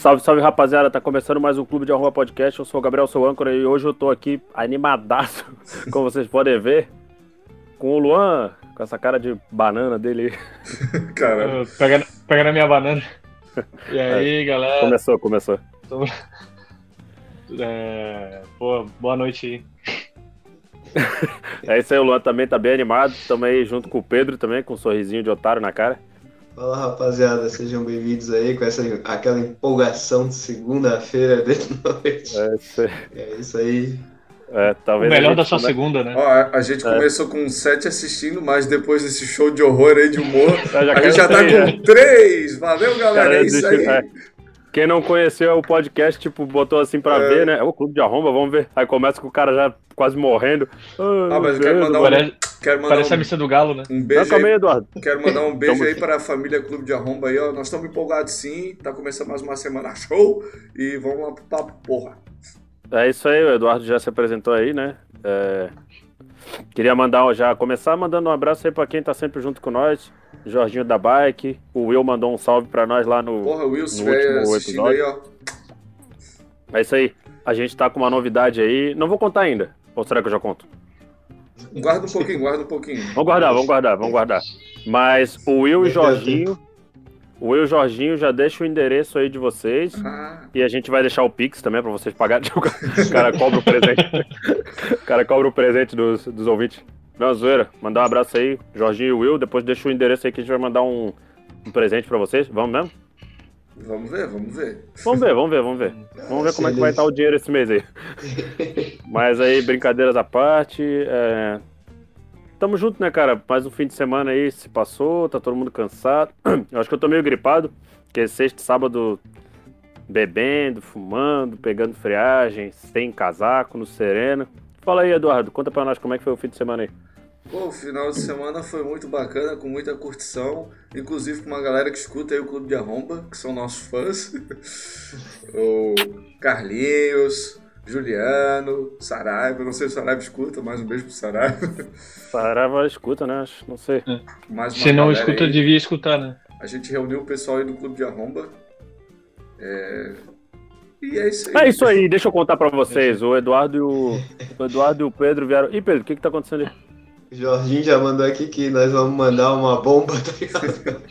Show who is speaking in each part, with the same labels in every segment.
Speaker 1: Salve, salve rapaziada, tá começando mais um Clube de Arroba Podcast. Eu sou o Gabriel, sou o âncora e hoje eu tô aqui animadaço, como vocês podem ver, com o Luan, com essa cara de banana dele.
Speaker 2: Cara,
Speaker 3: Eu- Pega, pega na minha banana. E
Speaker 1: É.
Speaker 3: aí, galera.
Speaker 1: Começou, começou.
Speaker 3: É, pô, boa noite aí.
Speaker 1: É isso aí, o Luan também tá bem animado, tamo aí junto com o Pedro também, com um sorrisinho de otário na cara.
Speaker 4: Fala rapaziada, sejam bem-vindos aí com essa, aquela empolgação de segunda-feira de noite.
Speaker 1: É isso aí.
Speaker 4: É isso aí.
Speaker 1: É,
Speaker 3: O
Speaker 1: talvez a
Speaker 3: melhor
Speaker 1: gente
Speaker 3: da sua
Speaker 1: come-
Speaker 3: segunda, né?
Speaker 2: ó, a- a
Speaker 1: É.
Speaker 2: gente começou com sete assistindo, mas depois desse show de horror aí de humor,
Speaker 1: Eu já
Speaker 2: a gente
Speaker 1: quero
Speaker 2: já tá
Speaker 1: sair, né?
Speaker 2: com três. Valeu,
Speaker 1: Cara,
Speaker 2: galera. É isso aí.
Speaker 1: existe- é. Quem não conheceu o podcast, tipo, botou assim pra
Speaker 2: É.
Speaker 1: ver, né? É o Clube de Arromba, vamos ver. Aí começa com o cara já quase morrendo.
Speaker 2: Ah, mas eu quero mandar um-
Speaker 3: Parece,
Speaker 2: Quero mandar
Speaker 3: parece a
Speaker 2: um,
Speaker 3: missa do galo, né?
Speaker 2: um
Speaker 1: Não,
Speaker 2: beijo
Speaker 1: calma aí,
Speaker 2: aí.
Speaker 1: Eduardo.
Speaker 2: Quero mandar um beijo
Speaker 1: Tamo
Speaker 2: aí
Speaker 1: junto.
Speaker 2: para a família Clube de Arromba aí, ó. Nós estamos empolgados sim. Tá começando mais uma semana show. E vamos lá pro papo, porra.
Speaker 1: É isso aí, o Eduardo já se apresentou aí, né? É, Queria mandar já começar mandando um abraço aí pra quem tá sempre junto com nós. Jorginho da Bike, o Will mandou um salve pra nós lá no.
Speaker 2: Porra, Will, se
Speaker 1: No
Speaker 2: estiver
Speaker 1: último
Speaker 2: assistindo aí, ó.
Speaker 1: É isso aí. A gente tá com uma novidade aí. Não vou contar ainda. Ou será que eu já conto?
Speaker 2: Guarda um pouquinho, guarda um pouquinho.
Speaker 1: Vamos guardar, vamos guardar, vamos guardar. Mas o Will e o Jorginho. O Will e o Jorginho já deixa o endereço aí de vocês.
Speaker 2: Ah,
Speaker 1: E a gente vai deixar o Pix também pra vocês pagarem. O cara cobra o presente. O cara cobra o presente dos, dos ouvintes. Não, zoeira. Mandar um abraço aí, Jorginho e Will. Depois deixa o endereço aí que a gente vai mandar um, um presente pra vocês. Vamos mesmo?
Speaker 2: vamos ver, vamos ver.
Speaker 1: Vamos ver, vamos ver, vamos ver. Vamos ver como é que vai estar o dinheiro esse mês aí. Mas aí, brincadeiras à parte. é, Tamo junto, né, cara? Mais um fim de semana aí se passou, tá todo mundo cansado. Eu acho que eu tô meio gripado, porque sexta e sábado bebendo, fumando, pegando friagem, sem casaco, no sereno. Fala aí, Eduardo, conta pra nós como é que foi o fim de semana aí.
Speaker 2: Pô, o final de semana foi muito bacana, com muita curtição, inclusive com uma galera que escuta aí o Clube de Arromba, que são nossos fãs. o Carlinhos, Juliano, Saraiva, não sei se o Saraiva escuta, mas um beijo pro Saraiva.
Speaker 1: Sarava escuta, né? Acho- Não sei.
Speaker 2: Mais uma
Speaker 3: Se não
Speaker 2: galera
Speaker 3: escuta,
Speaker 2: aí.
Speaker 3: devia escutar, né?
Speaker 2: A gente reuniu o pessoal aí do Clube de Arromba. É... E é isso aí.
Speaker 1: É isso aí, deixa eu contar pra vocês. O Eduardo e o, o Eduardo e o Pedro vieram. Ih, Pedro, o que que tá acontecendo aí?
Speaker 4: O Jorginho já mandou aqui que nós vamos mandar uma bomba, tá ligado?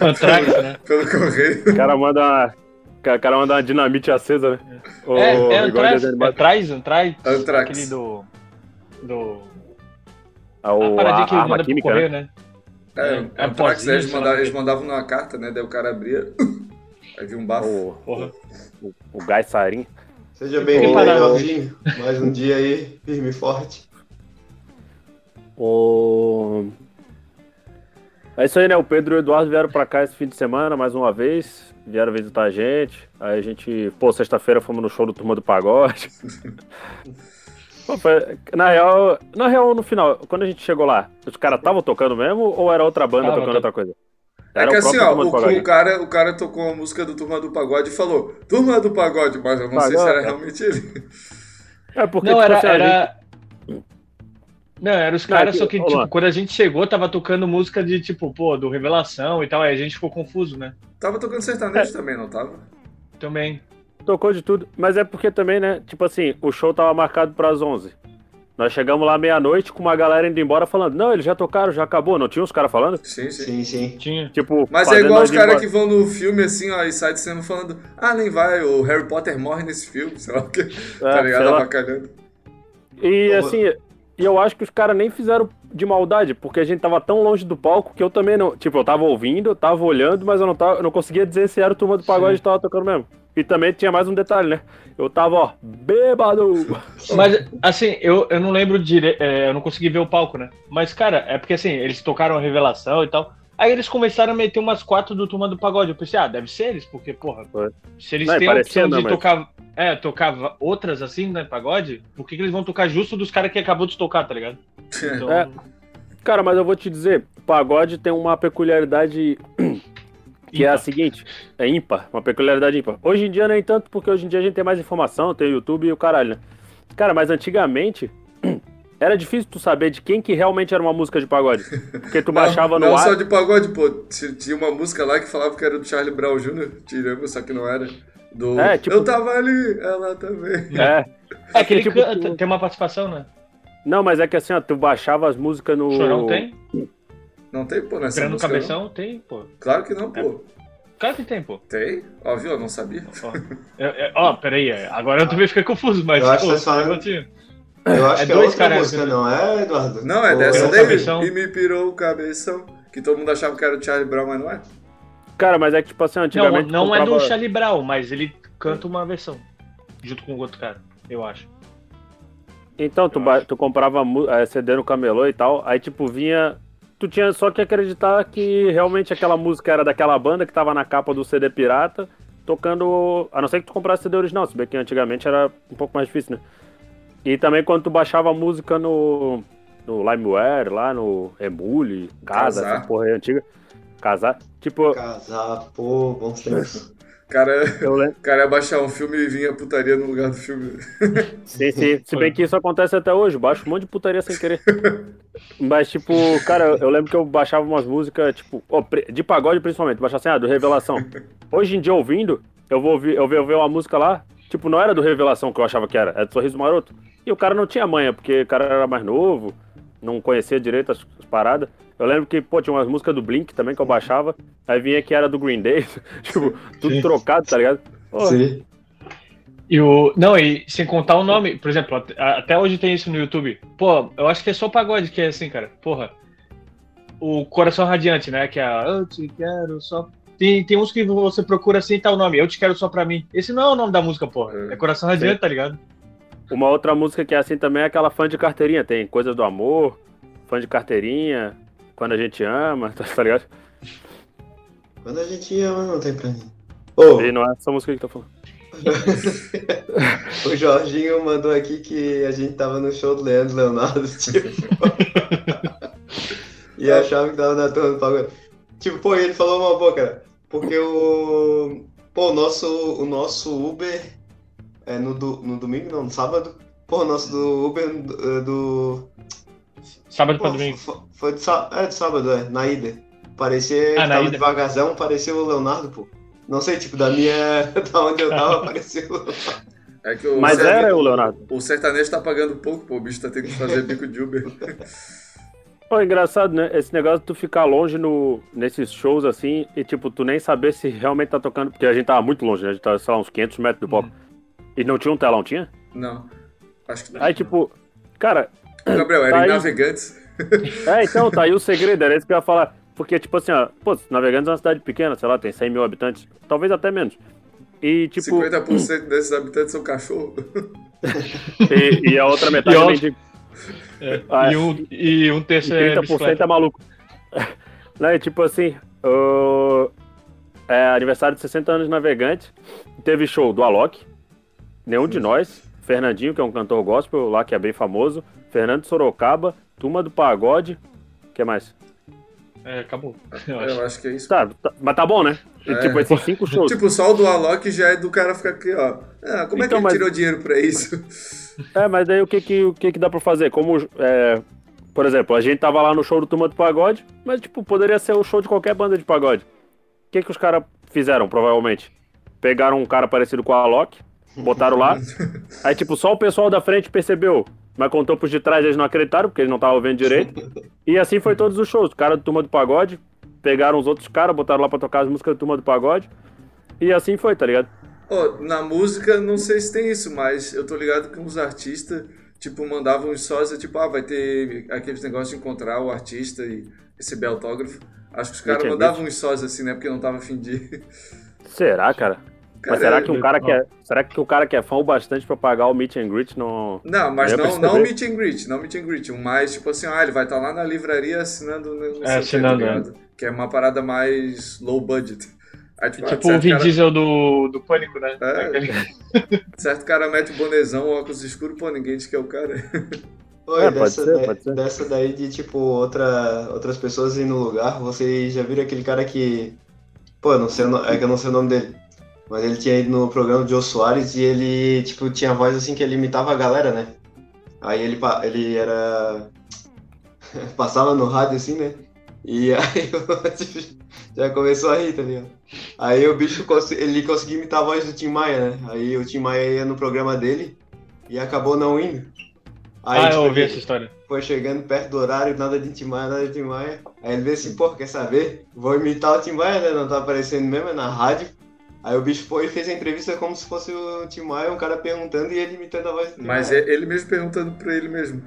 Speaker 3: Antrax, né?
Speaker 2: Pelo correio.
Speaker 1: O cara manda uma, o cara manda uma dinamite acesa, né? O,
Speaker 3: É, é
Speaker 1: igual
Speaker 3: Antrax.
Speaker 1: desenho animado.
Speaker 3: Antrax, Antrax.
Speaker 2: Anthrax.
Speaker 3: Aquele do. Do.
Speaker 1: Ah, o-
Speaker 3: a paradinha
Speaker 1: a-
Speaker 3: que
Speaker 1: a
Speaker 3: manda
Speaker 1: arma
Speaker 3: pro
Speaker 1: química, né?
Speaker 3: correio, né?
Speaker 2: É,
Speaker 3: É,
Speaker 2: é,
Speaker 3: é
Speaker 2: um táxi,
Speaker 3: pozinho,
Speaker 2: eles,
Speaker 3: sei lá.
Speaker 2: mandavam, eles mandavam numa carta, né? Daí o cara abria, aí vinha um bafo.
Speaker 1: né? O,
Speaker 3: Porra.
Speaker 1: o, o gás sarin.
Speaker 4: Seja bem-vindo,
Speaker 3: parado.
Speaker 4: Jorginho. Mais um dia aí, firme e forte.
Speaker 1: O... É isso aí, né? O Pedro e o Eduardo vieram pra cá esse fim de semana, mais uma vez. Vieram visitar a gente. Aí a gente, pô, sexta-feira fomos no show do Turma do Pagode. Pô, foi- Na real, na real, no final, quando a gente chegou lá, os caras estavam tocando mesmo ou era outra banda
Speaker 3: Tava,
Speaker 1: tocando
Speaker 3: tava.
Speaker 1: outra coisa?
Speaker 2: É que
Speaker 1: o
Speaker 2: assim,
Speaker 1: próprio
Speaker 2: ó,
Speaker 1: Turma do
Speaker 2: o,
Speaker 1: Pagode.
Speaker 2: o cara, o cara tocou a música do Turma do Pagode e falou, Turma do Pagode, mas eu não sei se
Speaker 1: Pagode.
Speaker 2: era realmente ele.
Speaker 1: É porque
Speaker 3: Não,
Speaker 1: tipo,
Speaker 3: era.
Speaker 1: assim, a gente-
Speaker 3: era... Não, era os
Speaker 1: Não, é
Speaker 3: caras,
Speaker 1: aqui,
Speaker 3: só que,
Speaker 1: ó, lá.
Speaker 3: tipo, quando a gente chegou, tava tocando música de, tipo, pô, do Revelação e tal, aí a gente ficou confuso, né?
Speaker 2: Tava tocando
Speaker 1: É.
Speaker 2: sertanejo também, não tava?
Speaker 3: Também.
Speaker 1: Tocou de tudo, mas é porque também, né? Tipo assim, o show tava marcado pras 11. Nós chegamos lá meia-noite com uma galera indo embora falando: Não, eles já tocaram, já acabou. Não tinha os caras falando?
Speaker 2: Sim, sim.
Speaker 4: Sim, sim.
Speaker 3: Tinha.
Speaker 1: Tipo,
Speaker 2: Mas é
Speaker 1: fazendo
Speaker 2: igual
Speaker 1: nós
Speaker 2: os
Speaker 1: ir
Speaker 2: caras
Speaker 1: embora.
Speaker 2: que vão no filme assim, ó, e sai de cinema falando, ah, nem vai, o Harry Potter morre nesse filme, sei lá o quê. tá
Speaker 1: É,
Speaker 2: ligado?
Speaker 1: sei lá.
Speaker 2: Abacalhando.
Speaker 1: E assim, e eu acho que os caras nem fizeram de maldade, porque a gente tava tão longe do palco que eu também não. Tipo, eu tava ouvindo, eu tava olhando, mas eu não, tava, eu não conseguia dizer se era o turma do pagode que tava tocando mesmo. E também tinha mais um detalhe, né? Eu tava, ó, bêbado.
Speaker 3: Mas, assim, eu, eu não lembro direito, eu não consegui ver o palco, né? Mas, cara, é porque, assim, eles tocaram a revelação e tal. Aí eles começaram a meter umas quatro do Turma do Pagode. Eu pensei, ah, deve ser eles, porque, porra,
Speaker 1: Foi.
Speaker 3: se eles
Speaker 1: Não, e
Speaker 3: têm a
Speaker 1: parecia
Speaker 3: opção
Speaker 1: não,
Speaker 3: de
Speaker 1: mas-
Speaker 3: tocar, é, tocar va- outras assim, né, pagode, por que, que eles vão tocar justo dos caras que acabou de tocar, tá ligado? Então,
Speaker 1: É. Cara, mas eu vou te dizer, pagode tem uma peculiaridade que é a
Speaker 3: ímpar.
Speaker 1: seguinte, é ímpar, uma peculiaridade ímpar. Hoje em dia nem tanto, porque hoje em dia a gente tem mais informação, tem o YouTube e o caralho, né? Cara, mas antigamente Era difícil tu saber de quem que realmente era uma música de pagode. Porque tu baixava
Speaker 2: não,
Speaker 1: no
Speaker 2: não só
Speaker 1: ar.
Speaker 2: de pagode, pô. T- Tinha uma música lá que falava que era do Charlie Brown Jr., tiramos, só que não era. Do
Speaker 1: É, tipo-
Speaker 2: Eu tava ali, ela também.
Speaker 1: É.
Speaker 3: É que ele
Speaker 1: Tipo,
Speaker 3: canta, tem uma participação, né?
Speaker 1: Não, mas é que assim, ó, tu baixava as músicas no.
Speaker 3: Chorão tem,
Speaker 2: Não tem, pô, nessa
Speaker 3: Grano
Speaker 1: né?
Speaker 2: música.
Speaker 3: Cabeção tem, pô.
Speaker 2: não. Claro que não, pô.
Speaker 3: Claro que tem, pô.
Speaker 2: Tem? Ó, viu? Eu não sabia.
Speaker 3: Ó, eu- eu- ó, peraí, é, agora eu também fiquei confuso, mas.
Speaker 4: Eu acho
Speaker 3: pô,
Speaker 4: que vocês falaram-
Speaker 3: eu tinha-
Speaker 4: Eu acho
Speaker 3: É
Speaker 4: que é
Speaker 3: dois
Speaker 4: outra
Speaker 3: caras,
Speaker 4: música,
Speaker 3: né?
Speaker 4: não é, Eduardo?
Speaker 2: Não, é
Speaker 4: Pô,
Speaker 2: dessa
Speaker 3: Pirou o
Speaker 2: daí.
Speaker 3: cabeção.
Speaker 2: E me pirou o cabeção. Que todo mundo achava que era o Charlie Brown, mas não é.
Speaker 1: Cara, mas é que, tipo assim,
Speaker 3: Não,
Speaker 1: antigamente.
Speaker 3: não
Speaker 1: tu
Speaker 3: é do
Speaker 1: comprava-
Speaker 3: Charlie Brown, mas ele canta uma versão. Junto com o outro cara, eu acho.
Speaker 1: Então, tu,
Speaker 3: Eu
Speaker 1: ba-
Speaker 3: acho.
Speaker 1: tu comprava mu- eh, CD no camelô e tal, aí tipo vinha. Tu tinha só que acreditar que realmente aquela música era daquela banda que tava na capa do CD Pirata, tocando. A não ser que tu comprasse CD original, se bem que antigamente era um pouco mais difícil, né? E também quando tu baixava a música no. no Limeware, lá no Emule, Casa,
Speaker 2: Casar.
Speaker 1: essa porra aí antiga. Casar. Tipo,
Speaker 4: Casar, pô, bons tempos.
Speaker 2: O cara,
Speaker 1: eu lembro.
Speaker 2: o cara ia baixar um filme e vinha putaria no lugar do filme.
Speaker 1: Sim, sim. Se bem que isso acontece até hoje, eu baixo um monte de putaria sem querer. Mas, tipo, cara, eu lembro que eu baixava umas músicas, tipo, ó, pre- de pagode principalmente, baixava assim, ah, do Revelação. Hoje em dia, ouvindo, eu vou ouvir, eu vou ouvir uma música lá, tipo, não era do Revelação que eu achava que era, era do Sorriso Maroto. E o cara não tinha manha, porque o cara era mais novo, não conhecia direito as, as paradas. Eu lembro que, pô, tinha umas músicas do Blink também que eu baixava, aí vinha que era do Green Day, tipo, tudo
Speaker 3: Sim.
Speaker 1: trocado, tá ligado? Pô,
Speaker 4: Sim.
Speaker 3: E o. Não, e sem contar o nome, por exemplo, at- a- até hoje tem isso no YouTube. Pô, eu acho que é só pagode que é assim, cara. Porra. O Coração Radiante, né? Que é. a Eu te quero só. Tem, tem uns que você procura assim tá o nome. Eu te quero só pra mim. Esse não é o nome da música, porra.
Speaker 2: É.
Speaker 3: É Coração Radiante, tá ligado?
Speaker 1: Uma outra música que é assim também é aquela fã de carteirinha. Tem Coisas do Amor, fã de carteirinha, Quando a gente ama, tá, tá ligado?
Speaker 4: Quando a gente ama, não tem pra mim. Ô,
Speaker 1: E não é essa música que eu tô falando.
Speaker 4: o Jorginho mandou aqui que a gente tava no show do Leandro Leonardo, tipo. e
Speaker 3: É.
Speaker 4: achava que tava na turma do pagode. Tipo, pô, ele falou uma boa, cara. Porque o. Pô, o nosso, o nosso Uber. É no, do, no domingo, não, no sábado. Pô, o nosso do Uber eh, do- do
Speaker 3: Sábado pra
Speaker 4: Pô,
Speaker 3: domingo.
Speaker 4: fo- Foi de, sá- é, de sábado, é, na ida. Parecia
Speaker 3: Ah,
Speaker 4: que
Speaker 3: na
Speaker 4: tava
Speaker 3: ida.
Speaker 4: devagarzão, parecia o Leonardo, pô. Não sei, tipo, da minha. da onde eu tava, parecia o Leonardo.
Speaker 2: É que o
Speaker 1: Mas
Speaker 2: serta-
Speaker 1: era o Leonardo.
Speaker 2: O sertanejo tá pagando pouco, pô. O bicho tá tendo que fazer bico de Uber.
Speaker 1: Pô, engraçado, né? Esse negócio de tu ficar longe no, nesses shows assim e, tipo, tu nem saber se realmente tá tocando. Porque a gente tava muito longe, né? A gente tava, sei lá, uns 500 metros do palco. E não tinha um telão, tinha?
Speaker 2: Não. Acho que não.
Speaker 1: Aí, tipo, cara,
Speaker 2: Gabriel,
Speaker 1: tá
Speaker 2: era
Speaker 1: aí.
Speaker 2: em Navegantes.
Speaker 1: É, então, tá aí o segredo, era isso que eu ia falar. Porque, tipo assim, ó, pô, Navegantes é uma cidade pequena, sei lá, tem 100 mil habitantes, talvez até menos. E, tipo,
Speaker 2: 50% desses habitantes são cachorro.
Speaker 1: e, e a outra metade
Speaker 3: E
Speaker 1: também
Speaker 3: outro-
Speaker 1: de
Speaker 3: É.
Speaker 1: Ah,
Speaker 3: e, um, e um terço é
Speaker 1: 30% é
Speaker 3: bicicleta.
Speaker 1: maluco. Não, e tipo assim, o- é aniversário de 60 anos de Navegante, teve show do Alok, nenhum de nós, Fernandinho, que é um cantor gospel lá, que é bem famoso, Fernando Sorocaba, Turma do Pagode, o que mais?
Speaker 3: É, acabou. Eu acho.
Speaker 2: Eu acho que é isso.
Speaker 1: Tá, tá- mas tá bom, né? E,
Speaker 2: É.
Speaker 1: Tipo, esses cinco shows.
Speaker 2: Tipo, só o do Alok já é do cara ficar aqui, ó. Ah, como é que
Speaker 1: Então,
Speaker 2: ele
Speaker 1: mas-
Speaker 2: tirou dinheiro pra isso?
Speaker 1: É, mas daí o que que, o que, que dá pra fazer? Como, é, por exemplo, a gente tava lá no show do Turma do Pagode, mas, tipo, poderia ser o show de qualquer banda de pagode. O que que os caras fizeram, provavelmente? Pegaram um cara parecido com a Alok, botaram lá, aí, tipo, só o pessoal da frente percebeu, mas contou pros de trás, eles não acreditaram, porque eles não estavam vendo direito, e assim foi todos os shows. O cara do Turma do Pagode, pegaram os outros caras, botaram lá pra tocar as músicas do Turma do Pagode, e assim foi, tá ligado?
Speaker 2: Ó, na música, não sei se tem isso, mas eu tô ligado que uns artistas, tipo, mandavam uns sócios, tipo, ah, vai ter aqueles negócios de encontrar o artista e receber autógrafo. Acho que os caras
Speaker 1: Meet and
Speaker 2: mandavam uns sócios assim, né? Porque não tava afim de ir.
Speaker 1: Será, cara? Mas
Speaker 2: Cara,
Speaker 1: será que um cara
Speaker 3: não.
Speaker 1: que é, será que o cara que é fã o bastante pra pagar o meet and greet no
Speaker 2: Não, mas
Speaker 1: Eu ia
Speaker 2: não, não
Speaker 1: perceber.
Speaker 2: meet and greet, não meet and greet, um mais tipo assim, ah, ele vai estar lá na livraria assinando né, não sei o quê,
Speaker 3: assinando,
Speaker 2: tá ligado? Que é uma parada mais low budget. Aí, tipo, ah,
Speaker 3: Tipo o
Speaker 2: certo,
Speaker 3: Vin
Speaker 2: cara,
Speaker 3: Diesel do, do Pânico, né?
Speaker 2: É.
Speaker 3: Aquele-
Speaker 2: certo cara mete o bonezão, óculos escuros, pô, ninguém diz que é o cara.
Speaker 4: Oi,
Speaker 1: É, pode
Speaker 4: dessa,
Speaker 1: ser,
Speaker 4: daí,
Speaker 1: pode ser.
Speaker 4: dessa daí de, tipo, outra, outras pessoas ir no lugar, vocês já viram aquele cara que. Pô, eu não sei, o no- é que eu não sei o nome dele. Mas ele tinha ido no programa do Jô Soares e ele, tipo, tinha a voz assim que ele imitava a galera, né? Aí ele, pa- ele era. Passava no rádio assim, né? E aí eu já começou a rir, tá ligado? Aí o bicho cons- ele conseguiu imitar a voz do Tim Maia, né? Aí o Tim Maia ia no programa dele e acabou não indo. Aí,
Speaker 3: ah, eu
Speaker 4: tipo,
Speaker 3: ouvi
Speaker 4: ele
Speaker 3: essa história.
Speaker 4: foi chegando perto do horário, nada de Tim Maia, nada de Tim Maia. Aí ele veio assim, pô, quer saber? Vou imitar o Tim Maia, né? Não tá aparecendo mesmo, é na rádio. Aí o bicho foi e fez a entrevista como se fosse o Tim Maia, um cara perguntando e ele imitando a voz dele.
Speaker 2: Mas é ele mesmo perguntando pra ele mesmo.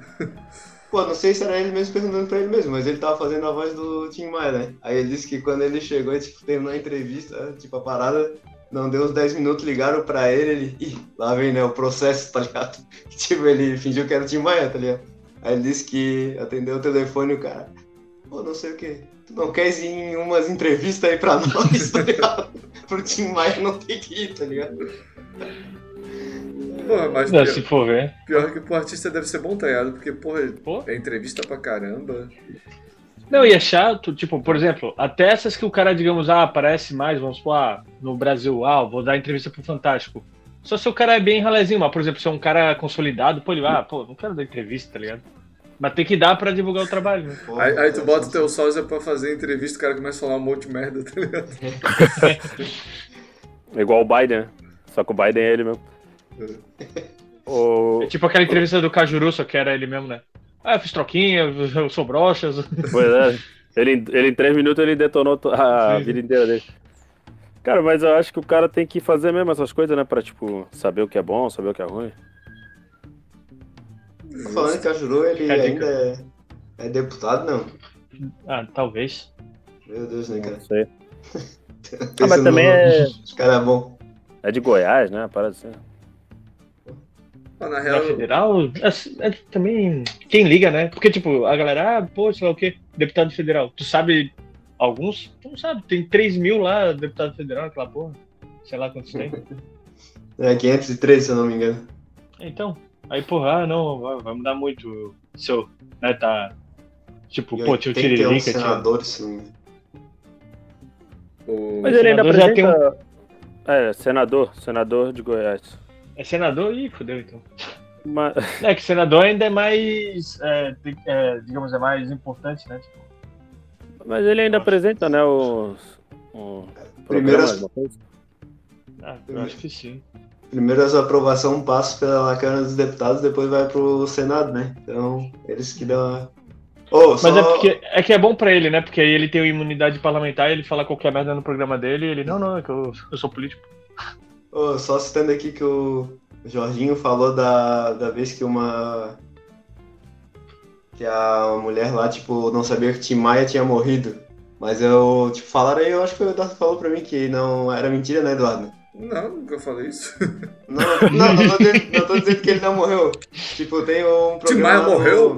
Speaker 4: Pô, não sei se era ele mesmo perguntando pra ele mesmo, mas ele tava fazendo a voz do Tim Maia, né? Aí ele disse que quando ele chegou e tipo, terminou a entrevista, tipo, a parada, não deu uns 10 minutos, ligaram pra ele, ele, ih, lá vem, né, o processo, tá ligado? Tipo, ele fingiu que era o Tim Maia, tá ligado? Aí ele disse que atendeu o telefone e o cara, pô, não sei o quê, tu não queres ir em umas entrevistas aí pra nós, tá ligado? Pro Tim Maia não tem que ir, tá ligado?
Speaker 2: Porra, mas
Speaker 3: Não,
Speaker 2: pior,
Speaker 3: se for ver.
Speaker 2: pior que pro artista deve ser bom treinado, porque, porra,
Speaker 3: Pô.
Speaker 2: é entrevista pra caramba.
Speaker 3: Não, e é chato, tipo, por exemplo, até essas que o cara, digamos, ah, aparece mais, vamos supor, ah, no Brasil, ah, vou dar entrevista pro Fantástico. Só se o cara é bem ralezinho, mas, por exemplo, se é um cara consolidado, pô, ele vai, ah, pô, não quero dar entrevista, tá ligado? Mas tem que dar pra divulgar o trabalho, né?
Speaker 4: Pô, é
Speaker 2: Aí, aí tu
Speaker 4: cara,
Speaker 2: bota o teu sósia pra fazer entrevista, o cara começa a falar um monte de merda, tá ligado?
Speaker 1: É igual o Biden, né? Só que o Biden é ele mesmo. O...
Speaker 3: É tipo aquela entrevista do Cajuru, só que era ele mesmo, né? Ah, eu fiz troquinha, eu sou brochas.
Speaker 1: Pois é. Ele, ele, em três minutos ele detonou to- a
Speaker 3: Sim.
Speaker 1: vida inteira dele. Cara, mas eu acho que o cara tem que fazer mesmo essas coisas, né? Pra, tipo, saber o que é bom, saber o que é ruim.
Speaker 4: Falando que a Juru, ele
Speaker 3: Fica a dica.
Speaker 4: ainda é, é deputado, não?
Speaker 3: Ah, talvez.
Speaker 4: Meu Deus, né, cara?
Speaker 1: Não sei. Ah,
Speaker 4: Pensa
Speaker 1: mas
Speaker 4: no-
Speaker 1: também é...
Speaker 4: Os caras é bom.
Speaker 1: é de Goiás, né? Parada assim.
Speaker 2: Pô, Na
Speaker 3: Na
Speaker 2: real,
Speaker 3: federal, é- é também. Quem liga, né? Porque, tipo, a galera, ah, pô, sei lá o quê, deputado federal. Tu sabe alguns? Tu não sabe, tem 3 mil lá, deputado federal, aquela porra. Sei lá quantos tem.
Speaker 4: É 503, se eu não me engano.
Speaker 3: Então, aí, porra, ah, não, vai, vai mudar muito. Seu, né, tá. Tipo,
Speaker 4: E
Speaker 3: pô, tinha o
Speaker 4: 81
Speaker 3: Tiririca, tinha.
Speaker 4: senadores, se não me engano.
Speaker 2: o-
Speaker 1: Mas ele ainda
Speaker 3: Senador já um-
Speaker 1: apresenta... É, senador. Senador de Goiás.
Speaker 3: É senador? Ih, fodeu então.
Speaker 1: Mas...
Speaker 3: É que senador ainda é mais, é, tem- é, digamos, é mais importante, né? Tipo,
Speaker 1: Mas ele ainda apresenta, né, o... o programa,
Speaker 4: Primeiras-
Speaker 1: alguma coisa.
Speaker 3: ah, eu acho que sim.
Speaker 4: Primeiro essa aprovação passa pela Câmara dos Deputados, depois vai pro Senado, né? Então, eles que dão a... Ô, só...
Speaker 3: Mas é porque é que é bom pra ele, né? Porque aí ele tem imunidade parlamentar, ele fala qualquer merda no programa dele, e ele, não, não, é que eu, eu sou político.
Speaker 4: Ô, só citando aqui que o Jorginho falou da, da vez que uma... Que a mulher lá, tipo, não sabia que Tim Maia tinha morrido. Mas eu, tipo, falaram aí, eu acho que o Eduardo falou pra mim que não era mentira, né, Eduardo?
Speaker 2: Não, nunca falei isso.
Speaker 4: Não, não, não, tô dizendo, não tô dizendo que ele não morreu. Tipo, tem um programa.
Speaker 2: Tim Maia
Speaker 4: lá no-
Speaker 2: morreu?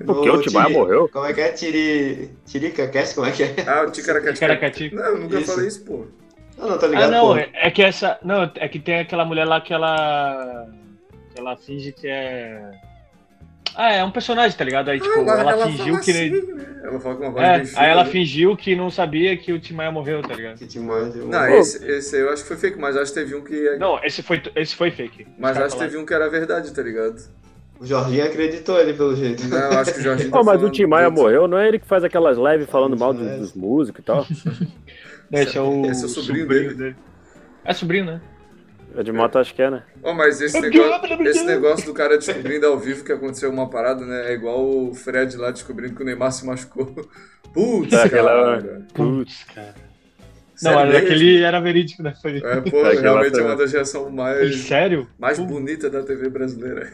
Speaker 4: no
Speaker 1: Porque o Timar
Speaker 4: Tiri-
Speaker 1: morreu.
Speaker 4: Como é que é? Tiri... Tirica Cast? Como é que é?
Speaker 2: Ah, o Ticaracati.
Speaker 3: Ticaracati.
Speaker 2: Não, eu nunca
Speaker 4: Isso.
Speaker 2: falei isso, pô.
Speaker 4: Não, não, tá
Speaker 3: Ah,
Speaker 4: ligado?
Speaker 3: não,
Speaker 4: pô.
Speaker 3: é, é que essa. Não, é que tem aquela mulher lá que ela. que ela finge que é. Ah, é um personagem, tá ligado? Aí, tipo, ela, fingiu
Speaker 2: Ah, fala
Speaker 3: que.
Speaker 2: assim, né? Ela fala com uma voz
Speaker 3: É,
Speaker 2: bem fina,
Speaker 3: aí ela
Speaker 2: né?
Speaker 3: fingiu que não sabia que o Tim Maia morreu, tá ligado?
Speaker 4: Que tipo, demais, eu-
Speaker 2: Não, é.
Speaker 1: Pô.
Speaker 2: esse, esse aí eu acho que foi fake, mas acho que teve um que.
Speaker 3: Não, esse foi, esse foi fake. Os
Speaker 2: Mas
Speaker 3: caras
Speaker 2: acho que
Speaker 3: falaram.
Speaker 2: teve um que era verdade, tá ligado?
Speaker 4: O Jorginho acreditou ele, pelo jeito.
Speaker 2: Não, eu acho que o Jorginho. tá
Speaker 1: Pô, mas o
Speaker 2: falando
Speaker 1: Tim Maia
Speaker 2: muito.
Speaker 1: morreu, não é ele que faz aquelas lives falando mal dos,
Speaker 4: É.
Speaker 1: dos músicos e tal?
Speaker 3: Esse é o,
Speaker 2: Esse é o sobrinho dele.
Speaker 3: É sobrinho, né?
Speaker 1: É de moto, acho que é, né?
Speaker 2: Ó, mas esse
Speaker 3: Eu
Speaker 2: negócio,
Speaker 3: quero, eu quero.
Speaker 2: esse negócio do cara descobrindo ao vivo que aconteceu uma parada, né? É igual o Fred lá descobrindo que o Neymar se machucou. Putz,
Speaker 1: Tá, aquela- é
Speaker 2: cara.
Speaker 3: Putz, cara. Não,
Speaker 2: Sério
Speaker 3: era
Speaker 2: mesmo?
Speaker 3: aquele era verídico, né? Foi.
Speaker 2: É, pô,
Speaker 1: Aquela é
Speaker 2: realmente é uma
Speaker 1: foi-
Speaker 2: das reações
Speaker 3: Ele,
Speaker 2: mais,
Speaker 3: sério?
Speaker 2: mais
Speaker 3: Putz.
Speaker 2: bonitas da TV brasileira.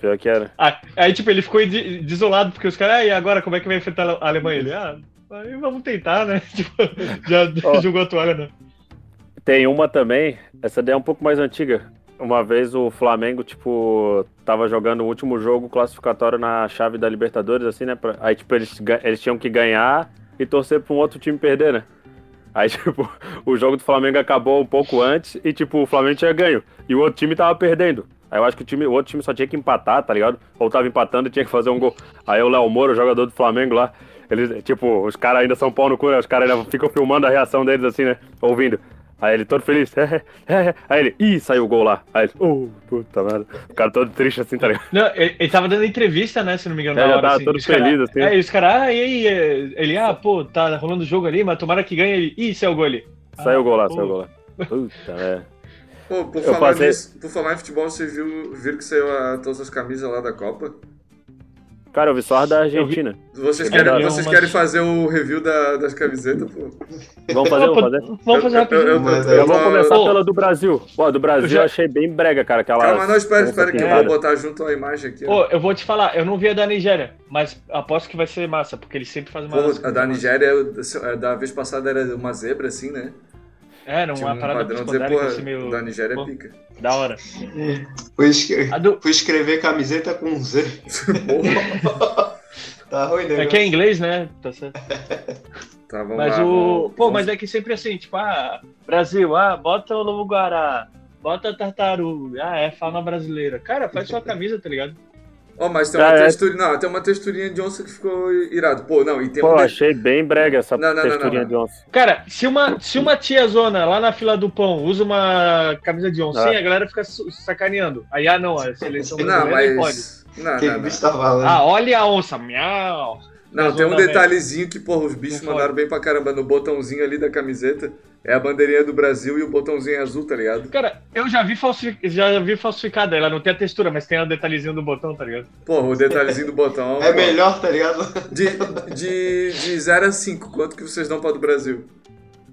Speaker 1: Pior que era.
Speaker 3: Ah, aí, tipo, ele ficou de- desolado, porque os caras, ah, e agora como é que vai enfrentar a Alemanha? Ele, ah, aí vamos tentar, né? Tipo, já
Speaker 1: Ó.
Speaker 3: jogou a toalha, né?
Speaker 1: Tem uma também, essa daí é um pouco mais antiga. Uma vez o Flamengo, tipo, tava jogando o último jogo classificatório na chave da Libertadores, assim, né? pra- Aí, tipo, eles, ga- eles tinham que ganhar e torcer pra um outro time perder, né? Aí, tipo, o jogo do Flamengo acabou um pouco antes e, tipo, o Flamengo tinha ganho. E o outro time tava perdendo. Aí eu acho que o, time, o outro time só tinha que empatar, tá ligado? Ou tava empatando e tinha que fazer um gol. Aí o Léo Moura, o jogador do Flamengo lá, ele, tipo, os caras ainda são pau no cu, né? Os caras ainda ficam filmando a reação deles assim, né? Ouvindo. Aí ele todo feliz. Aí ele, ih, saiu o gol lá. Aí ele, oh, puta merda. O cara todo triste assim, tá ligado?
Speaker 3: Não, ele, ele tava dando entrevista, né? Se não me engano,
Speaker 1: É,
Speaker 3: na
Speaker 1: já
Speaker 3: hora.
Speaker 1: tava
Speaker 3: assim.
Speaker 1: todo
Speaker 3: E os cara-
Speaker 1: feliz, assim.
Speaker 3: É, e os caras, ah, e aí? é, Ele, ah, pô, tá rolando o jogo ali, mas tomara que ganhe ele. Ih, saiu o gol ali.
Speaker 1: Saiu o gol lá,
Speaker 3: Ah, pô.
Speaker 1: saiu o gol lá. Puta é. merda.
Speaker 2: Pô, por
Speaker 1: Eu
Speaker 2: falar,
Speaker 1: passei-
Speaker 2: nisso- por falar em futebol, vocês viu- viram que saiu a, todas as camisas lá da Copa?
Speaker 1: Cara, eu vi só as da
Speaker 3: Eu vi-
Speaker 1: Argentina.
Speaker 2: Vocês,
Speaker 1: É
Speaker 2: querem,
Speaker 1: verdade.
Speaker 2: vocês
Speaker 3: Mas-
Speaker 2: querem fazer o review da- das camisetas, pô?
Speaker 1: Vamos fazer, vamos fazer.
Speaker 3: Vamos fazer
Speaker 2: Eu- eu- eu-
Speaker 3: rapidinho.
Speaker 4: Mas
Speaker 2: eu-
Speaker 4: aí
Speaker 2: eu-
Speaker 1: Vamos começar
Speaker 3: Pô.
Speaker 1: pela do Brasil. Ó, do Brasil
Speaker 3: Eu
Speaker 1: eu,
Speaker 3: já-
Speaker 1: achei bem brega, cara. Aquela...
Speaker 2: Calma, não, espera, espera que eu vou
Speaker 1: Cara.
Speaker 2: botar junto a imagem aqui. ó.
Speaker 3: Ô, eu vou te falar, eu não vi a da Nigéria, mas aposto que vai ser massa, porque ele sempre faz uma.
Speaker 2: Pô, a da Nigéria, é, da vez passada era uma zebra, assim, né?
Speaker 3: É, era
Speaker 2: Tinha
Speaker 3: uma
Speaker 2: um
Speaker 3: parada
Speaker 2: padrão dizer,
Speaker 3: psicodélica
Speaker 2: porra,
Speaker 3: assim, meio
Speaker 2: da Nigéria é
Speaker 3: Pô.
Speaker 2: pica.
Speaker 3: da hora. É.
Speaker 4: Fui, escre-
Speaker 3: A do...
Speaker 4: fui escrever camiseta com Z.
Speaker 2: Porra.
Speaker 4: Tá ruim, né?
Speaker 3: É que é em inglês, né? Tá certo.
Speaker 2: Tá, vamos
Speaker 3: Mas
Speaker 2: lá.
Speaker 3: o.
Speaker 2: vamos-
Speaker 3: Pô,
Speaker 2: vamos-
Speaker 3: mas é que sempre assim, tipo, ah, Brasil, ah, bota o Lobo Guará, bota a tartaruga, ah, é fauna brasileira. Cara, faz sua camisa, tá ligado?
Speaker 2: Ó, mas tem uma,
Speaker 1: Ah, é.
Speaker 2: textura... não, tem uma texturinha de onça que ficou irado. Pô, não, e tem
Speaker 1: Pô,
Speaker 2: um...
Speaker 1: eu
Speaker 2: de-
Speaker 1: achei bem brega essa
Speaker 2: Não, não, não,
Speaker 1: texturinha
Speaker 2: não,
Speaker 1: de onça.
Speaker 3: Cara, se uma, se uma tia zona lá na fila do pão usa uma camisa de oncinha, a galera fica su- sacaneando. Aí, ah, não, a seleção
Speaker 2: Ah. Não,
Speaker 3: brasileira não pode.
Speaker 2: mas... Não,
Speaker 4: Que
Speaker 2: não,
Speaker 4: bicho
Speaker 2: não.
Speaker 4: tá falando?
Speaker 3: Ah, olha a onça, miau.
Speaker 2: Não,
Speaker 3: Mas
Speaker 2: tem um
Speaker 3: manda bem.
Speaker 2: detalhezinho que, porra, os bichos
Speaker 3: Não
Speaker 2: mandaram bem pra caramba no botãozinho ali da camiseta. É a bandeirinha do Brasil e o botãozinho é azul, tá ligado?
Speaker 3: Cara, eu já vi, falsifi- já vi falsificada, ela não tem a textura, mas tem o detalhezinho do botão, tá ligado?
Speaker 2: Porra, o detalhezinho do botão.
Speaker 4: é
Speaker 2: pô.
Speaker 4: melhor, tá ligado?
Speaker 2: De, de, de 0 a 5, quanto que vocês dão pra do Brasil?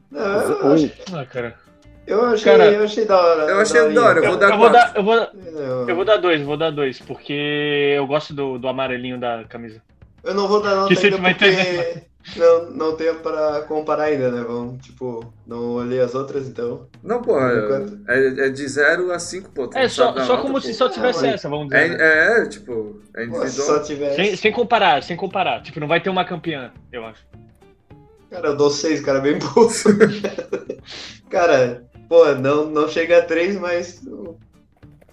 Speaker 4: Não, eu,
Speaker 1: Um.
Speaker 3: Ah, cara.
Speaker 4: eu achei,
Speaker 3: Cara,
Speaker 4: eu achei da hora.
Speaker 2: eu achei
Speaker 4: daorinha.
Speaker 2: da hora,
Speaker 3: Eu,
Speaker 2: Eu vou
Speaker 3: eu
Speaker 2: dar
Speaker 3: vou
Speaker 2: quatro.
Speaker 3: dar, eu vou,
Speaker 4: Eu,
Speaker 3: eu vou dar dois, vou dar dois, porque eu gosto do, do amarelinho da camisa.
Speaker 4: eu não vou dar nota
Speaker 3: Que é sempre
Speaker 4: ainda
Speaker 3: vai ter,
Speaker 4: porque não, não tenho pra comparar ainda, né? Vamos, tipo, não olhei as outras, então...
Speaker 2: Não, porra,
Speaker 4: Por enquanto.
Speaker 2: é, é de 0 a 5, pô. tu
Speaker 3: É,
Speaker 2: não
Speaker 3: só,
Speaker 2: sabe dar
Speaker 3: só
Speaker 2: nota,
Speaker 3: como
Speaker 2: pô.
Speaker 3: se só tivesse
Speaker 4: Ah, mas-
Speaker 3: essa, vamos
Speaker 2: É,
Speaker 3: dizer. né?
Speaker 2: é, é, tipo, é
Speaker 4: Pô, se
Speaker 2: individual.
Speaker 4: só tiver...
Speaker 3: Sem, sem comparar, sem comparar. Tipo, não vai ter uma campeã, eu acho.
Speaker 4: Cara, eu dou seis, cara, bem pouco. cara, pô, não, não chega a três, mas...
Speaker 2: Ô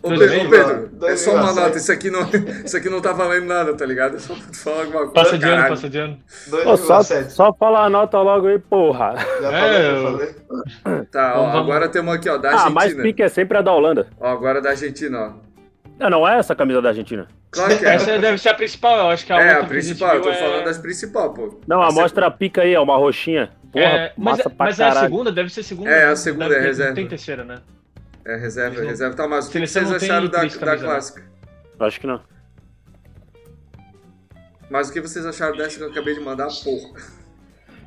Speaker 3: Tudo
Speaker 2: Pedro,
Speaker 3: bem,
Speaker 2: ô, Pedro,
Speaker 4: vai.
Speaker 2: é só uma
Speaker 4: Vai.
Speaker 2: nota, isso aqui, não, isso aqui não tá valendo nada, tá ligado? É só pra tu falar alguma coisa.
Speaker 3: Passa de ano,
Speaker 2: caralho.
Speaker 3: passa de ano.
Speaker 1: Pô, só,
Speaker 4: 2,7.
Speaker 1: só fala a nota logo aí, porra.
Speaker 4: Já
Speaker 3: É,
Speaker 4: falei,
Speaker 3: eu-
Speaker 4: já falei.
Speaker 2: Tá, ó,
Speaker 3: Vamos, vamos.
Speaker 2: agora temos aqui, ó, da
Speaker 1: Ah, mais
Speaker 2: Argentina.
Speaker 1: pique é sempre a da Holanda.
Speaker 2: Ó, agora da Argentina, ó.
Speaker 1: Não, não é essa a camisa da Argentina.
Speaker 2: Claro que é.
Speaker 3: Essa deve ser a principal, eu acho que a
Speaker 2: É,
Speaker 3: outra
Speaker 2: a
Speaker 3: que gente
Speaker 2: principal, eu
Speaker 3: viu
Speaker 2: tô
Speaker 3: é-
Speaker 2: falando assim. das principal, pô.
Speaker 1: Não, a
Speaker 2: Essa-
Speaker 1: mostra a pica aí, é uma roxinha. Porra,
Speaker 3: É, mas
Speaker 1: massa pra
Speaker 3: mas é a
Speaker 1: caralho.
Speaker 3: segunda, deve ser a segunda.
Speaker 2: É, a
Speaker 3: né?
Speaker 2: segunda,
Speaker 3: Deve
Speaker 2: é
Speaker 3: ter-
Speaker 2: reserva.
Speaker 3: Tem terceira, né?
Speaker 2: É reserva,
Speaker 3: Eles
Speaker 2: é
Speaker 3: não-
Speaker 2: reserva. Tá, mas o que
Speaker 3: Seleção
Speaker 2: vocês
Speaker 3: não tem
Speaker 2: acharam da,
Speaker 3: três
Speaker 2: da
Speaker 3: camisas, né?
Speaker 2: clássica?
Speaker 1: Acho que não.
Speaker 2: Mas o que vocês acharam dessa que eu acabei de mandar, porra?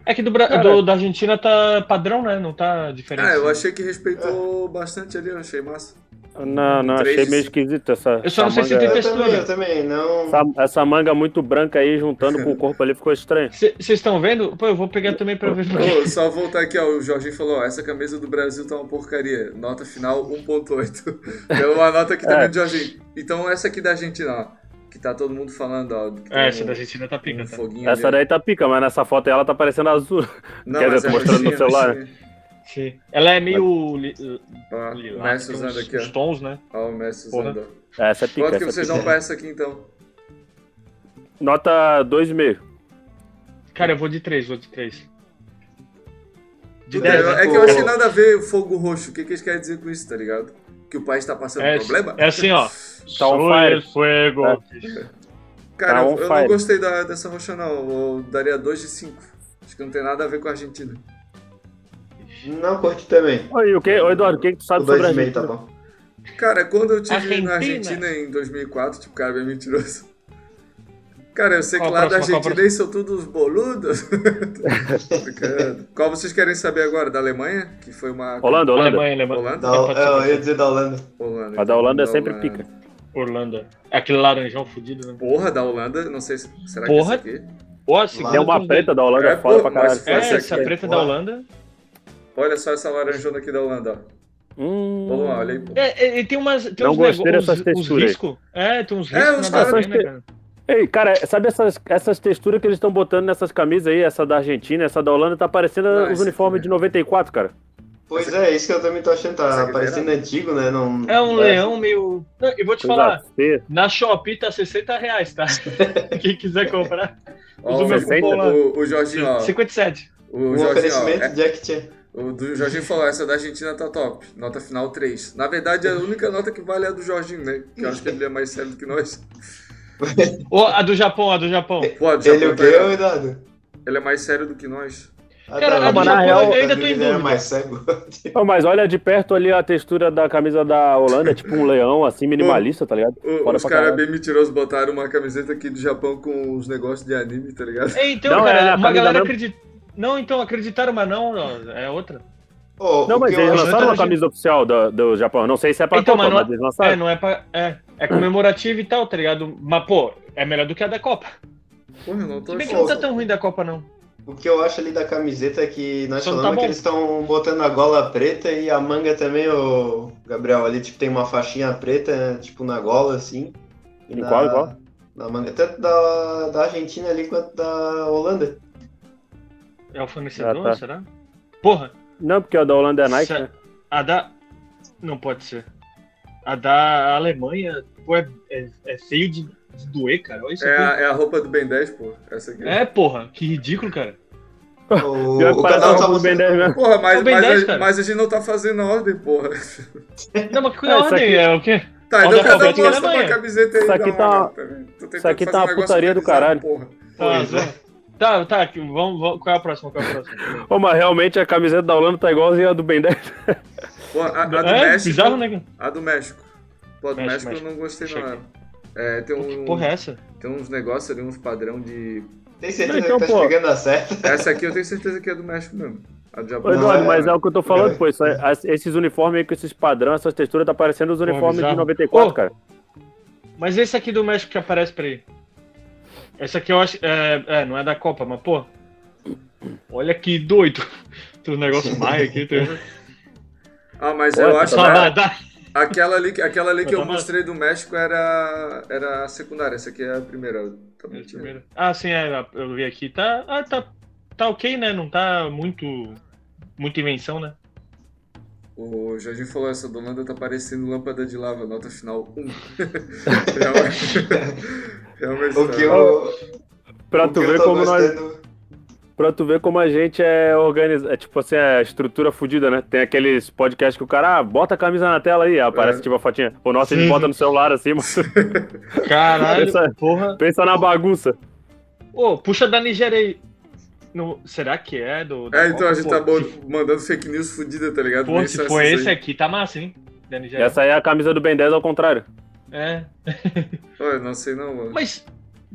Speaker 3: É que do, Bra-
Speaker 1: Cara.
Speaker 3: do- da Argentina tá padrão, né? Não tá diferente.
Speaker 2: Ah, eu achei que respeitou bastante ali, eu achei massa.
Speaker 1: Não, não,
Speaker 2: Três
Speaker 1: achei
Speaker 2: de
Speaker 1: meio
Speaker 2: c-
Speaker 1: esquisito essa.
Speaker 3: Eu só não
Speaker 1: essa
Speaker 3: sei se
Speaker 1: manga-
Speaker 3: tem
Speaker 4: Eu
Speaker 3: textura.
Speaker 4: também, eu também, não...
Speaker 1: essa, essa manga muito branca aí, juntando com o corpo ali, ficou estranho.
Speaker 3: Vocês estão vendo? Pô, eu vou pegar também pra ver. Porque...
Speaker 2: Ô, só voltar aqui, ó. O Jorginho falou: ó, essa camisa do Brasil tá uma porcaria. Nota final 1.8. É uma nota aqui também
Speaker 1: É.
Speaker 2: do Jorginho. Então essa aqui da Argentina, ó. Que tá todo mundo falando, ó. que tem
Speaker 3: É, essa
Speaker 2: um-
Speaker 3: da Argentina tá pica,
Speaker 2: um
Speaker 3: tá?
Speaker 2: foguinho
Speaker 1: Essa
Speaker 2: ali.
Speaker 1: daí tá pica, mas nessa foto aí ela tá parecendo azul.
Speaker 2: Não,
Speaker 1: quer dizer,
Speaker 2: mas
Speaker 1: tô
Speaker 2: é
Speaker 1: mostrando no
Speaker 2: roxinha,
Speaker 1: celular, né?
Speaker 2: roxinha.
Speaker 3: Sim. Ela é meio li, li,
Speaker 2: Ó, o
Speaker 3: lilás,
Speaker 2: Messi
Speaker 3: tem
Speaker 2: usando
Speaker 3: uns,
Speaker 2: aqui,
Speaker 3: uns
Speaker 2: ó.
Speaker 3: tons, né?
Speaker 2: Ó, o Messi
Speaker 3: Porra.
Speaker 2: usando. ó.
Speaker 1: Essa é pica.
Speaker 2: Quanto que
Speaker 1: essa é
Speaker 2: vocês
Speaker 1: pica.
Speaker 2: dão pra essa aqui, então?
Speaker 1: Nota 2,5.
Speaker 3: Cara, eu vou de três, vou de três. De
Speaker 2: É,
Speaker 3: dez,
Speaker 2: eu-
Speaker 3: né?
Speaker 2: é que eu achei nada a ver o fogo roxo. O que, que eles querem dizer com isso, tá ligado? Que o país tá passando
Speaker 3: É,
Speaker 2: problema?
Speaker 3: é assim, ó.
Speaker 1: on
Speaker 3: Soy
Speaker 1: fire.
Speaker 3: el fuego.
Speaker 1: É.
Speaker 2: Cara,
Speaker 1: tá
Speaker 2: eu,
Speaker 1: on
Speaker 2: eu não
Speaker 1: fire.
Speaker 2: gostei da- dessa roxa, não. Eu daria 2 de 5. Acho que não tem nada a ver com a Argentina.
Speaker 4: Não curti também.
Speaker 1: Oi, o que, ô, Eduardo, o que, que tu sabe
Speaker 4: O
Speaker 1: sobre a né?
Speaker 4: 2,5 tá
Speaker 1: Argentina?
Speaker 4: bom.
Speaker 2: Cara, quando eu tive na
Speaker 3: Argentina.
Speaker 2: Argentina em 2004, tipo, cara, bem mentiroso. Cara, eu sei
Speaker 3: Qual
Speaker 2: que
Speaker 3: a
Speaker 2: lá da
Speaker 3: próxima, qual a
Speaker 2: Argentina eles são todos boludos. Tô brincando. Qual vocês querem saber agora? Da Alemanha? Que foi uma.
Speaker 1: Holanda, Holanda.
Speaker 3: Alemanha, Alemanha.
Speaker 2: Holanda?
Speaker 4: Da, é, eu ia dizer da Holanda.
Speaker 2: Holanda. então,
Speaker 1: A da Holanda é sempre
Speaker 2: Holanda.
Speaker 1: pica.
Speaker 3: Orlando. É Aquele laranjão fudido, né?
Speaker 2: Porra, da Holanda, não sei se. Será
Speaker 3: Porra.
Speaker 2: que é esse aqui?
Speaker 3: Ó, a segunda
Speaker 1: Tem uma
Speaker 3: dos
Speaker 1: preta
Speaker 3: dois.
Speaker 1: da Holanda
Speaker 2: É,
Speaker 1: foda
Speaker 2: pô,
Speaker 1: pra caralho.
Speaker 2: mas-
Speaker 3: um É,
Speaker 2: Essa
Speaker 3: essa,
Speaker 2: aqui,
Speaker 3: preta
Speaker 4: ó.
Speaker 3: da Holanda.
Speaker 2: Olha só essa laranjona aqui da Holanda, ó.
Speaker 1: Hum,
Speaker 2: Vamos lá, olha aí. pô.
Speaker 3: É, é, e tem umas. Tem
Speaker 1: Não
Speaker 3: uns
Speaker 1: gostei
Speaker 3: negócios,
Speaker 1: dessas
Speaker 3: uns,
Speaker 1: texturas aí.
Speaker 3: riscos. É, tem uns
Speaker 2: É,
Speaker 3: riscos
Speaker 2: uns
Speaker 3: nada a
Speaker 1: caras-
Speaker 3: ver, né, cara?
Speaker 1: Ei, cara, sabe essas, essas texturas que eles estão botando nessas camisas aí? Essa da Argentina, essa da Holanda, tá parecendo
Speaker 2: Não,
Speaker 1: os
Speaker 2: esse-
Speaker 1: uniformes de 94, cara.
Speaker 4: Pois é, isso que eu também tô achando,
Speaker 2: Essa
Speaker 4: tá
Speaker 2: aqui
Speaker 4: parecendo antigo, né? Não,
Speaker 3: É um
Speaker 4: não
Speaker 3: leão meio. Não, eu vou te falar,
Speaker 1: Coisa feia.
Speaker 3: na Shopee tá 60 reais, tá? Quem quiser comprar.
Speaker 2: Ó,
Speaker 3: Usa o meu
Speaker 1: sessenta.
Speaker 3: cupom lá.
Speaker 2: o, o Jorginho, ó.
Speaker 3: 57.
Speaker 2: O
Speaker 4: Um
Speaker 2: Jorginho, ó.
Speaker 4: oferecimento
Speaker 2: É,
Speaker 4: de Jack Chan.
Speaker 2: O do Jorginho falou, essa da Argentina tá top. Nota final 3. Na verdade, a única nota que vale é a do Jorginho, né? Que eu acho que ele é mais sério do que nós.
Speaker 3: Ô, a do Japão, a do Japão.
Speaker 2: Pô, a do
Speaker 4: Ele
Speaker 2: Japão
Speaker 4: o
Speaker 2: tá
Speaker 4: quê,
Speaker 2: ligado?
Speaker 4: Eduardo?
Speaker 2: ele é mais sério do que nós.
Speaker 4: Ah,
Speaker 3: Cara,
Speaker 4: tá,
Speaker 1: na
Speaker 4: o Japão-
Speaker 1: real,
Speaker 3: eu
Speaker 4: o
Speaker 3: ainda tô em
Speaker 4: Ele era
Speaker 3: dúvida.
Speaker 4: mais cego.
Speaker 1: Não, mas olha de perto ali a textura da camisa da Holanda, é tipo um leão, assim, minimalista, tá ligado?
Speaker 2: O-
Speaker 1: Fora
Speaker 2: os
Speaker 1: pra
Speaker 2: caras
Speaker 1: caralho.
Speaker 2: bem mentirosos botaram uma camiseta aqui do Japão com os negócios de anime, tá ligado?
Speaker 3: É, então,
Speaker 1: Não,
Speaker 3: cara,
Speaker 1: é a
Speaker 3: uma
Speaker 1: camisa
Speaker 3: galera
Speaker 1: mesmo.
Speaker 3: acredita. Não, então acreditaram, mas não, não, é outra.
Speaker 4: Ô,
Speaker 1: Não,
Speaker 4: o
Speaker 1: mas
Speaker 4: que eu
Speaker 1: eles
Speaker 4: acho-
Speaker 1: lançaram uma
Speaker 3: Então,
Speaker 1: camisa oficial do, do Japão. Não sei se é pra
Speaker 3: Então,
Speaker 1: Copa,
Speaker 3: mas não-
Speaker 1: mas eles
Speaker 3: É,
Speaker 1: lançaram.
Speaker 3: não é pra. É, é comemorativo e tal, tá ligado? Mas, pô, é melhor do que a da Copa.
Speaker 2: Porra, eu não tô
Speaker 3: Se bem que
Speaker 2: achando.
Speaker 3: não tá tão ruim da Copa, não.
Speaker 4: O que eu acho ali da camiseta é que nós
Speaker 3: Só não
Speaker 4: falamos
Speaker 3: tá
Speaker 4: é que
Speaker 3: bom.
Speaker 4: eles estão botando a gola preta e a manga também, o Gabriel, ali tipo tem uma faixinha preta, tipo na gola assim. E
Speaker 3: é-
Speaker 1: Em
Speaker 4: na,
Speaker 1: qual, qual?
Speaker 4: Na manga, tanto da, da Argentina ali quanto da Holanda.
Speaker 3: É o fornecedor,
Speaker 1: Ah, tá.
Speaker 3: será? Porra,
Speaker 1: Não, porque a da Holanda é Nike,
Speaker 3: se-
Speaker 1: né?
Speaker 3: a da. Não pode ser. A da Alemanha, pô, é, é, é feio de, de doer, cara. Olha isso
Speaker 2: É
Speaker 3: aqui.
Speaker 2: a, é a roupa do Ben 10, pô. Essa aqui.
Speaker 3: É, porra, que ridículo, cara.
Speaker 4: O,
Speaker 1: Pior que
Speaker 4: o
Speaker 1: parece
Speaker 4: canal
Speaker 1: um
Speaker 4: tá
Speaker 1: do Ben
Speaker 4: mostrando.
Speaker 1: 10 mesmo.
Speaker 2: Porra, mas,
Speaker 3: É O Ben
Speaker 2: mas
Speaker 3: 10,
Speaker 2: a,
Speaker 3: cara.
Speaker 2: mas a gente não tá fazendo a ordem, porra.
Speaker 3: Não, mas que
Speaker 1: É, isso
Speaker 3: ordem
Speaker 1: aqui-
Speaker 3: é o quê?
Speaker 2: Tá, então
Speaker 3: Ordem
Speaker 2: cada um
Speaker 3: alfabética
Speaker 2: mostra
Speaker 3: da
Speaker 2: uma
Speaker 3: manhã.
Speaker 2: camiseta aí
Speaker 1: Isso aqui
Speaker 2: da
Speaker 1: tá-
Speaker 2: Holanda, tá vendo? Tô tentando
Speaker 1: aqui tá
Speaker 2: fazer um
Speaker 1: uma
Speaker 2: negócio
Speaker 1: putaria do
Speaker 2: organizado,
Speaker 1: caralho.
Speaker 2: Porra.
Speaker 3: Tá,
Speaker 4: Pois é.
Speaker 3: tá, tá, que- vamos, vamos- Qual é a próxima? Qual é a próxima?
Speaker 1: Ô, mas realmente a camiseta da Holanda tá igualzinha a do Ben 10.
Speaker 2: Porra, a, a do
Speaker 3: é,
Speaker 2: México.
Speaker 3: bizarro, né? cara?
Speaker 2: A do México. Pô, a do México,
Speaker 3: México,
Speaker 2: eu não gostei,
Speaker 3: Deixa
Speaker 2: não. É, tem, um,
Speaker 3: Porra, é essa?
Speaker 2: tem uns negócios ali, uns padrão de.
Speaker 4: Tem certeza
Speaker 1: Então,
Speaker 4: que tá
Speaker 1: pô.
Speaker 4: chegando a certa?
Speaker 2: Essa aqui eu tenho certeza que é do México mesmo. A do Japão.
Speaker 1: Ô, Eduardo,
Speaker 4: é-
Speaker 1: mas é o que eu tô falando,
Speaker 4: é.
Speaker 1: pô. isso aí- as- esses uniformes aí com esses padrões, essas texturas, tá parecendo os uniformes de
Speaker 3: bizarro.
Speaker 1: 94,
Speaker 3: Ô,
Speaker 1: cara.
Speaker 3: Mas esse aqui do México que aparece pra ele. Essa aqui eu acho. É, é, não é da Copa, mas pô. Olha que doido. Tem um negócio maio aqui. Tem... um
Speaker 2: Ah, mas
Speaker 1: Olha,
Speaker 2: eu acho que
Speaker 3: Só dá, dá.
Speaker 2: aquela ali, aquela ali que eu
Speaker 3: Tá bom.
Speaker 2: mostrei do México era, era a secundária. Essa aqui é a primeira. Tá mentindo.
Speaker 3: Ah, sim, é, eu vi aqui. Tá, ah, tá, tá ok, né? Não tá muito. Muita invenção, né?
Speaker 2: O Jorginho falou: essa do Holanda tá parecendo lâmpada de lava, nota final 1. Realmente. Realmente
Speaker 4: O
Speaker 2: tá.
Speaker 4: que eu,
Speaker 1: Pra
Speaker 4: o
Speaker 1: tu
Speaker 4: que eu
Speaker 1: ver
Speaker 4: tô
Speaker 1: como nós.
Speaker 4: gostando-
Speaker 1: Pra tu ver como a gente é organizado. É tipo assim, a estrutura fodida, né? Tem aqueles podcasts que o cara, ah, bota a camisa na tela aí, aparece
Speaker 2: É.
Speaker 1: tipo a fotinha. O nosso ele
Speaker 3: Sim.
Speaker 1: bota no celular assim, mas
Speaker 3: Caralho,
Speaker 1: Essa-
Speaker 3: porra.
Speaker 1: pensa na bagunça.
Speaker 3: Ô, puxa da Nigéria aí. Não, será que é do. da
Speaker 2: É, então
Speaker 3: Copa?
Speaker 2: a gente
Speaker 3: Pô,
Speaker 2: tá bo-
Speaker 3: Se,
Speaker 2: mandando fake news fudida, tá ligado?
Speaker 3: pô,
Speaker 2: Nem
Speaker 3: se
Speaker 2: só
Speaker 3: for
Speaker 2: essas
Speaker 3: esse
Speaker 2: aí.
Speaker 3: aqui, tá massa, hein? Da Nigéria.
Speaker 1: Essa aí é a camisa do Ben 10 ao contrário.
Speaker 3: É.
Speaker 2: Olha, não sei não, mano.
Speaker 3: Mas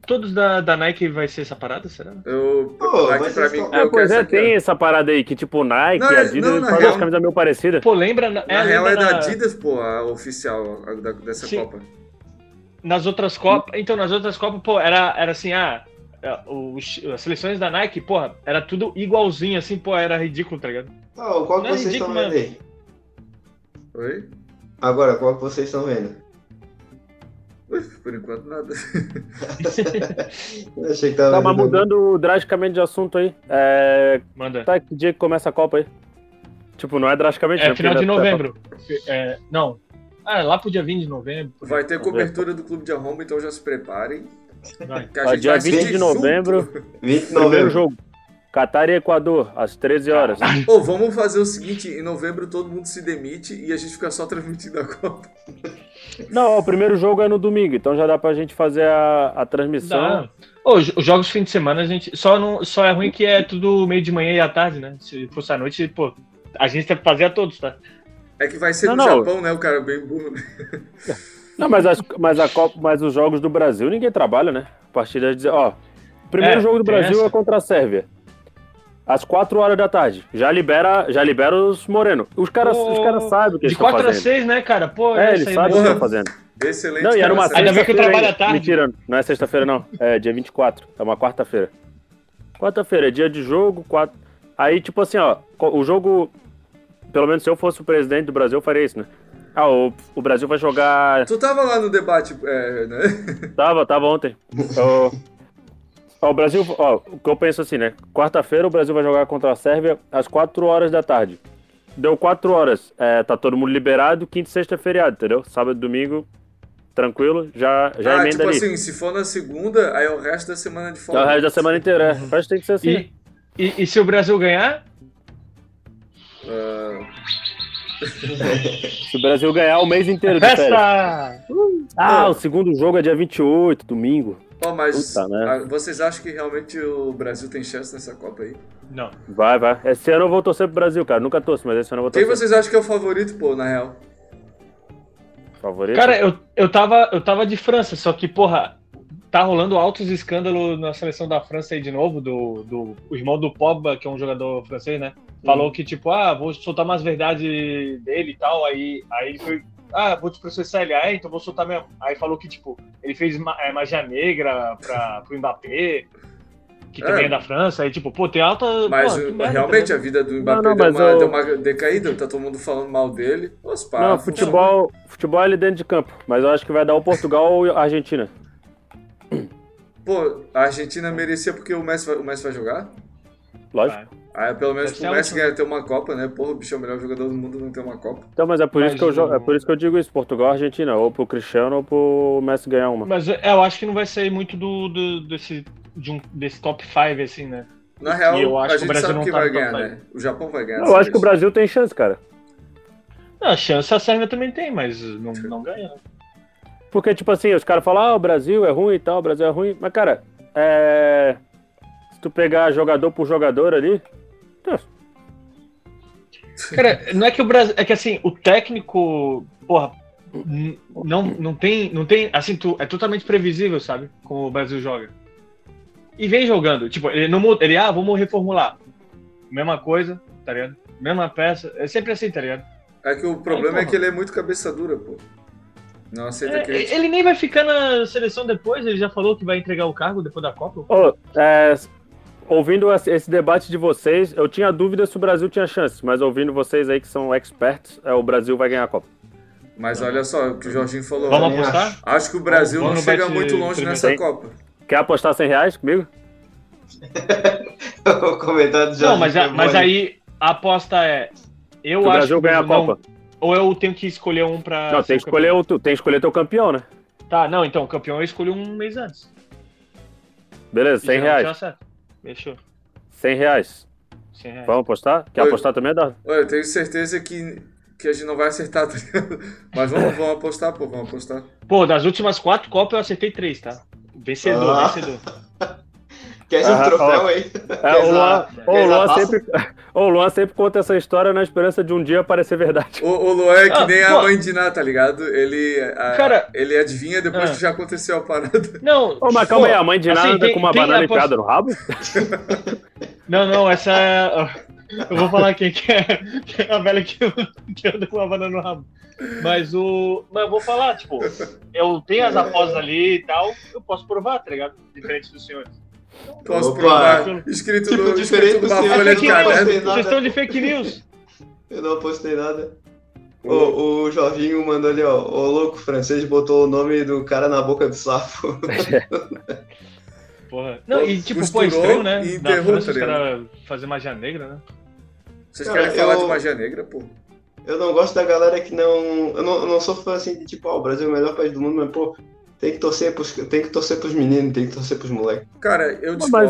Speaker 3: todos da, da Nike vai ser essa parada, será?
Speaker 2: Eu,
Speaker 4: Pô,
Speaker 2: aqui
Speaker 4: mas
Speaker 2: pra
Speaker 4: vocês
Speaker 2: mim,
Speaker 4: estão-
Speaker 2: eu
Speaker 1: É, pois
Speaker 2: quero
Speaker 1: é,
Speaker 2: essa aqui,
Speaker 1: tem essa parada aí que tipo Nike,
Speaker 2: Não, é-
Speaker 1: Adidas,
Speaker 2: não,
Speaker 1: não,
Speaker 2: na
Speaker 1: faz
Speaker 2: real-
Speaker 1: umas camisas meio parecidas.
Speaker 3: Pô, lembra.
Speaker 2: ó.
Speaker 3: é,
Speaker 2: Na real é
Speaker 3: lembra
Speaker 2: da
Speaker 3: na-
Speaker 2: Adidas, pô, a oficial a da- dessa
Speaker 3: Sim.
Speaker 2: Copa.
Speaker 3: Nas outras Copas. Então, nas outras Copas, pô, era, era assim, ah. é, os- as seleções da Nike, porra, era tudo igualzinho, assim, pô, era ridículo, tá ligado?
Speaker 4: Não, qual que
Speaker 3: Não é
Speaker 4: vocês estão
Speaker 3: ridículo,
Speaker 4: vendo aí?
Speaker 2: Oi?
Speaker 4: Agora, qual que vocês estão vendo?
Speaker 2: Por enquanto nada.
Speaker 4: Eu achei que tava
Speaker 1: Tá, mas
Speaker 4: vendo-
Speaker 1: mudando drasticamente de assunto aí. É.
Speaker 3: Manda.
Speaker 1: Tá, que dia que começa a Copa aí? Tipo, não é drasticamente,
Speaker 3: É
Speaker 1: né?
Speaker 3: final
Speaker 1: Porque
Speaker 3: de
Speaker 1: ainda-
Speaker 3: novembro. É, não. Ah, lá podia vir de novembro.
Speaker 2: Vai ter cobertura do Clube de Arromba, então já se preparem.
Speaker 3: Vai.
Speaker 2: Que a
Speaker 1: Ó,
Speaker 2: gente
Speaker 1: tá- dia
Speaker 2: vai assistir
Speaker 1: 20 de
Speaker 2: junto.
Speaker 1: novembro.
Speaker 4: 20 de
Speaker 1: Primeiro
Speaker 4: novembro.
Speaker 1: jogo. Catar e Equador, às 13 horas.
Speaker 2: Ô, vamos fazer o seguinte, em novembro todo mundo se demite e a gente fica só transmitindo a Copa.
Speaker 1: Não, ó, o primeiro jogo é no domingo, então já dá pra gente fazer a, a transmissão.
Speaker 3: Dá. Ô, os os jogos fim de semana, a gente. Só, não, só é ruim que é tudo meio de manhã e à tarde, né? Se fosse à noite, pô, a gente tem que fazer a todos, tá?
Speaker 2: É que vai ser
Speaker 1: Não,
Speaker 2: no
Speaker 1: não.
Speaker 2: Japão, né? O cara bem burro.
Speaker 1: Não, mas, as- mas a Copa, mas os jogos do Brasil ninguém trabalha, né? A partir das 10 Ó, o primeiro
Speaker 3: É,
Speaker 1: jogo do
Speaker 3: tem
Speaker 1: Brasil
Speaker 3: essa.
Speaker 1: é contra a Sérvia. Às 4 horas da tarde. Já libera, já libera os Moreno. Os caras
Speaker 3: Ô,
Speaker 1: os caras sabem o que
Speaker 3: De
Speaker 1: eles estão
Speaker 3: 4 a
Speaker 1: fazendo.
Speaker 3: 6, né, cara? Pô,
Speaker 1: É,
Speaker 3: essa
Speaker 1: eles
Speaker 3: aí
Speaker 1: sabem o que
Speaker 2: né?
Speaker 1: estão fazendo.
Speaker 2: Excelente.
Speaker 1: Não, e era uma
Speaker 2: conversa.
Speaker 3: Uhum. Ainda bem que
Speaker 1: sexta-feira
Speaker 3: eu trabalho
Speaker 1: ainda.
Speaker 3: à tarde.
Speaker 1: Mentira, não é sexta-feira, não. É dia 24. É uma quarta-feira. Quarta-feira, é dia de jogo, quatro. Aí, tipo assim, ó, co- o jogo. Pelo menos se eu fosse o presidente do Brasil, eu faria isso, né? Ah, o, o Brasil vai jogar.
Speaker 2: Tu tava lá no debate, é, né?
Speaker 1: Tava, tava ontem. Ó, ó, o Brasil. Ó, o que eu penso assim, né? Quarta-feira o Brasil vai jogar contra a Sérvia às 4 horas da tarde. Deu 4 horas, é, tá todo mundo liberado, quinta e sexta é feriado, entendeu? Sábado e domingo, tranquilo, já, já
Speaker 2: ah,
Speaker 1: emenda
Speaker 2: tipo
Speaker 1: ali.
Speaker 2: assim, se for na segunda, aí é o resto da semana de
Speaker 1: É
Speaker 2: folga.
Speaker 1: o resto da semana inteira, é. Acho que tem que ser assim.
Speaker 3: E, e, e se o Brasil ganhar?
Speaker 2: Ah,
Speaker 1: Se o Brasil ganhar o mês inteiro de férias.
Speaker 3: é Festa! Uh!
Speaker 1: Ah, o segundo jogo é dia 28, domingo.
Speaker 2: Ó, mas
Speaker 1: Puta, né?
Speaker 2: ah, vocês acham que realmente o Brasil tem chance nessa Copa aí?
Speaker 3: Não.
Speaker 1: Vai, vai. Esse ano eu vou torcer pro Brasil, cara. Nunca torço, mas esse ano eu vou
Speaker 2: Quem
Speaker 1: torcer.
Speaker 2: vocês acham que é o favorito, pô, na real?
Speaker 1: Favorito?
Speaker 3: Cara, eu, eu, tava, eu tava de França, só que, porra, tá rolando altos escândalos na seleção da França aí de novo, do, do o irmão do Pogba, que é um jogador francês, né? Falou que, tipo, ah, vou soltar umas verdades dele e tal, aí, aí ele foi, ah, vou te processar ele, ah, então vou soltar mesmo. Aí falou que, tipo, ele fez ma- é, magia negra pra, pro Mbappé, que
Speaker 2: É.
Speaker 3: também é da França, aí, tipo, pô, tem alta...
Speaker 2: Mas
Speaker 3: pô, que
Speaker 2: o-
Speaker 3: merda,
Speaker 2: realmente
Speaker 3: né?
Speaker 2: a vida do Mbappé
Speaker 1: não,
Speaker 2: deu,
Speaker 1: mas
Speaker 2: uma,
Speaker 1: eu-
Speaker 2: deu uma decaída, tá todo mundo falando mal dele. Os pá,
Speaker 1: Não,
Speaker 2: função-
Speaker 1: futebol, futebol é ali dentro de campo. Mas eu acho que vai dar o Portugal ou a Argentina.
Speaker 2: Pô, a Argentina merecia porque o Messi vai, o Messi vai jogar?
Speaker 1: Lógico.
Speaker 2: Ah, pelo menos
Speaker 3: Deve
Speaker 2: pro
Speaker 3: ser
Speaker 2: Messi
Speaker 3: um-
Speaker 2: ganhar ter uma Copa, né? Porra, o bicho é o melhor jogador do mundo não ter uma Copa.
Speaker 1: Então, mas é por,
Speaker 3: Mas
Speaker 1: isso que eu jo-
Speaker 3: o-
Speaker 1: é por isso que eu digo isso: Portugal ou Argentina. Ou pro Cristiano ou pro Messi ganhar uma.
Speaker 3: Mas é, eu acho que não vai sair muito do, do- desse, de um, desse top 5, assim, né?
Speaker 2: Na real,
Speaker 3: E eu acho
Speaker 2: a
Speaker 3: que o
Speaker 2: gente
Speaker 3: Brasil
Speaker 2: sabe
Speaker 3: não
Speaker 2: quem
Speaker 3: tá
Speaker 2: vai
Speaker 3: no
Speaker 2: ganhar,
Speaker 3: top
Speaker 2: né? O Japão vai
Speaker 3: É,
Speaker 2: ganhar.
Speaker 1: Eu
Speaker 2: essa
Speaker 1: acho que o
Speaker 2: vez.
Speaker 1: Brasil tem chance, cara.
Speaker 3: Não, a chance a Sérvia também tem, mas não, não ganha. né?
Speaker 1: Porque, tipo assim, os caras falam, ah, o Brasil é ruim e tal, o Brasil é ruim. Mas, cara, é. Se tu pegar jogador por jogador ali.
Speaker 3: Cara, não é que o Brasil. É que assim, o técnico, porra, n- não, não tem. Não tem. Assim, tu, é totalmente previsível, sabe? Como o Brasil joga. E vem jogando. Tipo, ele não muda. Ele, ah, vamos reformular. Mesma coisa, tá ligado? Mesma peça. É sempre assim, tá ligado?
Speaker 2: É que o problema
Speaker 3: Ai,
Speaker 2: é
Speaker 3: porra.
Speaker 2: que ele é muito cabeça dura, pô. Não aceita
Speaker 3: É,
Speaker 2: que
Speaker 3: ele nem vai ficar na seleção depois, ele já falou que vai entregar o cargo depois da Copa.
Speaker 1: Ô, é, Ouvindo esse- esse debate de vocês, eu tinha dúvida se o Brasil tinha chance, mas ouvindo vocês aí que são experts, é, o Brasil vai ganhar a Copa.
Speaker 2: Mas olha só o que o Jorginho falou.
Speaker 3: é.
Speaker 2: né?
Speaker 3: Vamos
Speaker 4: também
Speaker 3: apostar?
Speaker 4: acho.
Speaker 2: Acho que o Brasil
Speaker 3: Vamos
Speaker 2: não
Speaker 3: no
Speaker 2: chega
Speaker 3: bet
Speaker 2: muito longe nessa
Speaker 1: experimentar,
Speaker 2: Copa.
Speaker 1: Quer apostar 100 reais comigo?
Speaker 4: o comentário já.
Speaker 3: Não, mas, a- mas aí a aposta é. Eu
Speaker 1: Se o
Speaker 3: acho
Speaker 1: Brasil
Speaker 3: que
Speaker 1: ganhar a
Speaker 3: não-
Speaker 1: Copa.
Speaker 3: Ou eu tenho que escolher um pra.
Speaker 1: não, tem que,
Speaker 3: ser
Speaker 1: escolher o, tu tem que escolher teu campeão, né?
Speaker 3: campeão? Tá, não, então, campeão eu escolho um mês antes.
Speaker 1: Beleza, 100
Speaker 3: Geralmente eu
Speaker 1: reais.
Speaker 3: acerto. Fechou.
Speaker 1: 100 reais.
Speaker 3: 100 reais.
Speaker 1: Vamos apostar? Quer
Speaker 2: Oi.
Speaker 1: apostar também, Eduardo?
Speaker 2: Olha, eu tenho certeza que, que a gente não vai acertar, tá ligado? Mas vamos, vamos apostar, pô, vamos apostar.
Speaker 3: Pô, das últimas quatro Copas eu acertei três, tá? Vencedor,
Speaker 4: Ah.
Speaker 3: vencedor.
Speaker 4: Quer esse
Speaker 1: Ah,
Speaker 4: troféu
Speaker 1: ó.
Speaker 4: aí?
Speaker 1: É, o Luan,
Speaker 4: Exato.
Speaker 1: o Luan
Speaker 4: Exato.
Speaker 1: sempre, o Luan sempre conta essa história na esperança de um dia parecer verdade.
Speaker 2: O, o Luan é que
Speaker 3: Ah,
Speaker 2: nem a
Speaker 3: pô.
Speaker 2: mãe de Ná, tá ligado? Ele, a-
Speaker 3: Cara-
Speaker 2: ele adivinha depois
Speaker 3: Ah.
Speaker 2: que já aconteceu a parada.
Speaker 3: Não.
Speaker 1: Ô, mas calma
Speaker 3: pô,
Speaker 1: aí, a mãe de
Speaker 3: assim,
Speaker 1: nada tá
Speaker 3: tem-
Speaker 1: com uma
Speaker 3: tem
Speaker 1: banana
Speaker 3: aposta-
Speaker 1: enfiada no rabo?
Speaker 3: Não, não, essa é. Eu vou falar quem que é que é a velha que que anda com a banana no rabo. Mas o. Mas eu vou falar, tipo, eu tenho as apostas ali e tal, eu posso provar, tá ligado? Diferente dos senhores.
Speaker 2: Posso
Speaker 4: Opa.
Speaker 2: provar. Escrito
Speaker 4: Tipo,
Speaker 2: no
Speaker 4: diferente
Speaker 2: escrito
Speaker 4: do
Speaker 2: numa
Speaker 4: senhor,
Speaker 2: folha de né?
Speaker 3: Vocês
Speaker 4: Olha que nem
Speaker 2: caderno.
Speaker 4: você. nada.
Speaker 3: estão de fake news.
Speaker 4: Eu não apostei nada.
Speaker 2: O-
Speaker 4: O, o Jorginho mandou ali, ó. O louco francês botou o nome do cara na boca do sapo.
Speaker 3: Porra. Não, e tipo,
Speaker 2: Costurou
Speaker 3: pô, estranho, né?
Speaker 2: e
Speaker 3: Na
Speaker 2: enterrou,
Speaker 3: França,
Speaker 2: tá
Speaker 3: os caras fazer magia negra, né?
Speaker 2: Vocês
Speaker 4: Cara,
Speaker 2: querem falar
Speaker 4: eu-
Speaker 2: de magia negra, pô?
Speaker 4: Eu não gosto da galera que não. Eu não, eu não sou fã assim de tipo, ó, o Brasil é o melhor país do mundo, mas pô, tem que torcer pros, tem que torcer pros meninos, tem que torcer pros moleques.
Speaker 2: Cara, eu
Speaker 1: Pô, Mas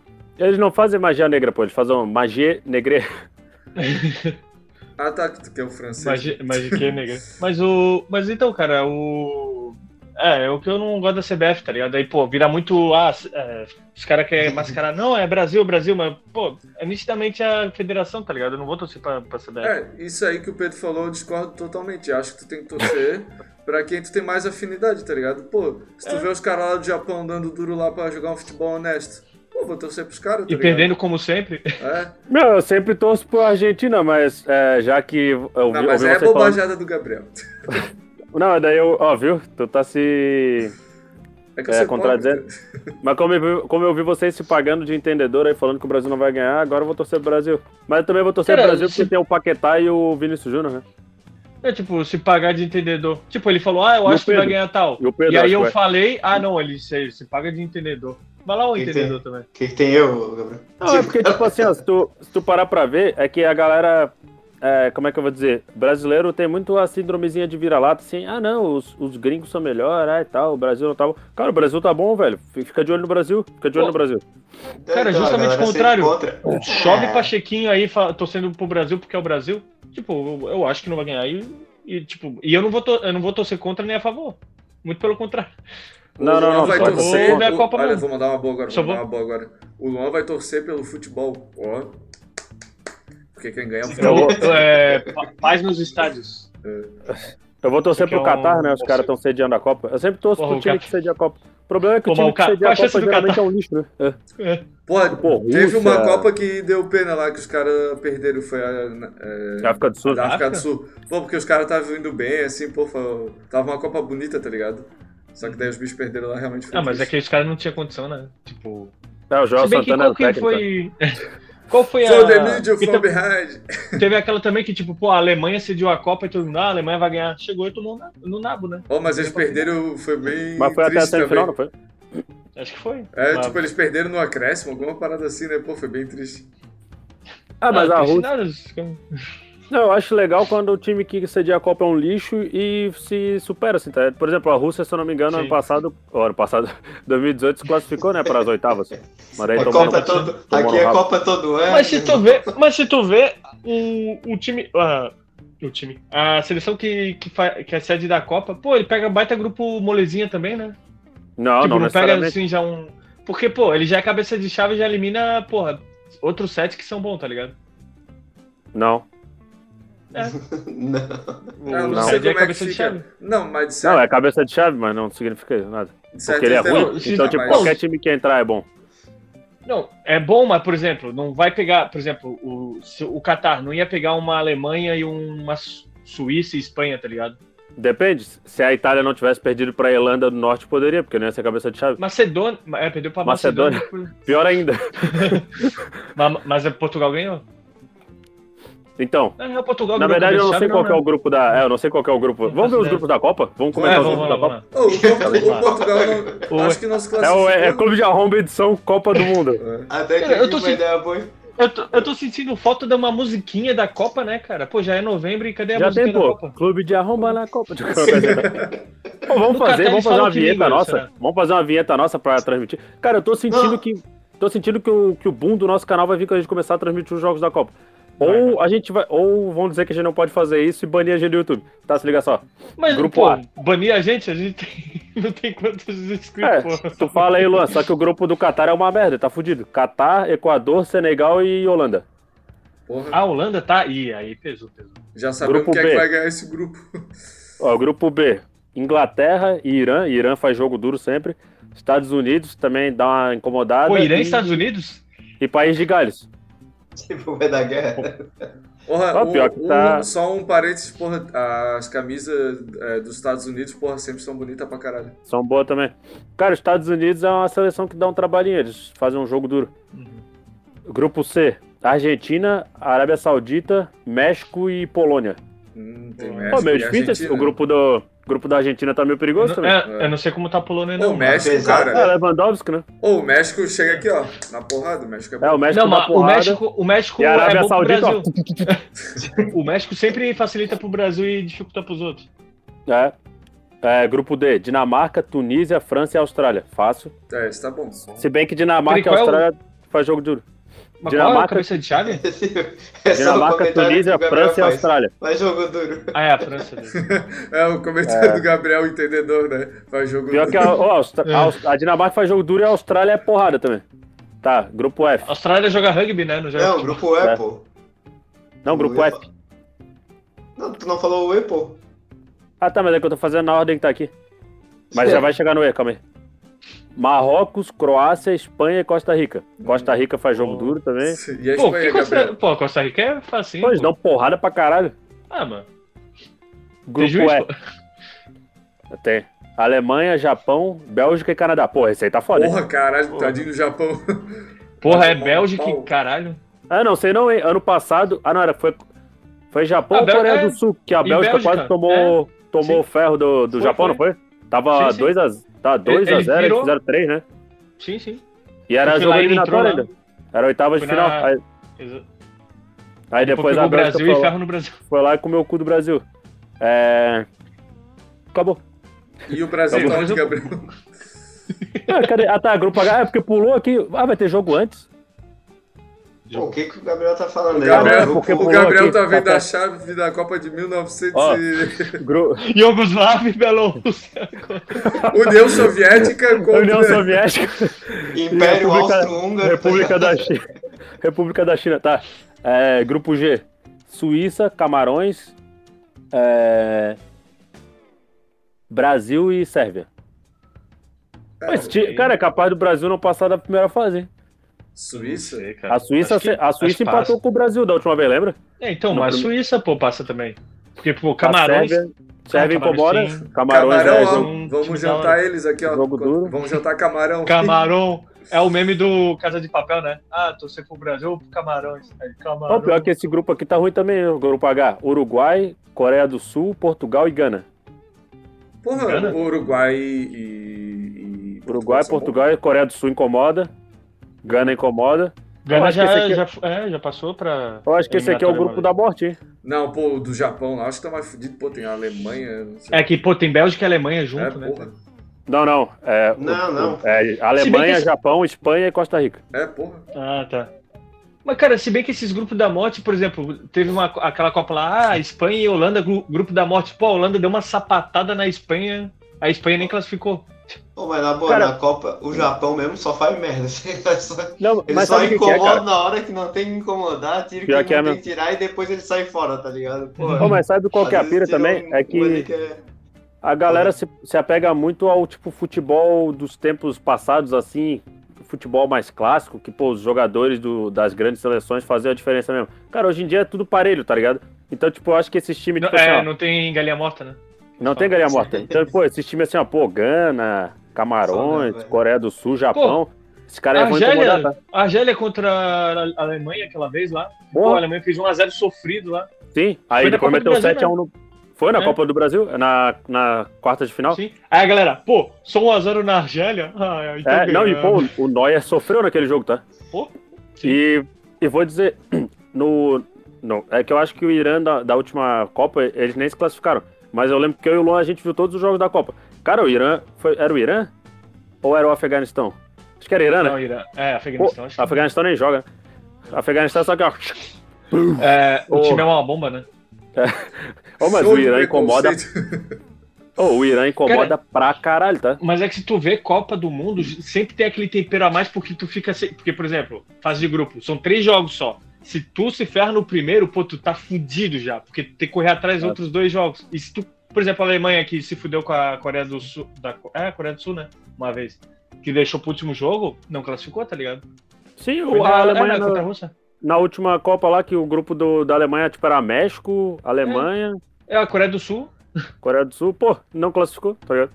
Speaker 1: o. Eles não fazem magia negra, pô. Eles fazem uma magia negre.
Speaker 2: Ah, tá, que tu quer o francês.
Speaker 3: Magi- Magiquê é negra. Mas o. Mas então, cara, o. É, é o que eu não gosto da CBF, tá ligado? Aí, pô, vira muito. Ah, c- é, os caras querem mascarar. Não, é Brasil, Brasil, mas, pô, é nitidamente a federação, tá ligado? Eu não vou torcer pra, pra CBF.
Speaker 2: É, isso aí que o Pedro falou, eu discordo totalmente. Acho que tu tem que torcer pra quem tu tem mais afinidade, tá ligado? Pô, se
Speaker 1: É.
Speaker 2: tu vê os caras lá do Japão dando duro lá pra jogar um futebol honesto, pô, vou torcer pros caras, tá
Speaker 3: e
Speaker 2: ligado?
Speaker 3: perdendo, como sempre.
Speaker 2: É.
Speaker 1: Não, eu sempre torço pro Argentina, mas é, já que eu ouvi,
Speaker 2: Não, mas
Speaker 1: ouvi
Speaker 2: aí é
Speaker 1: vocês falando-
Speaker 2: bobajada do Gabriel.
Speaker 1: Não, é daí eu. Ó, viu? Tu tá se.
Speaker 2: É que
Speaker 1: É,
Speaker 2: eu sou
Speaker 1: contradizendo.
Speaker 2: hipócrita.
Speaker 1: Mas como eu, vi- como eu vi vocês se pagando de entendedor aí, falando que o Brasil não vai ganhar, agora eu vou torcer pro Brasil. Mas eu também vou torcer
Speaker 3: Cara,
Speaker 1: pro Brasil porque
Speaker 3: se-
Speaker 1: tem o Paquetá e o Vinícius Júnior, né?
Speaker 3: É tipo, se pagar de entendedor. Tipo, ele falou, ah, eu
Speaker 1: E o
Speaker 3: acho que vai
Speaker 1: Pedro?
Speaker 3: ganhar tal.
Speaker 1: E o Pedro,
Speaker 3: E aí
Speaker 1: acho
Speaker 3: eu
Speaker 1: que é.
Speaker 3: falei, ah, não, ele se, se paga de entendedor. Vai lá o
Speaker 4: Quem tem?
Speaker 3: entendedor também.
Speaker 4: O que, que tem eu, Gabriel?
Speaker 1: tipo assim, Não, é porque, tipo assim, ó, se tu, se tu parar pra ver, é que a é galera é, como é que eu vou dizer? Brasileiro tem muito a síndromezinha de vira-lata, assim, ah não, os, os gringos são melhor, ah e tal, o Brasil não tá bom. Cara, o Brasil tá bom, velho. Fica de olho no Brasil, fica de olho
Speaker 3: Pô.
Speaker 1: no Brasil.
Speaker 3: Cara,
Speaker 4: Então, a
Speaker 3: justamente
Speaker 4: galera
Speaker 3: o contrário.
Speaker 4: se encontra.
Speaker 1: É,
Speaker 3: Chove Pachequinho aí fa- torcendo pro Brasil porque é o Brasil. Tipo, eu, eu acho que não vai ganhar. E, e, tipo, e eu, não vou tor- eu não vou torcer contra nem a favor. Muito pelo contrário.
Speaker 1: Não, não, não,
Speaker 2: vai
Speaker 1: só
Speaker 2: torcer.
Speaker 3: vou ver a
Speaker 2: o-
Speaker 3: Copa
Speaker 2: Olha,
Speaker 3: mesmo.
Speaker 2: vou mandar uma boa agora.
Speaker 3: é Só
Speaker 2: Vou mandar uma boa agora. O Luan vai torcer pelo futebol. Ó. Porque quem ganha é o
Speaker 3: Eu,
Speaker 2: futebol.
Speaker 3: é, pa- paz nos estádios.
Speaker 1: Eu vou torcer
Speaker 3: Porque
Speaker 1: pro
Speaker 3: é um-
Speaker 1: Catar, né? Os caras estão sediando a Copa. Eu sempre torço
Speaker 3: Porra,
Speaker 1: pro
Speaker 3: o
Speaker 1: time
Speaker 3: Catar-
Speaker 1: que cedia a Copa. O problema é que
Speaker 3: Pô,
Speaker 1: o
Speaker 3: mas
Speaker 1: time
Speaker 3: o
Speaker 1: que
Speaker 3: Ca-
Speaker 1: cedia a
Speaker 3: qual a chance
Speaker 1: Copa
Speaker 3: do
Speaker 1: geralmente é um lixo, né? É.
Speaker 2: Pô,
Speaker 1: Pô,
Speaker 2: teve
Speaker 1: Rússia.
Speaker 2: uma Copa que deu pena lá que os caras perderam. Foi a, é,
Speaker 1: África do Sul.
Speaker 2: da África
Speaker 3: África?
Speaker 2: do Sul. Pô, porque os caras estavam indo bem, assim, pô. foi- Tava uma Copa bonita, tá ligado? Só que daí os bichos perderam lá realmente. foi
Speaker 3: Ah, mas é
Speaker 2: triste.
Speaker 3: que os caras não tinham condição, né? Tipo.
Speaker 1: É, o João
Speaker 3: Se bem que
Speaker 1: Santana é
Speaker 3: qual
Speaker 1: o
Speaker 3: que
Speaker 1: técnico. né?
Speaker 3: foi. Qual foi
Speaker 2: So the media
Speaker 3: a. Então- que
Speaker 2: from
Speaker 3: tam-
Speaker 2: behind.
Speaker 3: Teve aquela também que, tipo, pô, a Alemanha cediu a Copa e todo mundo, ah, a Alemanha vai ganhar. Chegou e tomou na- no nabo, né?
Speaker 2: Ó, mas eles perderam, foi bem.
Speaker 1: Mas foi até a
Speaker 2: triste
Speaker 1: semifinal, não
Speaker 2: também.
Speaker 1: foi?
Speaker 3: Acho que foi.
Speaker 2: É,
Speaker 3: Mas-
Speaker 2: tipo, eles perderam no acréscimo, alguma parada assim, né? Pô, foi bem triste.
Speaker 1: Ah, mas
Speaker 3: Ah,
Speaker 1: a
Speaker 3: tem
Speaker 1: Rússia.
Speaker 3: cenários que-
Speaker 1: Não, eu acho legal quando o time que cedia a Copa é um lixo e se supera, assim, tá? Por exemplo, a Rússia, se eu não me engano,
Speaker 3: Sim.
Speaker 1: ano passado, ó, ano passado, 2018, se classificou, né, para as oitavas. Mas daí
Speaker 4: A
Speaker 1: tomou-
Speaker 4: É Copa todo,
Speaker 1: tomou
Speaker 4: aqui
Speaker 1: no
Speaker 4: é
Speaker 1: rabo.
Speaker 4: Copa todo ano.
Speaker 3: Mas se tu vê, mas se tu vê o, o time. ah, o time. A seleção que, que, fa- que é sede da Copa, pô, ele pega baita grupo molezinha também, né?
Speaker 1: Não,
Speaker 3: tipo,
Speaker 1: Ah, não,
Speaker 3: não, pega
Speaker 1: necessariamente.
Speaker 3: assim já um. Porque, pô, ele já é cabeça de chave e já elimina, porra, outros sete que são bons, tá ligado? assim.
Speaker 1: Não.
Speaker 4: Não.
Speaker 3: O
Speaker 2: Ah, não
Speaker 1: Não.
Speaker 2: sei como
Speaker 3: sede é
Speaker 2: é que
Speaker 3: cabeça de
Speaker 2: fica.
Speaker 3: chave.
Speaker 2: Não, mas de
Speaker 1: Não,
Speaker 2: certo,
Speaker 1: é cabeça de chave, mas não significa nada.
Speaker 2: de certo um-
Speaker 1: Porque ele é
Speaker 2: eles deram-
Speaker 1: ruim,
Speaker 3: sim,
Speaker 1: então,
Speaker 2: não,
Speaker 1: tipo,
Speaker 2: mas-
Speaker 1: qualquer time que entrar é bom.
Speaker 3: Não, é bom, mas, por exemplo, não vai pegar, por exemplo, o, se o Qatar não ia pegar uma Alemanha e uma Su- Suíça e Espanha, tá ligado?
Speaker 1: Depende, se a Itália não tivesse perdido pra Irlanda do Norte, poderia, porque não ia ser cabeça de chave.
Speaker 3: Macedônia. É, perdeu pra
Speaker 1: Macedônia.
Speaker 3: Macedônia.
Speaker 1: Pior ainda.
Speaker 3: mas, mas é Portugal ganhou.
Speaker 1: Então,
Speaker 3: Não, não, Portugal
Speaker 1: na
Speaker 3: ganhou
Speaker 1: verdade, eu
Speaker 3: cabeça
Speaker 1: não
Speaker 3: de
Speaker 1: sei
Speaker 3: chave,
Speaker 1: qual que é o grupo da... É, eu não sei qual que é o grupo. Vamos ver os
Speaker 3: faço
Speaker 1: grupos da Copa? Vamos
Speaker 3: né? É,
Speaker 1: comentar os grupos
Speaker 3: vamos, vamos
Speaker 1: da
Speaker 3: lá,
Speaker 1: Copa?
Speaker 3: vamos lá.
Speaker 2: Ô, o Portugal- o
Speaker 3: Claro.
Speaker 2: Portugal não,
Speaker 3: Ou-
Speaker 2: acho que não se
Speaker 1: É, o,
Speaker 2: classificou. É,
Speaker 1: é Clube de Arromba edição Copa do Mundo.
Speaker 4: Até que
Speaker 3: Cara, eu
Speaker 4: aqui
Speaker 3: tô
Speaker 4: vai
Speaker 3: se-
Speaker 4: dar boa.
Speaker 3: Eu tô, eu tô sentindo falta de uma musiquinha da Copa, né, cara? Pô, já é novembro e cadê a
Speaker 1: Já
Speaker 3: musiquinha
Speaker 1: tem,
Speaker 3: da
Speaker 1: pô.
Speaker 3: Copa?
Speaker 1: Clube de Arromba na Copa. Pô, vamos fazer, vamos
Speaker 3: No Catar eles
Speaker 1: fazer
Speaker 3: falam
Speaker 1: uma
Speaker 3: que
Speaker 1: vinheta
Speaker 3: língua,
Speaker 1: nossa.
Speaker 3: será?
Speaker 1: Vamos fazer uma vinheta nossa pra transmitir. Cara, eu tô sentindo
Speaker 3: Ah.
Speaker 4: Não.
Speaker 1: que. Tô sentindo que o, que o boom do nosso canal vai vir quando a gente começar a transmitir os jogos da Copa. Ou a gente vai. Ou vão dizer que a gente não pode fazer isso e banir a gente do YouTube. Tá, se liga só.
Speaker 3: Mas,
Speaker 1: Grupo
Speaker 3: pô,
Speaker 1: A.
Speaker 3: banir a gente, a gente tem- não tem quantos
Speaker 1: É,
Speaker 3: inscritos, pô.
Speaker 1: tu fala aí, Luan, só que o grupo do Catar é uma merda, tá fudido. Catar, Equador, Senegal e Holanda.
Speaker 2: Porra,
Speaker 3: A Holanda tá aí, aí pesou, pesou.
Speaker 1: Tá
Speaker 2: já sabemos
Speaker 1: Grupo
Speaker 2: quem é que
Speaker 1: B.
Speaker 2: vai ganhar esse grupo.
Speaker 1: Ó, grupo B, Inglaterra e Irã. Irã faz jogo duro sempre. Estados Unidos também dá uma incomodada.
Speaker 3: Pô, Irã e
Speaker 1: e,
Speaker 3: Estados Unidos?
Speaker 1: e País de Gales.
Speaker 4: Tipo, vai dar guerra.
Speaker 2: Porra,
Speaker 1: Ah,
Speaker 2: um-
Speaker 1: pior que
Speaker 2: um-
Speaker 1: tá-
Speaker 2: só um parênteses, porra, as camisas é, dos Estados Unidos, porra, sempre são bonitas pra caralho.
Speaker 1: São boas também. Cara, os Estados Unidos é uma seleção que dá um trabalhinho. Eles fazem um jogo duro. Grupo C, Argentina, Arábia Saudita, México e Polônia.
Speaker 2: Hum, tem
Speaker 3: Pô,
Speaker 1: Pô,
Speaker 2: México
Speaker 1: meio
Speaker 2: e
Speaker 1: difícil. esse-
Speaker 2: Argentina.
Speaker 1: O grupo, do, o grupo da Argentina tá meio
Speaker 3: Eu,
Speaker 1: perigoso
Speaker 3: não-
Speaker 1: também.
Speaker 3: é, eu não sei como tá a Polônia,
Speaker 2: Ô,
Speaker 3: não.
Speaker 2: o México,
Speaker 4: Apesar-
Speaker 1: É,
Speaker 2: cara.
Speaker 1: Lewandowski, né?
Speaker 2: Ô, o México chega aqui, ó, na porrada. O México é bom.
Speaker 1: É, o México
Speaker 3: Não,
Speaker 1: dá
Speaker 3: mas o
Speaker 1: porrada.
Speaker 3: México, o México
Speaker 1: E a Arábia
Speaker 3: é bom pro
Speaker 1: Saudita, ó.
Speaker 3: Brasil. o México sempre facilita pro Brasil e dificulta pros outros.
Speaker 1: É. É, grupo D, Dinamarca, Tunísia, França e Austrália. Fácil.
Speaker 2: É, isso tá bom.
Speaker 1: Se bem que Dinamarca e
Speaker 3: Peraí, qual é o-
Speaker 1: Austrália faz jogo duro.
Speaker 3: Mas qual é a
Speaker 1: Dinamarca-
Speaker 3: cabeça de chave?
Speaker 4: É só o
Speaker 1: Dinamarca,
Speaker 4: comentário
Speaker 1: Tunísia,
Speaker 4: que o Gabriel
Speaker 1: França e
Speaker 4: faz.
Speaker 1: Austrália.
Speaker 4: Mas jogo duro.
Speaker 3: Ah, é a França. né?
Speaker 2: É o comentário do Gabriel, entendedor, né? Faz jogo.
Speaker 1: Pior que é a, ó, a Austra-
Speaker 3: É.
Speaker 1: a Aus- a Dinamarca faz jogo duro e a Austrália é porrada também. Tá, grupo
Speaker 3: A
Speaker 1: F.
Speaker 3: Austrália joga rugby, né? Não joga
Speaker 4: Não, o grupo
Speaker 1: É.
Speaker 4: E, pô.
Speaker 1: Não, grupo
Speaker 4: Eu ia
Speaker 1: F.
Speaker 4: fa- Não, tu não falou o E, pô.
Speaker 1: Ah, tá, mas é que eu tô fazendo na ordem que tá aqui. Mas já vai chegar no E, calma aí. Marrocos, Croácia, Espanha e Costa Rica. Costa Rica faz jogo
Speaker 3: Hum.
Speaker 1: duro também.
Speaker 2: E a
Speaker 3: Pô, que
Speaker 2: Espanha,
Speaker 3: Costa...
Speaker 2: Gabriel?
Speaker 3: Pô, Costa Rica é facinho.
Speaker 1: Pô, eles
Speaker 3: pô.
Speaker 1: dão porrada pra caralho.
Speaker 3: Ah, mano.
Speaker 1: Grupo
Speaker 3: juiz,
Speaker 1: E. Tem. Alemanha, Japão, Bélgica e Canadá. Porra, esse aí tá foda. hein?
Speaker 2: Porra, caralho,
Speaker 3: Porra.
Speaker 2: tadinho do Japão.
Speaker 3: Porra, é
Speaker 2: Pau,
Speaker 3: Bélgica
Speaker 2: pau.
Speaker 3: e caralho.
Speaker 1: Ah, não, sei não, hein? Ano passado. Ah, não, era. Foi, foi Japão
Speaker 3: A
Speaker 1: ou
Speaker 3: Bélgica-
Speaker 1: Coreia do Sul? Que a
Speaker 3: e
Speaker 1: Bélgica,
Speaker 3: é, Bélgica, É,
Speaker 1: quase tomou, tomou o ferro do, do
Speaker 3: Foi,
Speaker 1: Japão,
Speaker 3: foi.
Speaker 1: não foi? Tava
Speaker 3: Sim, sim.
Speaker 1: 2x0, tá, dois a
Speaker 3: Ele
Speaker 1: zero, eles
Speaker 3: virou.
Speaker 1: fizeram 3, né?
Speaker 3: Sim, sim.
Speaker 1: E era
Speaker 3: Porque
Speaker 1: jogo
Speaker 3: lá ele entrou
Speaker 1: eliminatório
Speaker 3: lá.
Speaker 1: ainda. Era oitava de
Speaker 3: Foi
Speaker 1: final.
Speaker 3: na-
Speaker 1: Aí-
Speaker 3: Exa-
Speaker 1: Aí depois a
Speaker 3: pegou
Speaker 1: Bélgica
Speaker 3: o Brasil e
Speaker 1: foi, lá,
Speaker 3: ferro no Brasil.
Speaker 1: foi lá e comeu o cu do Brasil. É. Acabou.
Speaker 2: E o Brasil tá
Speaker 3: Acabou.
Speaker 2: onde, Gabriel?
Speaker 1: Ah, cadê? Ah, tá, grupo H. É porque pulou aqui. Ah, vai ter jogo antes?
Speaker 4: Pô, o que, que o Gabriel tá falando
Speaker 2: O
Speaker 4: aí?
Speaker 1: é
Speaker 2: Gabriel,
Speaker 4: mano?
Speaker 1: porque
Speaker 2: o
Speaker 1: pulou
Speaker 2: Gabriel
Speaker 1: aqui,
Speaker 2: tá vendo
Speaker 1: tá-
Speaker 2: a chave da Copa de 1900
Speaker 1: Ó.
Speaker 2: e...
Speaker 1: Gru...
Speaker 3: Yugoslav e Bielorrússia.
Speaker 2: União Soviética contra...
Speaker 1: União Soviética.
Speaker 2: é
Speaker 4: Império
Speaker 1: República-
Speaker 2: Tá
Speaker 4: Austro-Húngaro. tá
Speaker 1: República da China. República da China, tá. É, grupo G. Suíça, Camarões, é, Brasil e Sérvia. Pô, esse ti- Cara, é capaz do Brasil não passar da primeira fase. hein?
Speaker 2: Suíça?
Speaker 1: A Suíça,
Speaker 3: Acho que-
Speaker 1: a
Speaker 3: acho que
Speaker 1: Suíça
Speaker 3: passa.
Speaker 1: empatou com o Brasil da última vez, lembra?
Speaker 3: É, então,
Speaker 1: No
Speaker 3: mas a
Speaker 1: prim-
Speaker 3: Suíça, pô, passa também. Porque, pô,
Speaker 1: A
Speaker 3: Camarões.
Speaker 1: Sérvia, Sérvia
Speaker 3: Ah, Camarões
Speaker 1: incomoda.
Speaker 3: sim.
Speaker 1: Camarões,
Speaker 2: Camarão,
Speaker 1: é,
Speaker 2: ó,
Speaker 1: jogo-
Speaker 3: jogo- time
Speaker 2: vamos
Speaker 3: da
Speaker 2: jantar
Speaker 3: hora.
Speaker 2: eles aqui, ó.
Speaker 1: Jogo duro.
Speaker 2: Vamos jantar camarão.
Speaker 3: Camarão é o meme do Casa de Papel, né? Ah, torcer pro Brasil ou pro Camarões? Aí,
Speaker 1: Ó,
Speaker 3: Camarão.
Speaker 1: pior que esse grupo aqui tá ruim também, o grupo H. Uruguai, Coreia do Sul, Portugal e Gana.
Speaker 2: Porra,
Speaker 3: Gana?
Speaker 2: Uruguai e... e-
Speaker 1: Uruguai,
Speaker 2: são bons.
Speaker 1: Portugal e Coreia do Sul incomoda. Gana incomoda. Eu
Speaker 3: Gana
Speaker 1: acho que
Speaker 3: já,
Speaker 1: esse
Speaker 3: já, é, já passou pra.
Speaker 1: Eu acho que esse aqui é o grupo
Speaker 3: eliminatória,
Speaker 1: da morte, hein?
Speaker 2: Não, pô, do Japão lá, acho que tá mais fudido. Pô, tem a Alemanha, não sei.
Speaker 3: É que, pô, tem Bélgica e Alemanha junto,
Speaker 2: É,
Speaker 3: né?
Speaker 2: porra.
Speaker 1: Não, não. É,
Speaker 4: Não,
Speaker 1: o-
Speaker 4: não.
Speaker 1: o- é
Speaker 3: Se bem que
Speaker 1: Alemanha,
Speaker 3: esse-
Speaker 1: Japão, Espanha e Costa Rica.
Speaker 2: É, porra.
Speaker 3: Ah, tá. Mas, cara, se bem que esses grupos da morte, por exemplo, teve uma, aquela Copa lá, ah, Espanha e Holanda, gru- grupo da morte. Pô, a Holanda deu uma sapatada na Espanha, a Espanha nem classificou.
Speaker 4: Pô, mas na boa,
Speaker 1: Cara-
Speaker 4: na Copa, o Japão mesmo só faz merda. Ele só,
Speaker 1: Não,
Speaker 4: ele
Speaker 1: mas
Speaker 4: só
Speaker 1: sabe o que, que é,
Speaker 4: incomoda
Speaker 1: cara?
Speaker 4: na hora que não tem que incomodar, tira
Speaker 1: Pior
Speaker 4: quem
Speaker 1: que é
Speaker 4: não tem
Speaker 1: mesmo.
Speaker 4: que tirar e depois ele sai fora, tá ligado? Pô,
Speaker 1: Pô, mas sabe qual que é a
Speaker 4: às vezes
Speaker 1: pira
Speaker 4: tira
Speaker 1: também?
Speaker 4: um-
Speaker 1: é
Speaker 4: um
Speaker 1: que
Speaker 4: é-
Speaker 1: a galera se, se apega muito ao tipo futebol dos tempos passados, assim, futebol mais clássico, que pô, os jogadores do- das grandes seleções faziam a diferença mesmo. Cara, hoje em dia é tudo parelho, tá ligado? Então, tipo, eu acho que esses times, tipo, assim, ó,
Speaker 3: é, não tem galinha morta, né?
Speaker 1: Não tem galinha morta. Então, pô, esses times assim, ó, pô, Gana, Camarões,
Speaker 4: Só, né, velho?
Speaker 1: Coreia do Sul, Japão. Esse cara é muito
Speaker 3: Argélia,
Speaker 1: incomodar, tá?
Speaker 3: Argélia contra a Alemanha aquela vez lá. Pô, a
Speaker 1: Porra,
Speaker 3: Alemanha fez 1x0 sofrido lá.
Speaker 1: sim. Aí
Speaker 3: na
Speaker 1: depois
Speaker 3: Copa do
Speaker 1: meteu
Speaker 3: Brasil, né?
Speaker 1: 7x1 no. Foi na
Speaker 3: É.
Speaker 1: Copa do Brasil? Na, na quarta de final?
Speaker 3: Sim. Aí a galera, pô, só 1x0 na Argélia? Ah, então
Speaker 1: É, não, e
Speaker 3: ganhamos.
Speaker 1: pô, o Neuer sofreu naquele jogo, tá?
Speaker 3: Pô, sim.
Speaker 1: E, e vou dizer, no, no. É que eu acho que o Irã da, da última Copa, eles nem se classificaram. Mas eu lembro que eu e o Luan, a gente viu todos os jogos da Copa. Cara, o Irã. Foi, era o Irã? Ou era o Afeganistão? Acho que era Irã, né?
Speaker 3: Não, Irã. É, Afeganistão,
Speaker 1: Pô,
Speaker 3: acho que.
Speaker 1: Afeganistão nem joga. Afeganistão só que, ó.
Speaker 3: É, o
Speaker 1: Ô.
Speaker 3: time é uma bomba, né?
Speaker 1: Ô, mas
Speaker 2: Show
Speaker 1: o
Speaker 2: de
Speaker 1: Irã incomoda.
Speaker 2: preconceito.
Speaker 1: Ô, o Irã incomoda pra caralho, tá?
Speaker 3: Mas é que se tu vê Copa do Mundo, sempre tem aquele tempero a mais porque tu fica. sem- Porque, por exemplo, fase de grupo, são três jogos só. Se tu se ferra no primeiro, pô, tu tá fudido já, porque tu tem que correr atrás dos
Speaker 1: É.
Speaker 3: outros dois jogos. E se tu, por exemplo, a Alemanha que se fudeu com a Coreia do Sul. Da, é, a Coreia do Sul, né? Uma vez. Que deixou pro último jogo, não classificou, tá ligado?
Speaker 1: Sim,
Speaker 3: Foi
Speaker 1: o,
Speaker 3: na-
Speaker 1: a
Speaker 3: é,
Speaker 1: Alemanha
Speaker 3: na, contra a
Speaker 1: na,
Speaker 3: Rússia.
Speaker 1: na última Copa lá, que o grupo do, da Alemanha, tipo, era México, Alemanha,
Speaker 3: É, a Coreia do Sul.
Speaker 1: Coreia do Sul, pô, não classificou, tá ligado?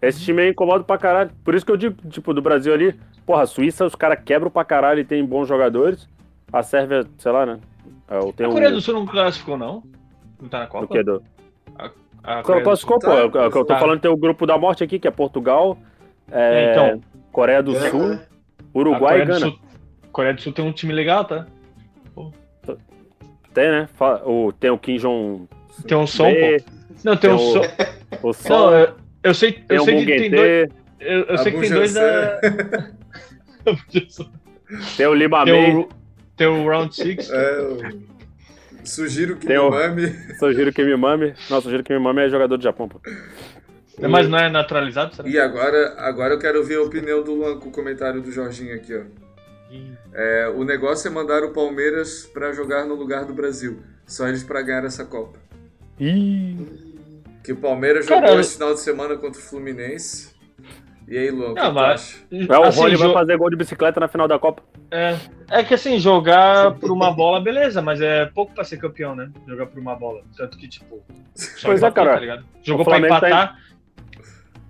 Speaker 1: Esse time aí incomoda pra caralho. Por isso que eu digo, tipo, do Brasil ali, porra, a Suíça, os caras quebram pra caralho e tem bons jogadores. A Sérvia, sei lá, né? É, o- tem
Speaker 3: A
Speaker 1: o-
Speaker 3: Coreia do Sul não classificou, não. Não tá na
Speaker 1: Do
Speaker 3: Copa?
Speaker 1: quê? Do,
Speaker 3: A Coreia do
Speaker 1: classificou,
Speaker 2: Sul
Speaker 1: pô.
Speaker 2: tá-
Speaker 1: É o que eu tô
Speaker 3: tá.
Speaker 1: falando tem o grupo da morte aqui, que é Portugal,
Speaker 3: Sul.
Speaker 1: é,
Speaker 3: É, então,
Speaker 1: Coreia do
Speaker 4: é,
Speaker 1: Sul,
Speaker 4: né?
Speaker 3: a
Speaker 1: Uruguai
Speaker 3: Coreia
Speaker 1: e
Speaker 3: do,
Speaker 1: Gana.
Speaker 3: Sul, Coreia do Sul tem um time legal, tá?
Speaker 1: Tem, né? Fa- O, tem o Kim Jong
Speaker 3: Tem um som, pô.
Speaker 1: B,
Speaker 3: Não, tem
Speaker 1: Tem
Speaker 3: um
Speaker 1: o-
Speaker 3: som.
Speaker 1: o
Speaker 3: Não,
Speaker 1: Sol,
Speaker 3: eu, eu sei,
Speaker 1: tem um
Speaker 3: eu
Speaker 1: o
Speaker 3: sei que tem dois.
Speaker 1: Muguete,
Speaker 3: Eu, eu
Speaker 2: A
Speaker 3: sei que tem dois da.
Speaker 1: tem o Lima
Speaker 3: tem,
Speaker 1: May,
Speaker 3: o, tem o Round six
Speaker 2: É, eu... Sugiro que
Speaker 1: Tem
Speaker 2: o
Speaker 1: o-
Speaker 2: mame
Speaker 1: Sugiro Kimimami. Não, Sugiro Kimimami é jogador do Japão, pô.
Speaker 3: mas não é naturalizado, será?
Speaker 2: E agora, agora eu quero ouvir a opinião do Luan com o comentário do Jorginho aqui, ó. É, o negócio é mandar o Palmeiras pra jogar no lugar do Brasil. Só eles pra ganhar essa Copa. Que o Palmeiras jogou
Speaker 3: Cara,
Speaker 2: esse final de semana contra o Fluminense. E aí, Luan, o que
Speaker 3: Não,
Speaker 2: tu
Speaker 3: mas-
Speaker 2: acha?
Speaker 1: É, o
Speaker 3: Assim,
Speaker 1: Rony vai
Speaker 3: jo-
Speaker 1: fazer gol de bicicleta na final da Copa.
Speaker 3: é, é que assim, jogar por uma bola, beleza, mas é pouco pra ser campeão, né? Jogar por uma bola. Tanto que, tipo. só
Speaker 1: Pois é,
Speaker 3: empatou,
Speaker 1: cara.
Speaker 3: tá ligado? Jogou pra
Speaker 1: Flamengo tá em-
Speaker 3: empatar.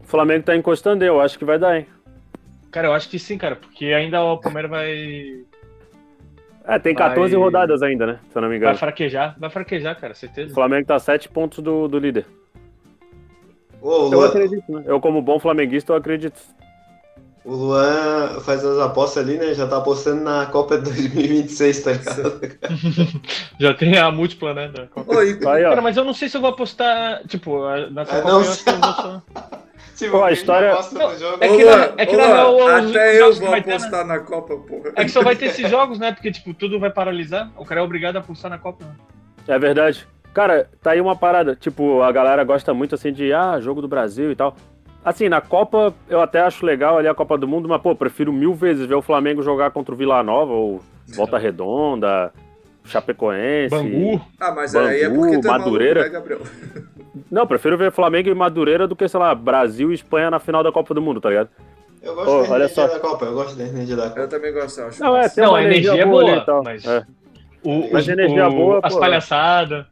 Speaker 1: O Flamengo tá encostando, eu acho que vai dar, hein?
Speaker 3: Cara, eu acho que sim, cara, porque ainda o Palmeiras vai,
Speaker 1: É, tem
Speaker 3: Vai-
Speaker 1: 14 rodadas ainda, né? Se eu não me
Speaker 3: vai
Speaker 1: engano.
Speaker 3: fraquejar. Vai fraquejar, cara,
Speaker 1: O
Speaker 3: certeza.
Speaker 1: Flamengo tá 7 pontos do, do líder.
Speaker 4: Ô,
Speaker 1: Eu
Speaker 4: Luan,
Speaker 1: acredito, né? Eu, como bom flamenguista, eu acredito.
Speaker 4: O Luan faz as apostas ali, né? Já tá apostando na Copa 2026, tá ligado?
Speaker 3: Já tem a múltipla, né? da Copa.
Speaker 2: Oi,
Speaker 1: Tá Aí, ó.
Speaker 3: Cara, mas eu não sei se eu vou apostar. Tipo, a- na
Speaker 4: Ah,
Speaker 3: Copa
Speaker 4: não.
Speaker 3: eu acho que eu vou só.
Speaker 4: Se
Speaker 1: Pô, a
Speaker 4: você
Speaker 1: história-
Speaker 4: Tipo, aposta no jogo,
Speaker 3: é
Speaker 2: é
Speaker 3: que
Speaker 2: que,
Speaker 3: na- é que na real, os
Speaker 2: até eu
Speaker 3: jogos que
Speaker 2: vou
Speaker 3: vai ter, né?
Speaker 2: apostar na Copa, porra.
Speaker 3: É que só vai ter esses jogos, né? Porque, tipo, tudo vai paralisar. O cara é obrigado a apostar na Copa. né?
Speaker 1: É verdade. Cara, tá aí uma parada. Tipo, a galera gosta muito assim de ah, jogo do Brasil e tal. Assim, na Copa eu até acho legal ali a Copa do Mundo, mas pô, prefiro mil vezes ver o Flamengo jogar contra o Vila Nova ou Volta Redonda, Chapecoense.
Speaker 3: Bangu.
Speaker 2: Ah, mas
Speaker 1: Bangu,
Speaker 2: aí é porque tu é maluco,
Speaker 1: Madureira.
Speaker 2: né, Gabriel?
Speaker 1: Não, prefiro ver Flamengo e Madureira do que, sei lá, Brasil e Espanha na final da Copa do Mundo, tá ligado?
Speaker 4: Eu gosto
Speaker 1: Ô,
Speaker 4: da
Speaker 1: olha
Speaker 4: energia
Speaker 1: só.
Speaker 4: da Copa, eu gosto da energia da Copa.
Speaker 2: Eu também gosto, eu acho.
Speaker 1: Não, é,
Speaker 2: massa.
Speaker 1: tem
Speaker 3: Não,
Speaker 1: uma
Speaker 3: a energia é
Speaker 1: ali
Speaker 3: boa,
Speaker 1: e tal.
Speaker 3: mas-
Speaker 1: É.
Speaker 3: O,
Speaker 1: Mas
Speaker 3: os-
Speaker 1: energia
Speaker 3: o-
Speaker 1: boa,
Speaker 3: as
Speaker 1: pô.
Speaker 3: palhaçadas.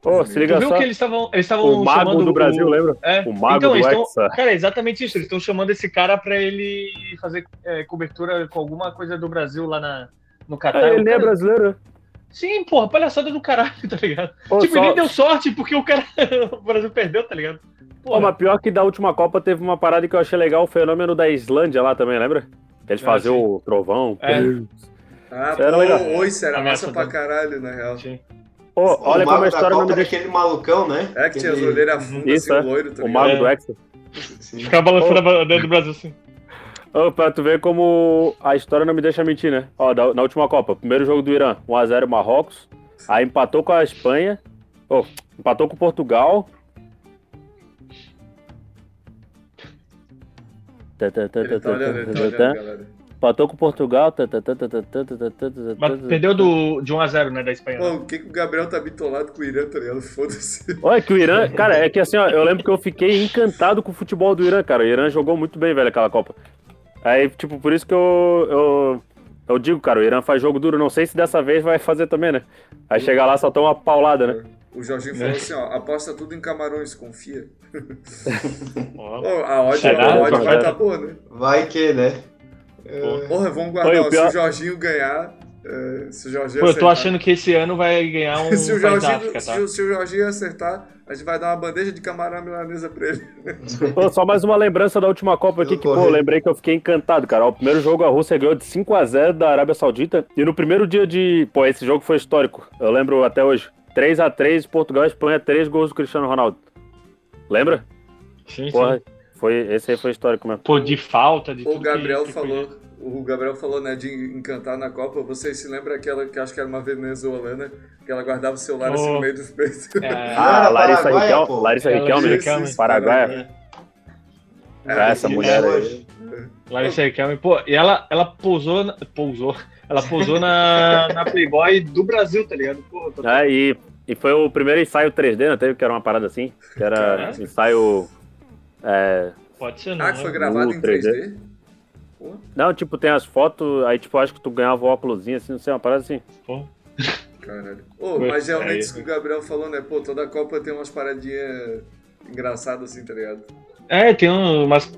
Speaker 1: Pô, se
Speaker 3: Tu
Speaker 1: liga
Speaker 3: viu
Speaker 1: só,
Speaker 3: que eles estavam. Eles estavam
Speaker 1: o mago
Speaker 3: chamando
Speaker 1: do Brasil, lembra?
Speaker 3: É.
Speaker 1: O mago
Speaker 3: então,
Speaker 1: do
Speaker 3: eles tão-
Speaker 1: Hexa.
Speaker 3: Cara, é exatamente isso. Eles estão chamando esse cara pra ele fazer é, cobertura com alguma coisa do Brasil lá na, no Catar. um
Speaker 1: É, ele nem é
Speaker 3: Cara,
Speaker 1: brasileiro.
Speaker 3: Sim, porra, palhaçada do caralho, tá ligado?
Speaker 1: Pô,
Speaker 3: tipo,
Speaker 1: só-
Speaker 3: ele deu sorte porque o cara. o Brasil perdeu, tá ligado?
Speaker 1: Pô,
Speaker 3: Porra,
Speaker 1: mas pior que da última Copa teve uma parada que eu achei legal, o fenômeno da Islândia lá também, lembra? Que eles
Speaker 3: Ah,
Speaker 1: faziam
Speaker 3: sim.
Speaker 1: o trovão.
Speaker 3: É.
Speaker 2: Ah,
Speaker 1: Era legal.
Speaker 2: pô, oi, será
Speaker 3: Ameaça
Speaker 2: massa pra
Speaker 3: dele.
Speaker 2: caralho, na real.
Speaker 3: gente.
Speaker 1: Pô, olha
Speaker 4: o mago
Speaker 1: como a
Speaker 4: da
Speaker 1: história não
Speaker 4: Copa
Speaker 1: me
Speaker 4: era
Speaker 1: deixa.
Speaker 4: aquele malucão, né?
Speaker 2: É que tinha as
Speaker 4: Aquele-
Speaker 2: olheiras fundas,
Speaker 1: Isso,
Speaker 2: assim,
Speaker 1: é.
Speaker 2: loiro, tá
Speaker 1: O
Speaker 2: ligado?
Speaker 1: mago
Speaker 3: É.
Speaker 1: do Hexa.
Speaker 4: Sim.
Speaker 3: Ficar balançando a bandeira do Brasil assim.
Speaker 1: Ô, pra tu ver como a história não me deixa mentir, né? Ó, da- na última Copa, primeiro jogo do Irã, 1x0 Marrocos. Aí empatou com a Espanha. Ô, empatou com Portugal. Tá, tá, tá,
Speaker 2: Ele
Speaker 1: tá,
Speaker 2: tá olhando, ele tá
Speaker 1: tá, tá,
Speaker 2: olhando,
Speaker 1: tá.
Speaker 2: galera.
Speaker 1: Empatou com Portugal. tá, tá, tá, tá, tá, tá, tá, tá, tá, tá,
Speaker 3: Mas
Speaker 1: tá.
Speaker 3: perdeu do, de 1x0, né? Da Espanha.
Speaker 2: Pô, o que que o Gabriel tá bitolado com o Irã, tá ligado? Foda-se.
Speaker 1: Olha que o Irã, cara, é que assim, ó, eu lembro que eu fiquei encantado com o futebol do Irã, cara. O Irã jogou muito bem, velho, aquela Copa. Aí, tipo, por isso que eu, eu, eu digo, cara, o Irã faz jogo duro. Não sei se dessa vez vai fazer também, né? Aí chegar lá só toma uma paulada, né?
Speaker 2: O Jorginho
Speaker 3: É.
Speaker 2: falou assim, ó, aposta tudo em camarões, confia.
Speaker 3: Ó. Né?
Speaker 2: Pô, a odd,
Speaker 3: Será?
Speaker 2: a odd vai
Speaker 1: Será?
Speaker 2: tá boa, né?
Speaker 4: Vai que, né? É,
Speaker 2: Porra, vamos
Speaker 1: Olha,
Speaker 2: guardar.
Speaker 1: o
Speaker 2: ó,
Speaker 1: pior-
Speaker 2: Se o Jorginho ganhar. é, se o Jorginho
Speaker 3: Pô, eu
Speaker 1: né?
Speaker 2: acertar.
Speaker 3: tô achando que esse ano vai ganhar um.
Speaker 2: se o,
Speaker 3: país da
Speaker 2: Jorginho,
Speaker 3: África, tá?
Speaker 2: se, o, se o Jorginho acertar, a gente vai dar uma bandeja de camarão milanesa pra ele.
Speaker 1: Pô, só mais uma lembrança da última Copa aqui, que, pô, eu lembrei que eu fiquei encantado, cara. O primeiro jogo a Rússia ganhou de 5 a 0 da Arábia Saudita. E no primeiro dia de. Pô, esse jogo foi histórico. Eu lembro até hoje. 3 a 3 Portugal e Espanha, 3 gols do Cristiano Ronaldo. Lembra?
Speaker 3: Sim,
Speaker 1: Porra,
Speaker 3: sim.
Speaker 1: foi, esse aí foi histórico mesmo.
Speaker 3: Pô, de falta, de
Speaker 2: O
Speaker 3: tudo que-
Speaker 2: Gabriel
Speaker 3: que podia.
Speaker 2: falou. O Gabriel falou, né, de encantar na Copa. Vocês se lembram aquela que eu acho que era uma venezuelana, que ela guardava o celular assim
Speaker 3: Oh.
Speaker 2: no meio dos peitos?
Speaker 3: É,
Speaker 1: Ah,
Speaker 4: Ah,
Speaker 1: Larissa
Speaker 4: Paraguaia,
Speaker 1: Riquelme,
Speaker 4: pô.
Speaker 1: Larissa
Speaker 3: Ela
Speaker 1: Riquelme, né?
Speaker 3: disse isso,
Speaker 1: Paraguaia. Ah, essa
Speaker 2: É,
Speaker 1: mulher aí.
Speaker 3: Larissa Riquelme, pô, e ela, ela pousou, na- pousou, ela pousou na, na Playboy do Brasil, tá ligado? Pô, tô-
Speaker 1: É, e, e foi o primeiro ensaio 3D, né? Teve que era uma parada assim, que era
Speaker 3: Caraca.
Speaker 1: ensaio... é,
Speaker 3: pode ser não,
Speaker 2: Ah, que foi
Speaker 3: né?
Speaker 2: gravado em
Speaker 1: No 3D.
Speaker 2: 3D? Pô,
Speaker 1: não, tipo, tem as fotos, aí tipo, acho que tu ganhava um óculosinho assim, não sei, uma parada assim.
Speaker 2: caralho. Ô,
Speaker 3: Foi. é
Speaker 2: mas
Speaker 3: Aí.
Speaker 2: realmente isso que o Gabriel falou, né? Pô, toda Copa tem umas paradinhas engraçadas assim, tá ligado?
Speaker 3: É, tem umas,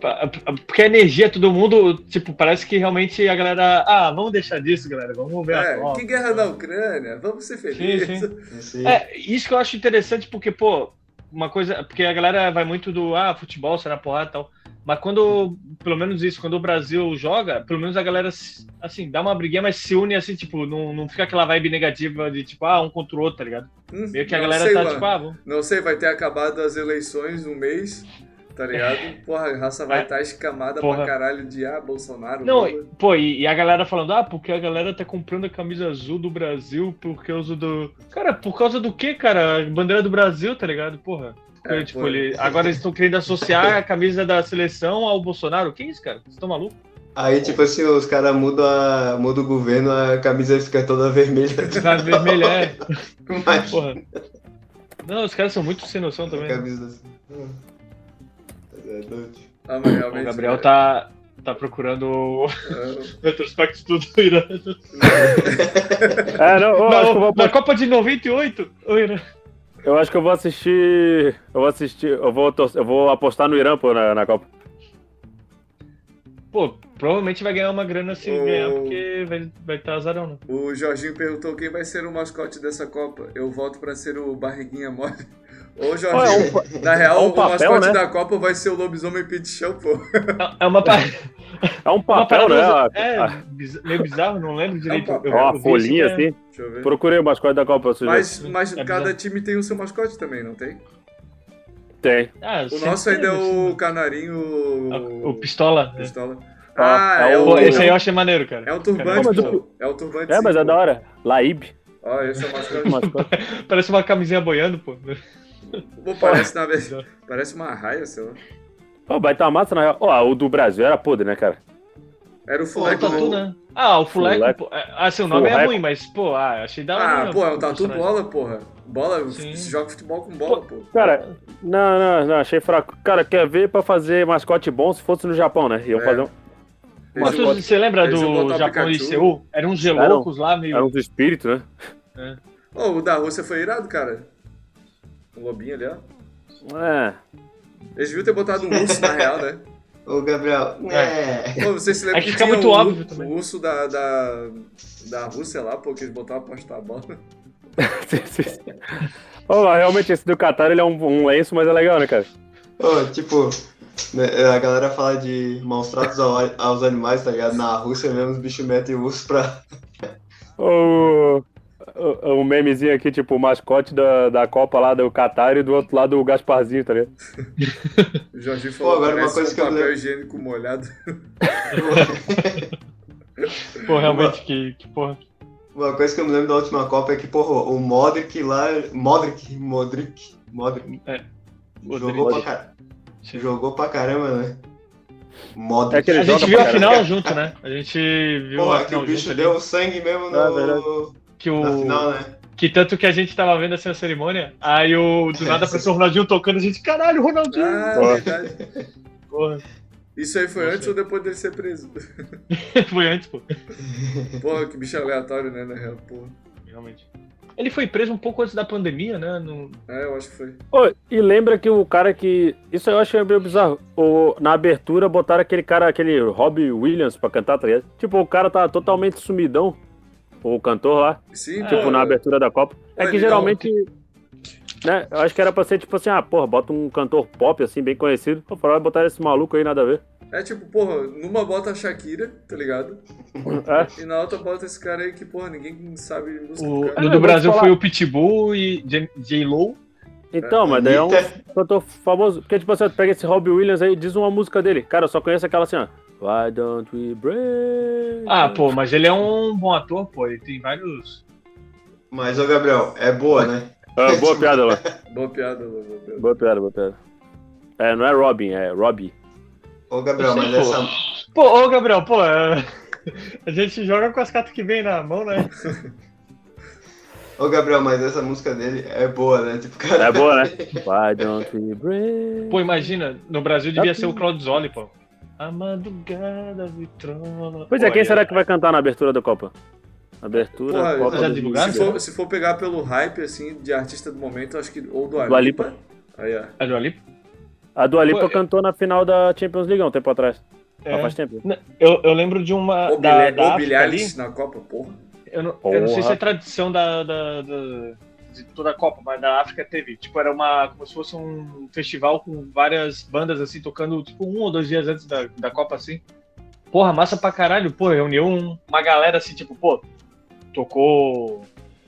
Speaker 3: porque a energia, é todo mundo, tipo, parece que realmente a galera, ah, vamos deixar disso, galera, vamos ver a
Speaker 2: É,
Speaker 3: Copa.
Speaker 2: que guerra na Ucrânia, vamos ser felizes.
Speaker 3: Sim,
Speaker 4: Esse-
Speaker 3: É, isso que eu acho interessante, porque, pô, uma coisa. Porque a galera vai muito do ah, futebol, será porrada e tal. Mas quando, pelo menos isso, quando o Brasil joga, pelo menos a galera, assim, dá uma briguinha, mas se une, assim, tipo, não, não fica aquela vibe negativa de, tipo, ah, um contra o outro, tá ligado?
Speaker 2: Hum,
Speaker 3: Meio que a
Speaker 2: não
Speaker 3: galera
Speaker 2: sei,
Speaker 3: tá,
Speaker 2: mano.
Speaker 3: tipo, ah, vamos.
Speaker 2: Não sei, vai ter acabado as eleições um mês, tá ligado? Porra, a raça vai
Speaker 3: É.
Speaker 2: estar escamada
Speaker 3: Porra.
Speaker 2: pra caralho de ah, Bolsonaro.
Speaker 3: Não,
Speaker 2: Lula.
Speaker 3: e- pô, e, e a galera falando, ah, porque a galera tá comprando a camisa azul do Brasil por causa do. Cara, por causa do quê, cara? A bandeira do Brasil, tá ligado? Porra.
Speaker 2: É,
Speaker 3: Eu, tipo,
Speaker 2: pô.
Speaker 3: ele- agora eles estão querendo associar a camisa da seleção ao Bolsonaro. Que isso, cara? Vocês estão malucos?
Speaker 4: Aí, tipo assim, os caras mudam a- mudam o governo, a camisa fica toda vermelha.
Speaker 3: Na vermelha, é.
Speaker 4: Mas
Speaker 3: Porra. Não, os caras são muito sem noção
Speaker 4: a
Speaker 3: também. né?
Speaker 4: camisa assim. Hum. É doido.
Speaker 2: Ah, mas
Speaker 3: O
Speaker 2: realmente,
Speaker 3: Gabriel
Speaker 2: né?
Speaker 3: tá, tá procurando o
Speaker 2: Ah,
Speaker 3: retrospecto do Irã.
Speaker 1: É, não, eu, acho que eu, vou,
Speaker 3: na Copa de 98, o Irã.
Speaker 1: eu acho que eu vou assistir. Eu vou assistir. Eu vou, tor- eu vou apostar no Irã, pô, na, na Copa.
Speaker 3: Pô, provavelmente vai ganhar uma grana se
Speaker 2: Ô.
Speaker 3: ganhar, porque vai estar vai tá azarão, né?
Speaker 2: O Jorginho perguntou quem vai ser o mascote dessa Copa. Eu volto pra ser o Barriguinha Mole. Ô,
Speaker 1: Olha,
Speaker 2: Jorginho,
Speaker 1: é um-
Speaker 2: na real,
Speaker 1: é um
Speaker 2: o
Speaker 1: papel,
Speaker 2: mascote
Speaker 1: né?
Speaker 2: da Copa vai ser o Lobisomem Pichão, pô.
Speaker 3: É uma, pa-
Speaker 1: é um
Speaker 3: uma
Speaker 1: papel, né? A-
Speaker 3: É,
Speaker 1: a-
Speaker 3: biz- meio bizarro, não lembro direito.
Speaker 2: É um papel.
Speaker 1: É
Speaker 3: Eu- eu vi
Speaker 1: uma
Speaker 3: isso,
Speaker 1: folhinha
Speaker 3: né?
Speaker 1: assim.
Speaker 2: Deixa eu ver.
Speaker 1: Procurei o mascote da Copa, vocês
Speaker 2: Mas, mas
Speaker 3: É
Speaker 2: cada
Speaker 3: bizarro.
Speaker 2: time tem o seu mascote também, não tem?
Speaker 1: Tem.
Speaker 3: Ah,
Speaker 2: O
Speaker 3: certeza,
Speaker 2: nosso ainda é o
Speaker 3: sim.
Speaker 2: Canarinho.
Speaker 3: Ah, O Pistola. né?
Speaker 2: Pistola.
Speaker 1: Ah,
Speaker 2: Ah, é
Speaker 1: é
Speaker 2: o.
Speaker 1: o-
Speaker 3: Pô, esse aí eu achei maneiro, cara.
Speaker 2: É o turbante,
Speaker 1: Não, mas o-
Speaker 2: pô. É o turbante.
Speaker 1: É,
Speaker 2: sim,
Speaker 1: mas é
Speaker 2: pô.
Speaker 1: da hora. Laíbe,
Speaker 2: Ó, esse é o mascote.
Speaker 1: o mascote.
Speaker 2: um-
Speaker 3: Parece uma camisinha boiando, pô.
Speaker 2: Pô, parece, na verdade, parece uma raia, sei lá.
Speaker 1: Pô, vai estar massa na real. Ó, o do Brasil era podre, né, cara?
Speaker 2: Era o
Speaker 4: Pô,
Speaker 3: É
Speaker 4: É
Speaker 3: o
Speaker 2: Fuleco.
Speaker 4: tá
Speaker 3: tatu,
Speaker 4: bom.
Speaker 2: né?
Speaker 3: né? Ah, o Fuleco.
Speaker 1: Fuleco.
Speaker 3: pô, é- Ah, seu nome é
Speaker 1: Fuleco.
Speaker 3: ruim, mas, pô, ah, achei da hora.
Speaker 2: Ah,
Speaker 3: né,
Speaker 2: pô, é o tatu
Speaker 3: personagem.
Speaker 2: bola, porra. Bola,
Speaker 3: Sim.
Speaker 2: se joga futebol com bola, pô.
Speaker 1: Cara, não, não, não, achei fraco. Cara, quer ver pra fazer mascote bom se fosse no Japão, né? Iam
Speaker 2: É.
Speaker 1: fazer um,
Speaker 2: Eles
Speaker 3: Mas tu-
Speaker 2: botam-
Speaker 3: você lembra
Speaker 2: eles iam botar
Speaker 3: do
Speaker 2: o
Speaker 3: Japão e
Speaker 2: Pikachu.
Speaker 3: Seul? Eram uns geloucos lá, meio.
Speaker 1: era uns espíritos, né?
Speaker 2: Ô, o da Rússia foi irado, cara. O lobinho ali, ó.
Speaker 1: É.
Speaker 2: Eles deviam ter botado um urso na real, né?
Speaker 4: Ô, Gabriel, é.
Speaker 2: Pô, vocês se lembram
Speaker 3: É que
Speaker 2: que,
Speaker 3: fica
Speaker 2: tinha
Speaker 3: muito
Speaker 2: o,
Speaker 3: óbvio também.
Speaker 2: o urso da, da, da Rússia lá, pô, que eles botavam pra postar a bola.
Speaker 1: Ô, mas realmente, esse do Qatar ele é um, um lenço, mas é legal, né, cara?
Speaker 4: Ô, tipo, né, a galera fala de maus tratos ao- aos animais, tá ligado? Na Rússia mesmo, os bichos metem o urso pra.
Speaker 1: O, o, o memezinho aqui, tipo, o mascote da, da Copa lá do Qatar e do outro lado o Gasparzinho, tá ligado?
Speaker 2: O Jorginho falou,
Speaker 4: agora uma
Speaker 2: parece
Speaker 4: coisa
Speaker 2: um
Speaker 4: que eu
Speaker 2: papel
Speaker 4: lembro-
Speaker 2: higiênico molhado.
Speaker 3: Pô, realmente, que, que porra.
Speaker 4: Uma coisa que eu me lembro da última Copa é que, porra, o Modric lá. Modric, Modric, Modric.
Speaker 3: É.
Speaker 4: Jogou pra, car... Jogou pra caramba, né?
Speaker 1: É
Speaker 4: Modric.
Speaker 1: aquele
Speaker 3: A
Speaker 1: Ele joga
Speaker 3: gente viu
Speaker 1: pra
Speaker 3: a
Speaker 1: caramba.
Speaker 3: final junto, né? A gente viu a
Speaker 4: Porra, que o
Speaker 3: final
Speaker 4: bicho
Speaker 3: junto
Speaker 4: deu
Speaker 3: ali.
Speaker 4: o sangue mesmo
Speaker 1: Ah, verdade.
Speaker 4: no...
Speaker 3: Que o.
Speaker 4: na final, né?
Speaker 3: Que tanto que a gente tava vendo essa cerimônia, aí o
Speaker 1: É,
Speaker 3: do nada apareceu o Ronaldinho tocando, a gente, caralho, Ronaldinho!
Speaker 2: Ah,
Speaker 1: Boa.
Speaker 2: verdade.
Speaker 3: Porra,
Speaker 2: Isso aí foi
Speaker 3: Não
Speaker 2: antes
Speaker 3: sei.
Speaker 2: ou depois dele ser preso?
Speaker 3: foi antes, pô.
Speaker 2: Pô, que bicho aleatório, né, na real, pô.
Speaker 3: Realmente. Ele foi preso um pouco antes da pandemia, né? No...
Speaker 2: É, eu acho que foi.
Speaker 1: Ô, e lembra que o cara que. Isso eu achei meio bizarro. O, na abertura botaram aquele cara, aquele Robbie Williams pra cantar, tá ligado? Tipo, o cara tá totalmente sumidão. O cantor lá,
Speaker 2: Sim,
Speaker 3: Ah,
Speaker 2: pô.
Speaker 1: tipo, na abertura da Copa. É
Speaker 2: Ele
Speaker 1: que
Speaker 2: não-
Speaker 1: geralmente. Né, eu acho que era pra ser tipo assim, ah, porra, bota um cantor pop assim, bem conhecido. Pô, falaram, botaram esse maluco aí, nada a ver.
Speaker 2: É tipo, porra, numa bota a Shakira, tá ligado?
Speaker 1: É.
Speaker 2: E na outra bota esse cara aí que, porra, ninguém sabe música do
Speaker 3: O... no
Speaker 1: eu
Speaker 2: cara.
Speaker 3: do
Speaker 1: vou te
Speaker 3: Brasil
Speaker 1: falar.
Speaker 3: foi o Pitbull e J- J-Lo.
Speaker 1: Então, mas daí é um cantor famoso. Porque, tipo assim, tu pega esse Robbie Williams aí e diz uma música dele. Cara, eu só conheço aquela assim, ó. Why don't we break?
Speaker 3: Ah, pô, mas ele é um bom ator, pô. Ele tem vários.
Speaker 4: Mas, ô Gabriel, é boa, né?
Speaker 1: Ah, boa piada, lá.
Speaker 2: Boa piada, boa piada.
Speaker 1: Boa piada, boa piada. É, não é Robin, é Robbie.
Speaker 4: Ô Gabriel,
Speaker 3: Eu sei,
Speaker 4: mas
Speaker 3: pô.
Speaker 4: essa.
Speaker 3: Pô, ô Gabriel, pô, é- a gente joga com as cartas que vem na mão, né?
Speaker 4: Ô Gabriel, mas essa música dele é boa, né? Tipo, cara.
Speaker 1: É boa, né? Why don't we break?
Speaker 3: Pô, imagina, no Brasil devia ser o Claudzoli, pô. A madrugada vitrola.
Speaker 1: Pois é, quem será que vai cantar na abertura da Copa? Abertura,
Speaker 2: Porra,
Speaker 1: Copa
Speaker 3: já
Speaker 1: do-
Speaker 3: divulgaram?
Speaker 2: Se for, se for pegar pelo hype, assim, de artista do momento, acho que. Ou do
Speaker 1: Dua
Speaker 2: Ali.
Speaker 1: Lipa.
Speaker 2: Aí, ó.
Speaker 3: A Dua Lipa?
Speaker 1: A Dua Lipa
Speaker 3: Pô, é-
Speaker 1: cantou na final da Champions League há um tempo atrás.
Speaker 3: É.
Speaker 1: Há faz tempo.
Speaker 3: Eu, eu lembro de uma.
Speaker 2: Ou
Speaker 3: Ah, da,
Speaker 2: Billie-
Speaker 3: da
Speaker 2: ou Billie
Speaker 3: África ali.
Speaker 2: Eilish na Copa, porra.
Speaker 3: Eu não, eu não sei
Speaker 1: Porra.
Speaker 3: se é tradição da, da- da- de toda a Copa, mas da África teve. Tipo, era uma. como se fosse um festival com várias bandas assim, tocando, tipo, um ou dois dias antes da, da Copa, assim. Porra, massa pra caralho, pô, reuniu um- uma galera assim, tipo, pô, tocou.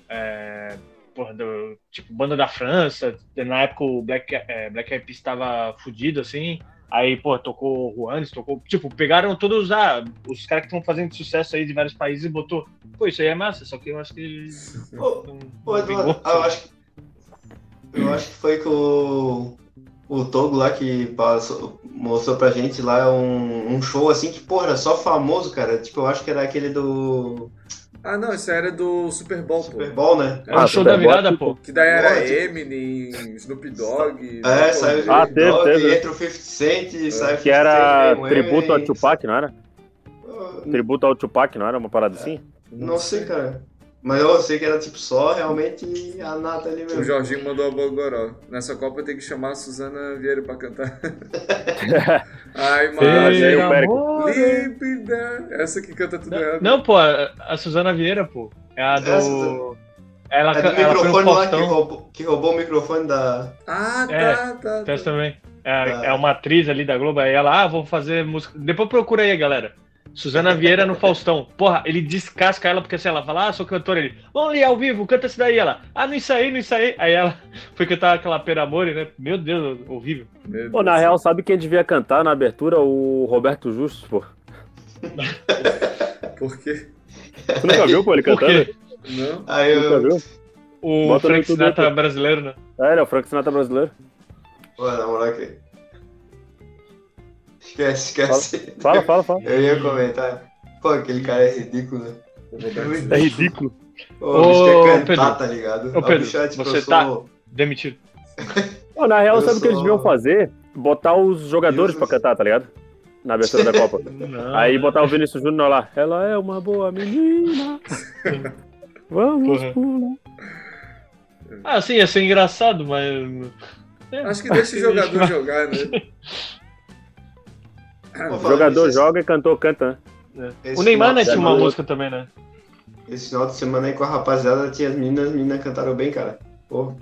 Speaker 3: é, porra, do- tipo, banda da França. Na época o Black, é, Black Eyed Peas tava fudido, assim. Aí, pô, tocou Juanes, tocou. Tipo, pegaram todos ah, os caras que estão fazendo sucesso aí de vários países e botou. Pô, isso aí é massa, só que eu acho que.
Speaker 4: Ô,
Speaker 3: não-
Speaker 4: ô,
Speaker 3: não vingou.
Speaker 4: Eduardo, ah, eu acho que. Eu acho que foi que o. O Togo lá que passou, mostrou pra gente lá um, um show assim que, porra, era só famoso, cara. Tipo, eu acho que era aquele do
Speaker 2: Ah, não, isso era do Super Bowl, pô.
Speaker 4: Super Bowl, né?
Speaker 3: É o
Speaker 1: Ah,
Speaker 3: show
Speaker 1: tá
Speaker 3: da
Speaker 1: bom.
Speaker 3: virada, pô.
Speaker 2: Que daí era
Speaker 4: Boa, tipo-
Speaker 2: Eminem, Snoop Dogg. né,
Speaker 4: É,
Speaker 2: Dr.
Speaker 4: sai
Speaker 2: Dre.
Speaker 4: o
Speaker 1: Ah,
Speaker 4: Snoop
Speaker 1: teve,
Speaker 4: Dogg,
Speaker 1: teve. É.
Speaker 4: entra o 50 Cent, sai o 50
Speaker 1: Que era
Speaker 4: Cent, vem o
Speaker 1: tributo ao
Speaker 4: Eminem.
Speaker 3: É.
Speaker 1: Tupac, não era? Tributo ao Tupac, não era uma parada assim?
Speaker 4: Não sei, cara. Mas eu sei que era tipo só realmente a nata ali
Speaker 2: O
Speaker 4: mesmo.
Speaker 2: Jorginho mandou a Bogoró. Nessa Copa tem que chamar a Suzana Vieira pra cantar. Ai,
Speaker 1: Mas aí
Speaker 3: Ei,
Speaker 1: o
Speaker 2: mano.
Speaker 1: Pérez-
Speaker 3: amor.
Speaker 2: Límpida. Essa que canta tudo
Speaker 3: Não,
Speaker 2: errado.
Speaker 3: não, pô, a a Suzana Vieira, pô. É a
Speaker 4: É a
Speaker 3: do.
Speaker 4: Suzana.
Speaker 3: Ela,
Speaker 4: É
Speaker 3: can-
Speaker 4: do
Speaker 3: ela foi no
Speaker 4: microfone lá que
Speaker 3: Faustão.
Speaker 4: roubou, que roubou o microfone da.
Speaker 2: Ah,
Speaker 3: É,
Speaker 2: tá, tá.
Speaker 3: Tem essa
Speaker 2: tá.
Speaker 3: também. É,
Speaker 4: Ah.
Speaker 3: é uma atriz ali da Globo. Aí ela, ah, vou fazer música. Depois procura aí, galera. Suzana Vieira no Faustão. Porra, ele descasca ela porque assim, ela fala, ah, sou cantora. Ele, vamos ali ao vivo, canta isso daí. Ela, ah, não isso aí, não isso aí. Aí ela foi cantar aquela Peramore, né? Meu Deus, horrível.
Speaker 2: Meu
Speaker 1: Pô, na
Speaker 2: Deus.
Speaker 1: real, sabe quem devia cantar na abertura? O Roberto Justus, pô.
Speaker 2: Por quê?
Speaker 1: Tu nunca viu, pô, ele
Speaker 3: Por
Speaker 1: cantando?
Speaker 3: quê?
Speaker 2: Não?
Speaker 4: Aí
Speaker 1: Nunca
Speaker 4: eu.
Speaker 1: viu?
Speaker 3: O
Speaker 1: Bota no
Speaker 3: Frank
Speaker 1: YouTube,
Speaker 3: Sinatra
Speaker 1: pô.
Speaker 3: brasileiro, né?
Speaker 1: É, ele é o Frank Sinatra brasileiro.
Speaker 4: Pô, na moral que. Esquece, esquece.
Speaker 1: Fala, fala, fala.
Speaker 4: Eu ia comentar. Pô, aquele cara é ridículo, né?
Speaker 1: É ridículo.
Speaker 4: Ô, o bicho
Speaker 3: Ô,
Speaker 4: quer cantar,
Speaker 3: Pedro.
Speaker 4: tá ligado?
Speaker 3: Ô,
Speaker 4: O
Speaker 3: Pedro,
Speaker 4: bicho é, tipo,
Speaker 3: você
Speaker 4: eu sou-
Speaker 3: tá- Demitido.
Speaker 1: Pô, na real,
Speaker 4: Eu
Speaker 1: sabe o que eles
Speaker 4: sou-
Speaker 1: deviam fazer? Botar os jogadores pra
Speaker 4: Justus.
Speaker 1: cantar, tá ligado? Na abertura da Copa.
Speaker 3: Não,
Speaker 1: Aí
Speaker 3: né?
Speaker 1: botar o Vinícius Júnior lá. Ela é uma boa menina. Vamos
Speaker 3: Porra.
Speaker 1: pular.
Speaker 3: Ah, sim, ia ser engraçado, mas.
Speaker 2: Acho que deixa o jogador jogar, né?
Speaker 4: Pô, fala,
Speaker 1: Jogador
Speaker 4: esse-
Speaker 1: joga e cantor canta, né?
Speaker 4: esse é
Speaker 3: O Neymar, né,
Speaker 4: final de
Speaker 3: tinha uma
Speaker 4: semana-
Speaker 3: música também, né?
Speaker 4: Esse final de semana aí com a rapaziada tinha as meninas, as meninas cantaram bem, cara. Pô.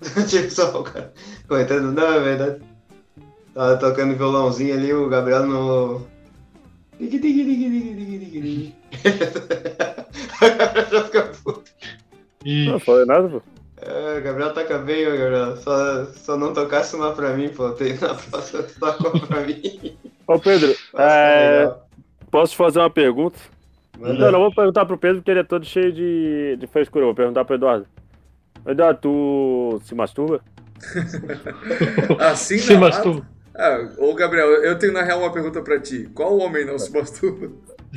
Speaker 4: tipo, só o cara comentando, não, é verdade. Tava tocando violãozinho ali, o Gabriel no. Tigui, tigui, tigui, tigui, tigui, tigui, tigui. O Gabriel já fica puto.
Speaker 3: E
Speaker 1: Não Ah, foi nada, pô.
Speaker 4: É, o Gabriel toca bem, ô Gabriel. Só, só não tocasse uma pra mim, pô. Tem na próxima toca uma pra mim.
Speaker 1: Ô, Pedro,
Speaker 4: Nossa,
Speaker 1: é,
Speaker 4: legal.
Speaker 1: posso te fazer uma pergunta?
Speaker 4: Manda.
Speaker 1: Não, não vou perguntar pro Pedro porque ele é todo cheio de, de frescura. Eu Vou perguntar pro Eduardo. Eduardo, tu se masturba?
Speaker 2: Assim
Speaker 1: é
Speaker 3: se
Speaker 2: na
Speaker 3: masturba.
Speaker 2: Ah, ô Gabriel, eu tenho na real uma pergunta pra ti. Qual homem não se masturba?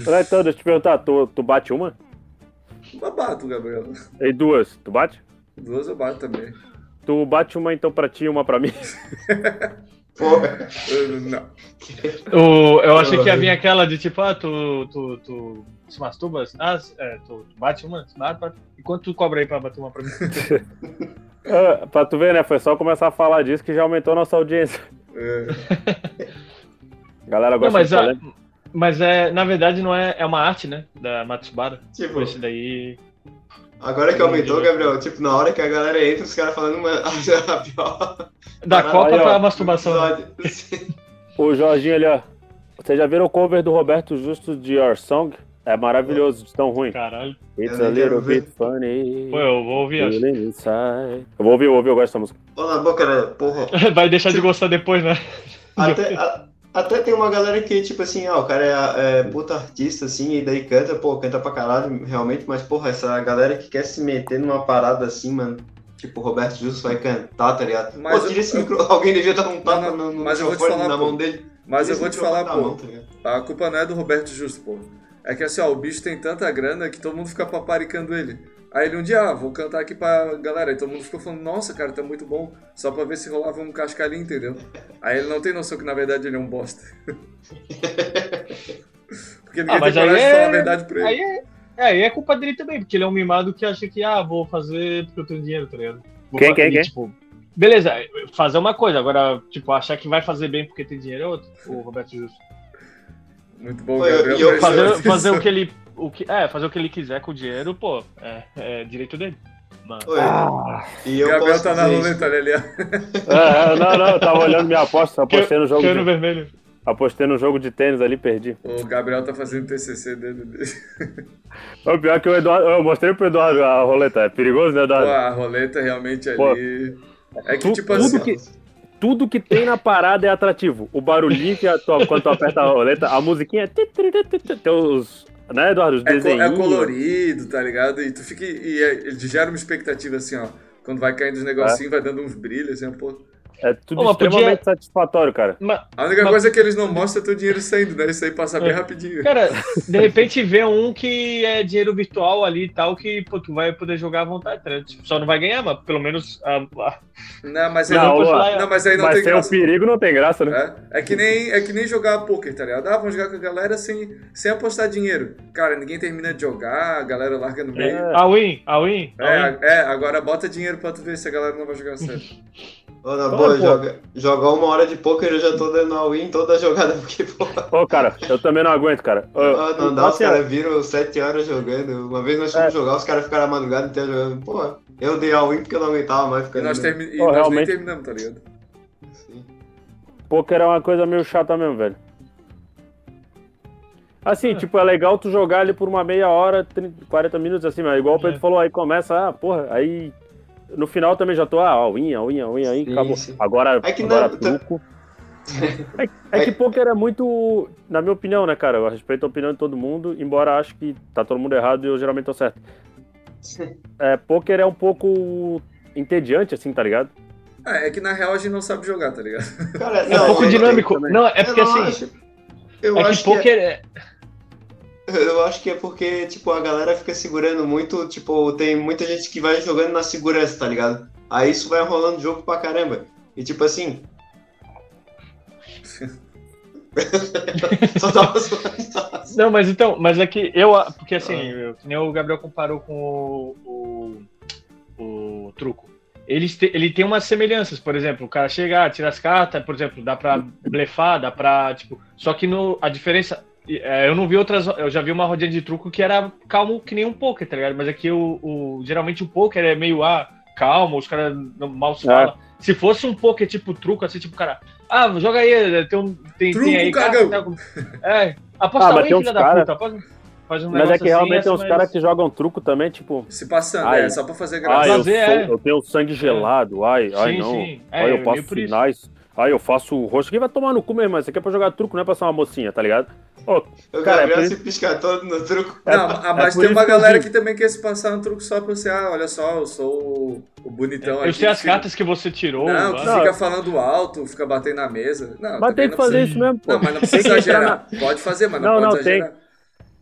Speaker 1: Ah, Então, deixa eu te perguntar, tu, tu bate uma?
Speaker 2: Eu bato, tá, Gabriel.
Speaker 1: E duas, tu bate?
Speaker 2: Duas eu bato também.
Speaker 1: Tu bate uma então pra ti e uma pra mim?
Speaker 4: Pô,
Speaker 2: Eu- não.
Speaker 3: O, eu achei que ia vir aquela de tipo, ah, tu, tu, tu se masturba, ah, é, tu, tu bate uma, se mata, e quanto tu cobra aí pra bater uma pra mim?
Speaker 1: Ah, pra tu ver, né? Foi só começar a falar disso que já aumentou a nossa audiência.
Speaker 2: É,
Speaker 1: A galera
Speaker 3: Não,
Speaker 1: gosta
Speaker 3: mas,
Speaker 1: de
Speaker 3: a,
Speaker 1: falar.
Speaker 3: mas é, na verdade não é, é uma arte, né, da Matsubara.
Speaker 4: tipo.
Speaker 3: Pô, Esse daí...
Speaker 4: Agora que aumentou, Gabriel, tipo, na hora que a galera entra, os caras falando, mano, a pior
Speaker 3: Da
Speaker 4: Caralho,
Speaker 3: Copa
Speaker 1: aí, ó.
Speaker 3: pra masturbação. né?
Speaker 4: episódio. Sim.
Speaker 1: O Jorginho ali, ó. Vocês já viram o cover do Roberto Justo de Your Song? É maravilhoso, de tão ruim.
Speaker 3: Caralho.
Speaker 1: It's
Speaker 4: Eu
Speaker 1: a
Speaker 4: nem quero
Speaker 1: little
Speaker 4: ver.
Speaker 1: bit funny.
Speaker 3: Pô, eu vou ouvir, acho.
Speaker 1: feeling inside. Eu vou ouvir, eu vou ouvir, eu gosto dessa música.
Speaker 4: Olha na boca, né? porra.
Speaker 3: Vai deixar de gostar depois, né?
Speaker 4: Até, a- até tem uma galera que, tipo assim, ah, o cara é, é puta artista, assim, e daí canta, pô, canta pra caralho, realmente, mas, porra, essa galera que quer se meter numa parada assim, mano, tipo, o Roberto Justo vai cantar, tá ligado?
Speaker 2: Mas
Speaker 4: pô,
Speaker 2: eu-
Speaker 4: tira esse micro... Alguém devia dar um tapa
Speaker 2: Não, não,
Speaker 4: no, no
Speaker 2: mas eu vou te
Speaker 4: microfone,
Speaker 2: falar,
Speaker 4: na
Speaker 2: pô.
Speaker 4: mão dele.
Speaker 2: Mas
Speaker 4: Tira
Speaker 2: eu
Speaker 4: esse
Speaker 2: vou te
Speaker 4: microfone
Speaker 2: falar,
Speaker 4: da mão,
Speaker 2: pô.
Speaker 4: tá ligado?
Speaker 2: A culpa não é do Roberto Justo, pô. É que assim, ó, o bicho tem tanta grana que todo mundo fica paparicando ele. Aí ele um dia, ah, vou cantar aqui pra galera. E todo mundo ficou falando, nossa, cara, tá muito bom. Só pra ver se rolava um cascalhinho, entendeu? Aí ele não tem noção que na verdade ele é um bosta. Porque ninguém tem
Speaker 3: Ah, mas aí
Speaker 2: coragem de falar a
Speaker 3: é-
Speaker 2: verdade pra ele.
Speaker 3: Aí é, é, aí é culpa dele também, porque ele é um mimado que acha que, ah, vou fazer porque eu tenho dinheiro, tá ligado? Vou
Speaker 1: Quem,
Speaker 3: fa-
Speaker 1: quem,
Speaker 3: ele,
Speaker 1: quem?
Speaker 3: Tipo, beleza, fazer uma coisa, agora, tipo, achar que vai fazer bem porque tem dinheiro é outro, o Roberto Justo.
Speaker 2: Muito bom,
Speaker 4: Pô, eu-
Speaker 2: Gabriel.
Speaker 4: e eu
Speaker 2: prestou
Speaker 3: Fazer,
Speaker 2: atenção.
Speaker 3: fazer o que ele. O que, é, fazer o que ele quiser com o dinheiro, pô, é, é direito dele. Mas-
Speaker 4: Oi. E eu
Speaker 2: Gabriel
Speaker 4: posso
Speaker 2: tá na
Speaker 4: dizer isso.
Speaker 2: roleta ali, ó.
Speaker 1: Ah, não, não, eu tava olhando minha aposta, apostei no jogo,
Speaker 3: Cheiro
Speaker 1: de,
Speaker 3: vermelho.
Speaker 1: apostei no jogo de tênis ali, perdi.
Speaker 2: O Gabriel tá fazendo TCC dele.
Speaker 1: O pior é que o Eduardo, eu mostrei pro Eduardo a roleta, é perigoso, né,
Speaker 2: Pô,
Speaker 1: Eduardo?
Speaker 2: a roleta realmente ali.
Speaker 1: Pô.
Speaker 2: É que
Speaker 1: Tu-
Speaker 2: tipo
Speaker 1: tudo
Speaker 2: assim.
Speaker 1: que- Tudo que tem na parada é atrativo. O barulhinho que a tua, quando tu aperta a roleta, a musiquinha, é ti, ti, ti, ti, ti, tem os, né, Eduardo, os
Speaker 2: É, co- é
Speaker 1: desenhinhos.
Speaker 2: colorido, tá ligado? E tu fica. E é- ele gera uma expectativa assim, ó. Quando vai caindo os negocinhos, vai dando uns brilhos, assim, ó, pô.
Speaker 1: É tudo
Speaker 3: Ô, mas podia-
Speaker 1: extremamente satisfatório, cara.
Speaker 3: Mas,
Speaker 2: A única
Speaker 3: Mas-
Speaker 2: coisa é que eles não mostram é teu dinheiro saindo, né? Isso aí passa
Speaker 1: É.
Speaker 2: bem rapidinho.
Speaker 3: cara, de repente vê um que é dinheiro virtual ali e tal, que pô, tu vai poder jogar à vontade, tá ligado? Tipo, só não vai ganhar, mas pelo menos a, a-
Speaker 2: Não, mas aí
Speaker 1: Não,
Speaker 2: não,
Speaker 1: Luan,
Speaker 2: não, mas aí não
Speaker 1: mas
Speaker 2: tem
Speaker 1: sem o
Speaker 2: graça.
Speaker 1: perigo não tem graça, né?
Speaker 2: É, é, que nem, é que nem jogar poker, tá ligado? Ah, vamos jogar com a galera sem, sem apostar dinheiro. Cara, ninguém termina de jogar, a galera larga no
Speaker 1: É.
Speaker 2: meio.
Speaker 3: a win, a win,
Speaker 2: É,
Speaker 3: a win.
Speaker 2: é, agora bota dinheiro pra tu ver se a galera não vai jogar certo.
Speaker 4: Ô, na
Speaker 3: Então,
Speaker 4: boa,
Speaker 3: pô.
Speaker 4: joga, jogar uma hora de poker eu já tô dando all in toda a jogada, porque, pô,
Speaker 1: Ô, cara, eu também não aguento, cara. Ô,
Speaker 3: É,
Speaker 4: ah, não dá, os
Speaker 1: assim,
Speaker 4: caras viram sete horas jogando. Uma vez nós fomos
Speaker 1: É.
Speaker 4: jogar, os caras ficaram a madrugada inteira jogando. Pô, eu dei all in porque eu não aguentava mais
Speaker 2: E
Speaker 4: ficando.
Speaker 2: nós,
Speaker 4: jogando.
Speaker 2: termi e
Speaker 1: Pô,
Speaker 2: nós nem
Speaker 1: realmente.
Speaker 2: terminamos, tá ligado?
Speaker 4: Sim.
Speaker 1: Poker é uma coisa meio chata mesmo, velho. Assim, tipo, é legal tu jogar ali por uma meia hora, 30, 40 minutos, assim, mas igual o Pedro
Speaker 3: É.
Speaker 1: falou, aí começa, ah, porra, aí no final também já tô, ah, alwin, alwin, alwin, aí
Speaker 4: Sim,
Speaker 1: acabou.
Speaker 4: sim.
Speaker 1: Agora,
Speaker 4: É que
Speaker 1: agora
Speaker 4: não-
Speaker 1: truco. É, é que poker é muito, na minha opinião, né, cara, eu respeito a opinião de todo mundo, embora acho que tá todo mundo errado e eu geralmente tô certo. É, poker é um pouco entediante, assim, tá ligado?
Speaker 2: É, é que na real a gente não sabe jogar, tá ligado?
Speaker 4: Cara,
Speaker 3: É um
Speaker 4: não,
Speaker 3: pouco
Speaker 4: eu-
Speaker 3: dinâmico.
Speaker 1: também.
Speaker 3: Não, é porque
Speaker 4: eu não
Speaker 3: assim,
Speaker 4: acho- eu
Speaker 3: é que
Speaker 4: acho que é-
Speaker 3: poker é...
Speaker 4: Eu acho que é porque, tipo, a galera fica segurando muito, tipo, tem muita gente que vai jogando na segurança, tá ligado? Aí isso vai rolando jogo pra caramba. E tipo assim. Só tava zoando, tava zoando.
Speaker 3: Não, mas então, mas é que eu. a- Porque assim,
Speaker 2: Ah.
Speaker 3: eu, que nem o Gabriel comparou com o, o, o truco. Eles te- ele tem umas semelhanças, por exemplo, o cara chega, ah, tira as cartas, por exemplo, dá pra blefar, dá pra. Tipo, só que no, a diferença. é, eu não vi outras. Eu já vi uma rodinha de truco que era calmo que nem um poker, tá ligado? Mas aqui o, o- geralmente o poker é meio ah, calmo, os caras não- mal se
Speaker 1: É.
Speaker 3: falam. Se fosse um poker tipo truco, assim, tipo, cara, ah, joga aí, tem, um, tem,
Speaker 2: Truco,
Speaker 3: tem aí.
Speaker 2: cagão.
Speaker 3: tá- é, aposta
Speaker 1: Ah, mas
Speaker 3: aí,
Speaker 1: tem uns
Speaker 3: filha da
Speaker 1: cara-
Speaker 3: puta. aposta- Faz um
Speaker 1: Mas é
Speaker 3: negócio
Speaker 1: que realmente
Speaker 3: assim,
Speaker 1: tem uns
Speaker 3: essa,
Speaker 1: caras
Speaker 3: mas-
Speaker 1: que jogam truco também, tipo.
Speaker 2: Se passando,
Speaker 1: Ai.
Speaker 2: é, só pra fazer
Speaker 1: Ah,
Speaker 2: graça.
Speaker 1: eu,
Speaker 3: Fazer,
Speaker 1: sou-
Speaker 3: é.
Speaker 1: eu tenho sangue gelado, ai, ai
Speaker 3: Sim,
Speaker 1: não.
Speaker 3: sim. É,
Speaker 1: ai, eu
Speaker 3: é
Speaker 1: faço
Speaker 3: meio por isso.
Speaker 1: sinais. Ai, eu faço roxo. Quem vai tomar no cu, meu irmão? Isso aqui é pra jogar truco, não é pra ser uma mocinha, tá ligado? Ô,
Speaker 4: O
Speaker 1: Cara, é
Speaker 4: Gabriel
Speaker 1: por
Speaker 4: se pisca todo no truco.
Speaker 2: Não,
Speaker 1: é-
Speaker 2: ah, mas
Speaker 1: por
Speaker 2: tem
Speaker 1: isso
Speaker 2: uma
Speaker 1: que eu
Speaker 2: galera
Speaker 1: digo.
Speaker 2: que também quer se passar no truco só pra você, ah, olha só, eu sou o- o bonitão aqui.
Speaker 3: Eu sei as
Speaker 2: fica-
Speaker 3: cartas que você tirou.
Speaker 2: Não, que
Speaker 1: Não.
Speaker 2: fica falando alto, fica batendo na mesa.
Speaker 3: Ah,
Speaker 2: Não,
Speaker 1: mas
Speaker 2: também
Speaker 1: tem que
Speaker 2: não precisa-
Speaker 1: fazer isso mesmo, pô.
Speaker 2: Não, mas não
Speaker 1: Tem
Speaker 2: precisa
Speaker 1: que entrar
Speaker 2: exagerar. Pode fazer, mas não,
Speaker 1: Não,
Speaker 2: pode
Speaker 1: não, tem.
Speaker 2: exagerar.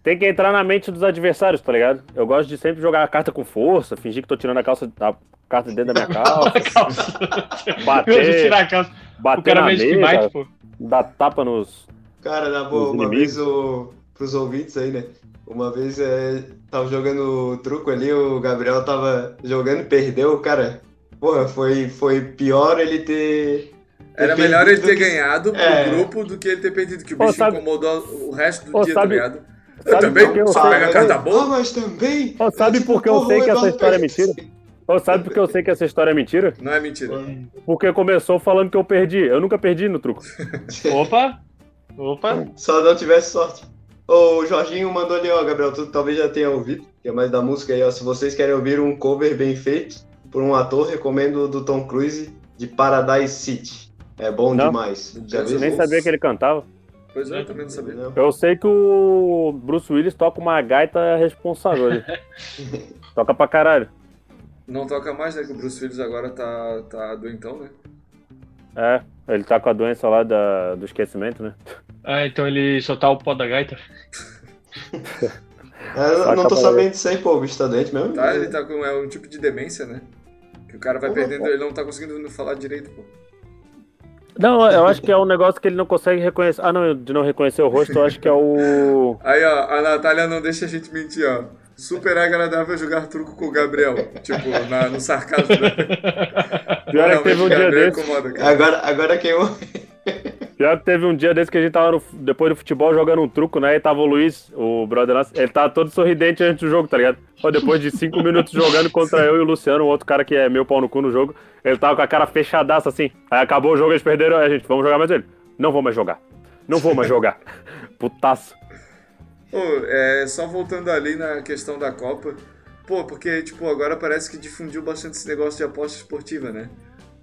Speaker 1: Tem que entrar na mente dos adversários, tá ligado? Eu gosto de sempre jogar a carta com força, fingir que tô tirando a calça, a carta de dentro da minha calça,
Speaker 3: Eu de
Speaker 1: bater,
Speaker 3: tirar a calça. O
Speaker 1: bater
Speaker 3: cara
Speaker 1: na
Speaker 3: meio que
Speaker 1: mesa,
Speaker 3: bate, pô.
Speaker 1: dar tapa nos.
Speaker 4: Cara, na boa,
Speaker 1: Os
Speaker 4: uma
Speaker 1: inimigos.
Speaker 4: vez o, pros ouvintes aí, né? Uma vez é, tava jogando truco ali, o Gabriel tava jogando e perdeu, cara. Porra, foi, foi pior ele ter. ter
Speaker 2: Era melhor ele
Speaker 4: perdido
Speaker 2: ter
Speaker 4: que-
Speaker 2: ganhado pro
Speaker 4: É.
Speaker 2: grupo do que ele ter perdido, que o
Speaker 1: Pô,
Speaker 2: bicho
Speaker 1: sabe-
Speaker 2: incomodou o resto do
Speaker 1: Pô,
Speaker 2: dia,
Speaker 1: sabe-
Speaker 2: tá ligado? Eu
Speaker 1: sabe
Speaker 2: também,
Speaker 1: por que eu
Speaker 2: você
Speaker 1: sei-
Speaker 2: pega a carta boa.
Speaker 4: Ah, mas também.
Speaker 1: Ô, sabe
Speaker 4: Tipo,
Speaker 1: por que eu
Speaker 4: porra,
Speaker 1: sei
Speaker 4: o
Speaker 1: que essa
Speaker 4: Eduardo
Speaker 1: história é
Speaker 4: perdeu.
Speaker 1: mentira? Ô, sabe por que eu sei que essa história é mentira?
Speaker 2: Não é mentira.
Speaker 1: Porque começou falando que eu perdi. Eu nunca perdi no truco.
Speaker 3: Opa! Opa!
Speaker 4: Só não tivesse sorte. O Jorginho mandou ali, ó, Gabriel, tu talvez já tenha ouvido, que é mais da música aí, ó. Se vocês querem ouvir um cover bem feito por um ator, recomendo o do Tom Cruise de Paradise City. É bom
Speaker 1: Não.
Speaker 4: demais. Já
Speaker 2: Eu
Speaker 4: viu?
Speaker 1: Nem sabia que ele cantava.
Speaker 2: Pois é, eu também não sabia.
Speaker 4: Não.
Speaker 1: Eu sei que o Bruce Willis toca uma gaita responsável. ali. toca pra caralho.
Speaker 2: Não toca mais, né? Que o Bruce Willis agora tá, tá doentão, né?
Speaker 1: É, ele tá com a doença lá da, do esquecimento, né?
Speaker 3: Ah, então ele soltar o pó da gaita.
Speaker 4: É, Eu não tô
Speaker 1: Acabou.
Speaker 4: sabendo disso aí, pô, o bicho tá doente mesmo?
Speaker 2: Tá, ele tá com é um tipo de demência, né? Que o cara vai
Speaker 4: Pô,
Speaker 2: perdendo, ele não tá conseguindo falar direito, pô.
Speaker 1: Não, eu acho que é um negócio que ele não consegue reconhecer. Ah, não, de não reconhecer o rosto, eu acho que é o.
Speaker 2: Aí, ó, a Natália não deixa a gente mentir, ó. Super agradável jogar truco com o Gabriel. Tipo, na- no sarcasmo, né?
Speaker 1: Pior é que teve um dia
Speaker 2: Gabriel
Speaker 1: desse.
Speaker 2: incomoda, cara.
Speaker 4: Agora, agora quem eu...
Speaker 1: Pior que teve um dia desse que a gente tava no- depois do futebol jogando um truco, né? E tava o Luiz, o brother nosso, ele tava todo sorridente antes do jogo, tá ligado? Ó, depois de cinco minutos jogando contra eu e o Luciano, um outro cara que é meu pau no cu no jogo, ele tava com a cara fechadaça assim. Aí acabou o jogo, eles perderam, aí a gente, vamos jogar mais ele. Não vou mais jogar. Não vou mais jogar. Putaço.
Speaker 2: Pô, é, só voltando ali na questão da Copa. Pô, porque, tipo, agora parece que difundiu bastante esse negócio de aposta esportiva, né?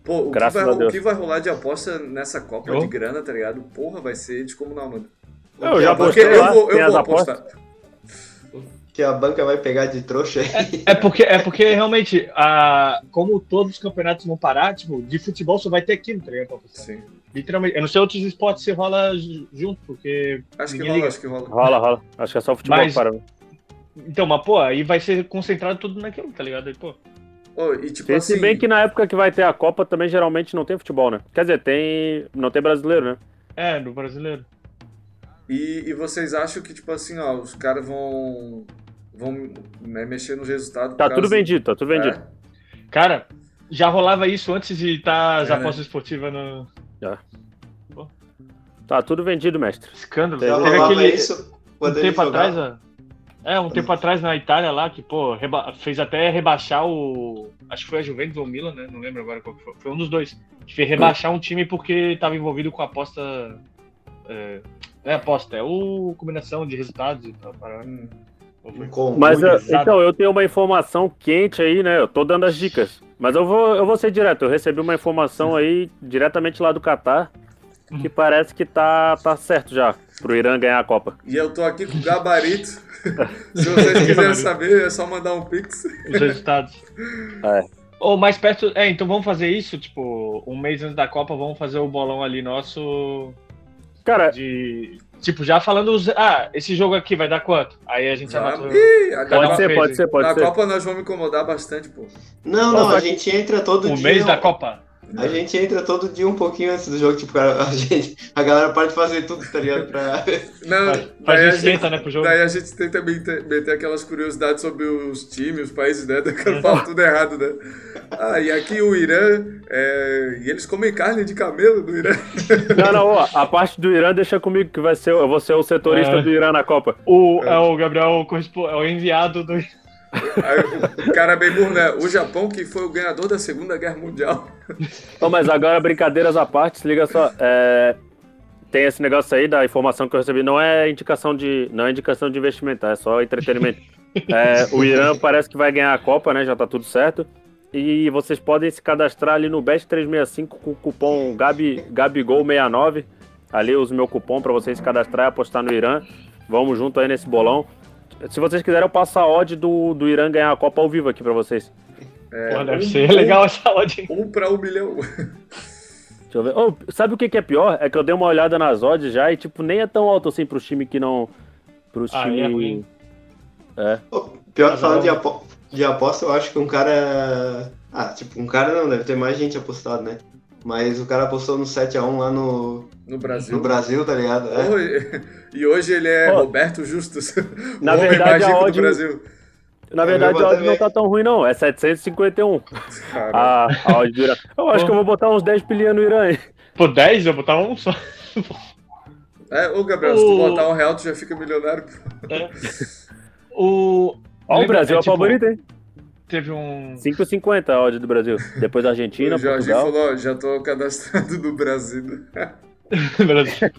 Speaker 2: Pô, o, que
Speaker 1: Graças
Speaker 2: vai,
Speaker 1: a
Speaker 2: o
Speaker 1: Deus.
Speaker 2: que vai rolar de aposta nessa Copa
Speaker 3: Eu?
Speaker 2: de grana, tá ligado? Porra, vai ser descomunal, mano.
Speaker 1: Eu já
Speaker 2: Porque
Speaker 1: apostei
Speaker 2: eu
Speaker 1: lá,
Speaker 2: vou,
Speaker 1: tem
Speaker 2: eu
Speaker 1: as
Speaker 2: vou
Speaker 1: apostas.
Speaker 2: apostar.
Speaker 4: que a banca vai pegar de trouxa aí.
Speaker 3: É porque, é porque realmente, a, como todos os campeonatos vão parar, tipo, de futebol só vai ter aquilo, tá ligado?
Speaker 2: Sim.
Speaker 3: Literalmente. Eu não sei outros esportes se rola ju- junto, porque.
Speaker 2: Acho que
Speaker 3: Ninguém
Speaker 2: rola,
Speaker 3: liga.
Speaker 2: acho que rola.
Speaker 1: Rola, rola. Acho que é só futebol
Speaker 3: Mas-
Speaker 1: para.
Speaker 3: Então, mas, pô, aí vai ser concentrado tudo naquilo, tá ligado? Aí, pô.
Speaker 2: Ô, e tipo
Speaker 1: Se
Speaker 2: assim.
Speaker 1: bem que na época que vai ter a Copa também geralmente não tem futebol, né? Quer dizer, tem. Não tem brasileiro, né?
Speaker 3: É, do brasileiro.
Speaker 2: E, e vocês acham que, tipo assim, ó, os caras vão. vão né, mexer nos resultados.
Speaker 1: Tá
Speaker 2: por
Speaker 1: tudo
Speaker 2: causa-
Speaker 1: vendido, tá tudo vendido.
Speaker 2: É.
Speaker 3: Cara, já rolava isso antes de estar as
Speaker 2: É, né?
Speaker 3: apostas esportivas no.
Speaker 1: Tá tudo vendido, mestre.
Speaker 3: Escândalo.
Speaker 1: Já
Speaker 4: Já
Speaker 3: Teve
Speaker 4: rolava
Speaker 3: aquele.
Speaker 4: isso
Speaker 3: Um
Speaker 4: quando ele
Speaker 3: tempo
Speaker 4: jogava.
Speaker 3: atrás, ó. É, um tempo atrás na Itália lá, que, pô, reba- fez até rebaixar o. Acho que foi a Juventus ou o Milan, né? Não lembro agora qual que foi. Foi um dos dois. Que fez rebaixar um time porque tava envolvido com aposta. É, não é aposta, é o combinação de resultados e tal. né? Para...
Speaker 2: Hum.
Speaker 4: Com-
Speaker 1: Mas
Speaker 3: Muito
Speaker 1: eu-
Speaker 3: exato.
Speaker 1: então, eu tenho uma informação quente aí, né? Eu tô dando as dicas. Mas eu vou, eu vou ser direto. Eu recebi uma informação aí diretamente lá do Catar
Speaker 3: Hum.
Speaker 1: que parece que tá, tá certo já pro Irã ganhar a Copa.
Speaker 2: E eu tô aqui com o gabarito. Se vocês quiserem
Speaker 3: Gabarito.
Speaker 2: saber, é só mandar um pix.
Speaker 3: os resultados.
Speaker 1: É.
Speaker 3: Ou mais perto. É, então vamos fazer isso, tipo, um mês antes da Copa, vamos fazer o bolão ali nosso
Speaker 1: Cara,
Speaker 3: de. Tipo, já falando os. Ah, esse jogo aqui vai dar quanto? Aí a gente
Speaker 2: Já.
Speaker 3: anota. o-
Speaker 2: Ih, a
Speaker 1: pode
Speaker 3: uma
Speaker 1: ser,
Speaker 3: vez,
Speaker 1: pode
Speaker 3: hein?
Speaker 1: ser,
Speaker 2: na
Speaker 1: pode ser.
Speaker 2: Copa nós vamos incomodar bastante, pô.
Speaker 4: Não, não, a gente entra todo
Speaker 3: O um
Speaker 4: dia. é um
Speaker 3: mês da Copa.
Speaker 4: A gente entra todo dia um pouquinho antes do jogo, tipo, cara, a, gente, a galera para de fazer tudo, tá ligado? Pra...
Speaker 2: Não,
Speaker 3: Faz-
Speaker 2: Ah, daí,
Speaker 3: Faz
Speaker 2: a gente,
Speaker 3: licença, né, pro jogo.
Speaker 2: daí a gente tenta meter, meter aquelas curiosidades sobre os times, os países, né? Daí o cara fala tudo errado, né? Ah, e aqui o Irã, é, e eles comem carne de camelo do Irã.
Speaker 1: Não, não, ó, a parte do Irã deixa comigo que vai ser, eu vou ser o setorista
Speaker 3: É.
Speaker 1: do Irã na Copa.
Speaker 3: O, é o Gabriel correspo- é o enviado do.
Speaker 2: Aí, o cara bem burro, né? O Japão, que foi o ganhador da Segunda Guerra Mundial.
Speaker 1: Ô, mas agora, brincadeiras à parte, se liga só. é, Tem esse negócio aí da informação que eu recebi, não é indicação de, não é indicação de investimento, tá? é só entretenimento. É, o Irã parece que vai ganhar a Copa, né? Já tá tudo certo. E vocês podem se cadastrar ali no Best365 com o cupom Gabi, Gabigol69. Ali uso meu cupom pra vocês se cadastrar e apostar no Irã. Vamos junto aí nesse bolão. Se vocês quiserem, eu passo a odd do, do Irã ganhar a Copa ao vivo aqui pra vocês.
Speaker 3: Pô, deve ser legal essa loja. hein?
Speaker 2: É, Um pra um milhão.
Speaker 1: Deixa eu ver. Ô, sabe o que, que é pior? É que eu dei uma olhada nas odds já e, tipo, nem é tão alto assim pros times que não. Pros
Speaker 3: Ah,
Speaker 1: times.
Speaker 3: é ruim.
Speaker 4: Ô, Pior que
Speaker 3: Cada
Speaker 4: falando
Speaker 3: um.
Speaker 4: de, apo- de aposta, eu acho que um cara. Ah, tipo, um cara não, deve ter mais gente apostado, né? Mas o cara apostou no 7x1 lá no,
Speaker 2: No
Speaker 4: no
Speaker 2: Brasil.
Speaker 4: Brasil, tá ligado? É.
Speaker 2: Oi. E hoje ele é
Speaker 1: Ó.
Speaker 2: Roberto Justus.
Speaker 1: Na
Speaker 2: o homem mais
Speaker 1: verdade, a
Speaker 2: rico do
Speaker 1: odd,
Speaker 2: Brasil.
Speaker 1: na verdade,
Speaker 4: Eu
Speaker 1: a odd
Speaker 4: também.
Speaker 1: não tá tão ruim, não. É 751.
Speaker 3: Ah.
Speaker 2: Cara,
Speaker 1: A, a odd do Irã. Eu acho que eu vou botar uns 10 pilinha no Irã, hein?
Speaker 3: Pô, 10 eu botar um só.
Speaker 2: É, ô Gabriel, se tu
Speaker 3: O-
Speaker 2: botar um real, tu já fica milionário.
Speaker 3: O.
Speaker 1: Ó, o
Speaker 3: Lembra-
Speaker 1: Brasil é,
Speaker 3: é, tipo,
Speaker 1: favorito, hein?
Speaker 3: Teve um.
Speaker 1: 5,50 a odd do Brasil. Depois a Argentina,
Speaker 2: o Jorginho
Speaker 1: Portugal.
Speaker 2: falou, ó, já tô cadastrado no Brasil.
Speaker 3: Brasil.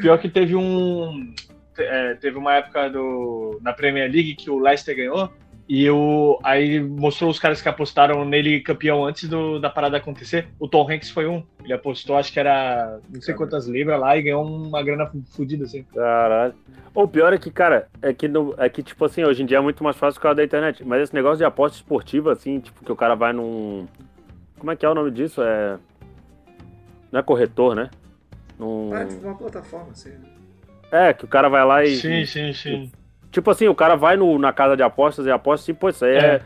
Speaker 3: Pior que teve um. te- é, teve uma época do, na Premier League que o Leicester ganhou. E o, aí mostrou os caras que apostaram nele campeão antes do- da parada acontecer. O Tom Hanks foi um. Ele apostou, acho que era não sei quantas libras lá e ganhou uma grana fu- fudida assim.
Speaker 1: Caralho. O pior é que, cara, é que, no, é que, tipo assim, hoje em dia é muito mais fácil por causa da internet. Mas esse negócio de aposta esportiva, assim, tipo, que o cara vai num. Como é que é o nome disso? É. Não é corretor, né? Num...
Speaker 2: Ah, tipo uma plataforma, assim.
Speaker 1: É, que o cara vai lá e.
Speaker 3: Sim, sim, sim.
Speaker 1: Tipo assim, o cara vai no, na casa de apostas e aposta assim, pô, isso aí é.
Speaker 3: É.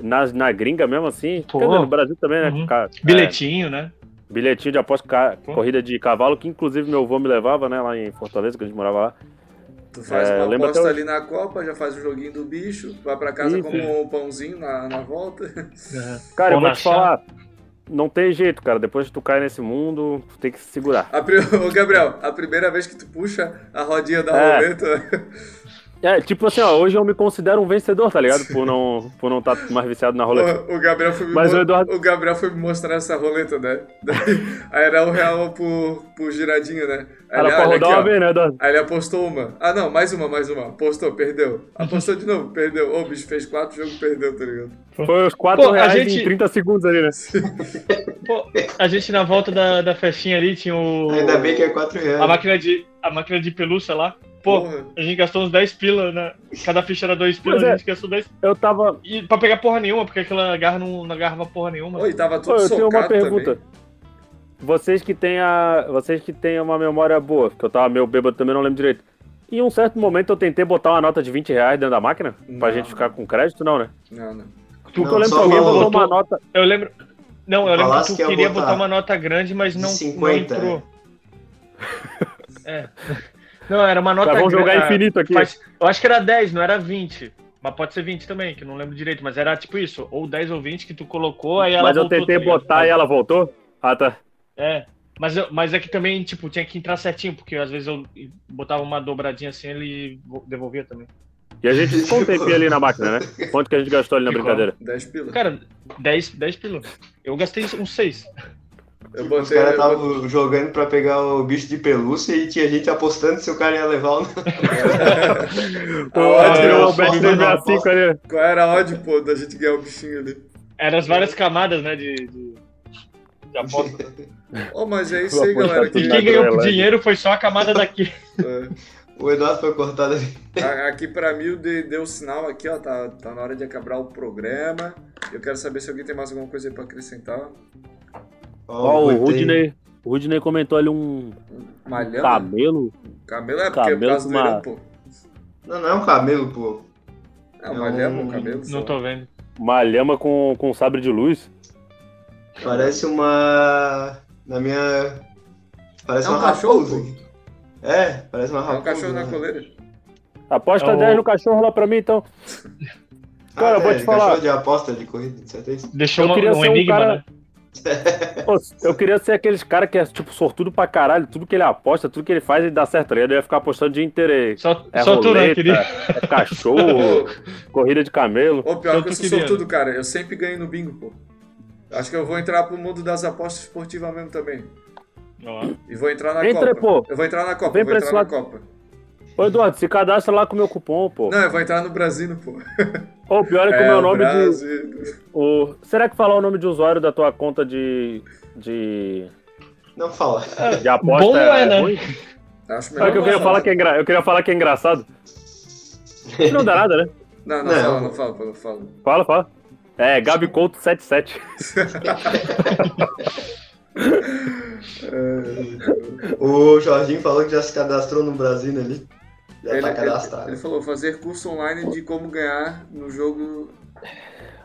Speaker 1: Na, na gringa mesmo, assim.
Speaker 3: Pô.
Speaker 1: Quer dizer, no Brasil também, né?
Speaker 3: Uhum.
Speaker 1: Cara,
Speaker 3: Bilhetinho, né?
Speaker 1: é, bilhetinho de aposta, ca-
Speaker 3: Pô.
Speaker 1: corrida de cavalo, que inclusive meu avô me levava, né, lá em Fortaleza, que a gente morava lá.
Speaker 2: Tu faz
Speaker 1: É, eu
Speaker 2: uma
Speaker 1: lembro
Speaker 2: aposta
Speaker 1: até
Speaker 2: ali na Copa, já faz o joguinho do bicho, vai pra casa
Speaker 1: Isso.
Speaker 2: como um pãozinho na, na volta.
Speaker 1: Cara, eu
Speaker 3: Pão
Speaker 1: vou
Speaker 3: na
Speaker 1: te falar, não tem jeito, cara. Depois que tu cai nesse mundo, tu tem que se segurar.
Speaker 2: A pri- Ô, Gabriel, a primeira vez que tu puxa a rodinha da
Speaker 1: É.
Speaker 2: roleta,
Speaker 1: É, tipo assim, ó, hoje eu me considero um vencedor, tá ligado? Por não por não estar mais viciado na roleta.
Speaker 2: o, o Gabriel foi me
Speaker 1: Mas
Speaker 2: mo-
Speaker 1: o Eduardo-
Speaker 2: o Gabriel foi me mostrar essa roleta, né? Daí, aí era um real por, por giradinha, né? Aí
Speaker 1: Era
Speaker 2: ele,
Speaker 1: pra
Speaker 2: olha
Speaker 1: rodar
Speaker 2: aqui,
Speaker 1: uma
Speaker 2: ó.
Speaker 1: vez, né, Eduardo?
Speaker 2: Aí ele apostou uma. Ah, não, mais uma, mais uma. Apostou, perdeu. Apostou de novo, perdeu. Ô, o bicho fez quatro jogos, perdeu, tá ligado?
Speaker 1: Foi os 4
Speaker 3: Pô, a
Speaker 1: reais
Speaker 3: gente-
Speaker 1: em 30 segundos ali, né?
Speaker 3: Pô, a gente na volta da, da festinha ali tinha o.
Speaker 4: Ainda bem que é 4
Speaker 3: A
Speaker 4: reais.
Speaker 3: máquina de, a máquina de pelúcia lá. Pô,
Speaker 2: Porra.
Speaker 3: a gente gastou uns 10 pila, né? Cada ficha era 2 pila,
Speaker 1: Pois é.
Speaker 3: a gente gastou 10
Speaker 1: Eu tava.
Speaker 3: E pra pegar porra nenhuma, porque aquela garra não, não agarrava porra nenhuma.
Speaker 2: Oi, tá.
Speaker 1: Pô,
Speaker 2: tava tudo
Speaker 1: eu tenho
Speaker 2: socado
Speaker 1: uma pergunta.
Speaker 2: também.
Speaker 1: Vocês que têm a. Vocês que têm uma memória boa, porque eu tava meio bêbado também, não lembro direito. Em um certo momento eu tentei botar uma nota de 20 reais dentro da máquina, pra
Speaker 2: Não.
Speaker 1: gente ficar com crédito, não, né?
Speaker 2: Não, não.
Speaker 1: Porque
Speaker 3: Tu-
Speaker 4: Não,
Speaker 1: eu lembro
Speaker 4: só
Speaker 1: que alguém
Speaker 4: falou.
Speaker 1: botou uma nota.
Speaker 3: Eu lembro. Não, eu lembro
Speaker 4: Falasse
Speaker 3: que tu
Speaker 4: que ia
Speaker 3: queria
Speaker 4: botar
Speaker 3: botar. uma nota grande, mas não,
Speaker 4: de
Speaker 3: não
Speaker 4: 50,
Speaker 3: entrou. É. Não, era uma nota
Speaker 1: Cara, Tá, vamos jogar
Speaker 3: grande,
Speaker 1: infinito aqui.
Speaker 3: mas eu acho que era 10, não era 20. Mas pode ser 20 também, que eu não lembro direito. Mas era tipo isso, ou 10 ou 20 que tu colocou, aí ela
Speaker 1: Mas eu
Speaker 3: voltou,
Speaker 1: tentei
Speaker 3: tá ligado?
Speaker 1: botar e ela voltou? Ah, tá.
Speaker 3: É. Mas, eu- mas é que também, tipo, tinha que entrar certinho, porque às vezes eu botava uma dobradinha assim ele vo- devolvia também.
Speaker 1: E a gente ficou um tempinho ali na máquina, né? Quanto que a gente gastou ali na
Speaker 3: Ficou.
Speaker 1: brincadeira?
Speaker 2: 10 pila.
Speaker 3: Cara, 10, 10 pila. Eu gastei uns 6.
Speaker 2: eu
Speaker 4: Os
Speaker 2: botei.
Speaker 4: caras
Speaker 2: Eu botei-
Speaker 4: estavam jogando pra pegar o bicho de pelúcia e tinha gente apostando se o cara ia levar ou não.
Speaker 1: Pô,
Speaker 2: ótimo,
Speaker 1: tirou
Speaker 4: eu
Speaker 1: o Bet
Speaker 4: só-
Speaker 1: 365 um ali.
Speaker 2: Qual era a odd, pô, da gente ganhar o bichinho ali?
Speaker 3: Eram as várias camadas, né, de, de, de aposta.
Speaker 2: Ó, mas é isso
Speaker 1: Vou
Speaker 2: aí,
Speaker 1: apostar
Speaker 2: galera.
Speaker 1: tudo
Speaker 3: E
Speaker 1: na
Speaker 3: quem
Speaker 2: Que,
Speaker 3: ganhou
Speaker 1: Groenlândia.
Speaker 3: dinheiro foi só a camada daqui.
Speaker 2: é,
Speaker 4: O Eduardo foi cortado ali.
Speaker 2: tá- a- aqui pra mim o D- deu sinal aqui, ó. Tá, tá na hora de acabar o programa. Eu quero saber se alguém tem mais alguma coisa aí pra acrescentar.
Speaker 1: Ó, o
Speaker 4: Rudinei.
Speaker 1: Rudney. O Rudney comentou ali um
Speaker 2: Malhando?
Speaker 1: camelo.
Speaker 2: Camelo é porque é por
Speaker 1: Tá Camelo
Speaker 2: causa
Speaker 1: com
Speaker 2: do
Speaker 1: uma-
Speaker 2: irão, pô.
Speaker 4: Não, não é um camelo, pô.
Speaker 2: É, o malhando,
Speaker 4: Não-
Speaker 2: o camelo.
Speaker 3: Não
Speaker 2: só.
Speaker 3: tô vendo.
Speaker 1: Uma lhama com, com sabre de luz.
Speaker 4: Parece uma. Na minha. Parece
Speaker 2: É um
Speaker 4: uma
Speaker 2: cachorro,
Speaker 4: raposa. É, parece uma
Speaker 2: É
Speaker 4: raposa.
Speaker 2: um cachorro na
Speaker 4: né?
Speaker 2: coleira.
Speaker 1: Aposta
Speaker 3: É o-
Speaker 1: 10 no cachorro lá pra mim, então. Cara, eu vou
Speaker 4: é,
Speaker 1: te
Speaker 4: de
Speaker 1: falar.
Speaker 4: Cachorro de aposta de corrida, de certeza.
Speaker 3: Deixou
Speaker 1: Eu
Speaker 3: uma-
Speaker 1: queria
Speaker 3: um
Speaker 1: ser um
Speaker 3: enigma,
Speaker 1: cara-
Speaker 3: né?
Speaker 1: Pô, eu queria ser aqueles cara que é, tipo, sortudo pra caralho. Tudo que ele aposta, tudo que ele faz, ele dá certo. tá ligado? Eu ia ficar apostando o dia inteiro aí.
Speaker 3: Só,
Speaker 1: É
Speaker 3: só tu, né,
Speaker 1: roleta,
Speaker 3: querido?
Speaker 1: é cachorro, corrida de camelo.
Speaker 2: Ô, pior
Speaker 3: Eu
Speaker 2: que eu
Speaker 3: tô
Speaker 2: sou
Speaker 3: querendo.
Speaker 2: sortudo, cara. Eu sempre ganho no bingo, pô. Acho que eu vou entrar pro mundo das apostas esportivas mesmo também.
Speaker 3: Ó,
Speaker 2: E vou entrar na
Speaker 1: Entra,
Speaker 2: Copa.
Speaker 1: pô.
Speaker 2: Eu vou entrar na Copa,
Speaker 1: Vem
Speaker 2: eu vou
Speaker 1: pra
Speaker 2: entrar
Speaker 1: esse
Speaker 2: na
Speaker 1: lado.
Speaker 2: Copa.
Speaker 1: Ô, Eduardo, se cadastra lá com o meu cupom, pô.
Speaker 2: Não, eu vou entrar no Brasino, pô.
Speaker 1: Ou pior é que o meu nome de.
Speaker 2: Brasino.
Speaker 1: O... Será que falar o nome de usuário da tua conta de. de.
Speaker 4: Não fala.
Speaker 1: de aposta
Speaker 3: Bom não é,
Speaker 1: é
Speaker 3: né?
Speaker 1: ruim?
Speaker 2: Acho melhor.
Speaker 1: Sabe o que eu
Speaker 2: não
Speaker 1: queria
Speaker 2: falar.
Speaker 1: falar que é engra... Eu queria falar que é engraçado. Não dá nada, né?
Speaker 2: Não, não,
Speaker 4: Não.
Speaker 2: fala, não fala, pô, não fala.
Speaker 1: Fala, fala. É, Gabi Couto 77.
Speaker 4: O Jorginho falou que já se cadastrou no Brasil ali. Já tá cadastrado.
Speaker 2: ele falou fazer curso online de como ganhar no jogo,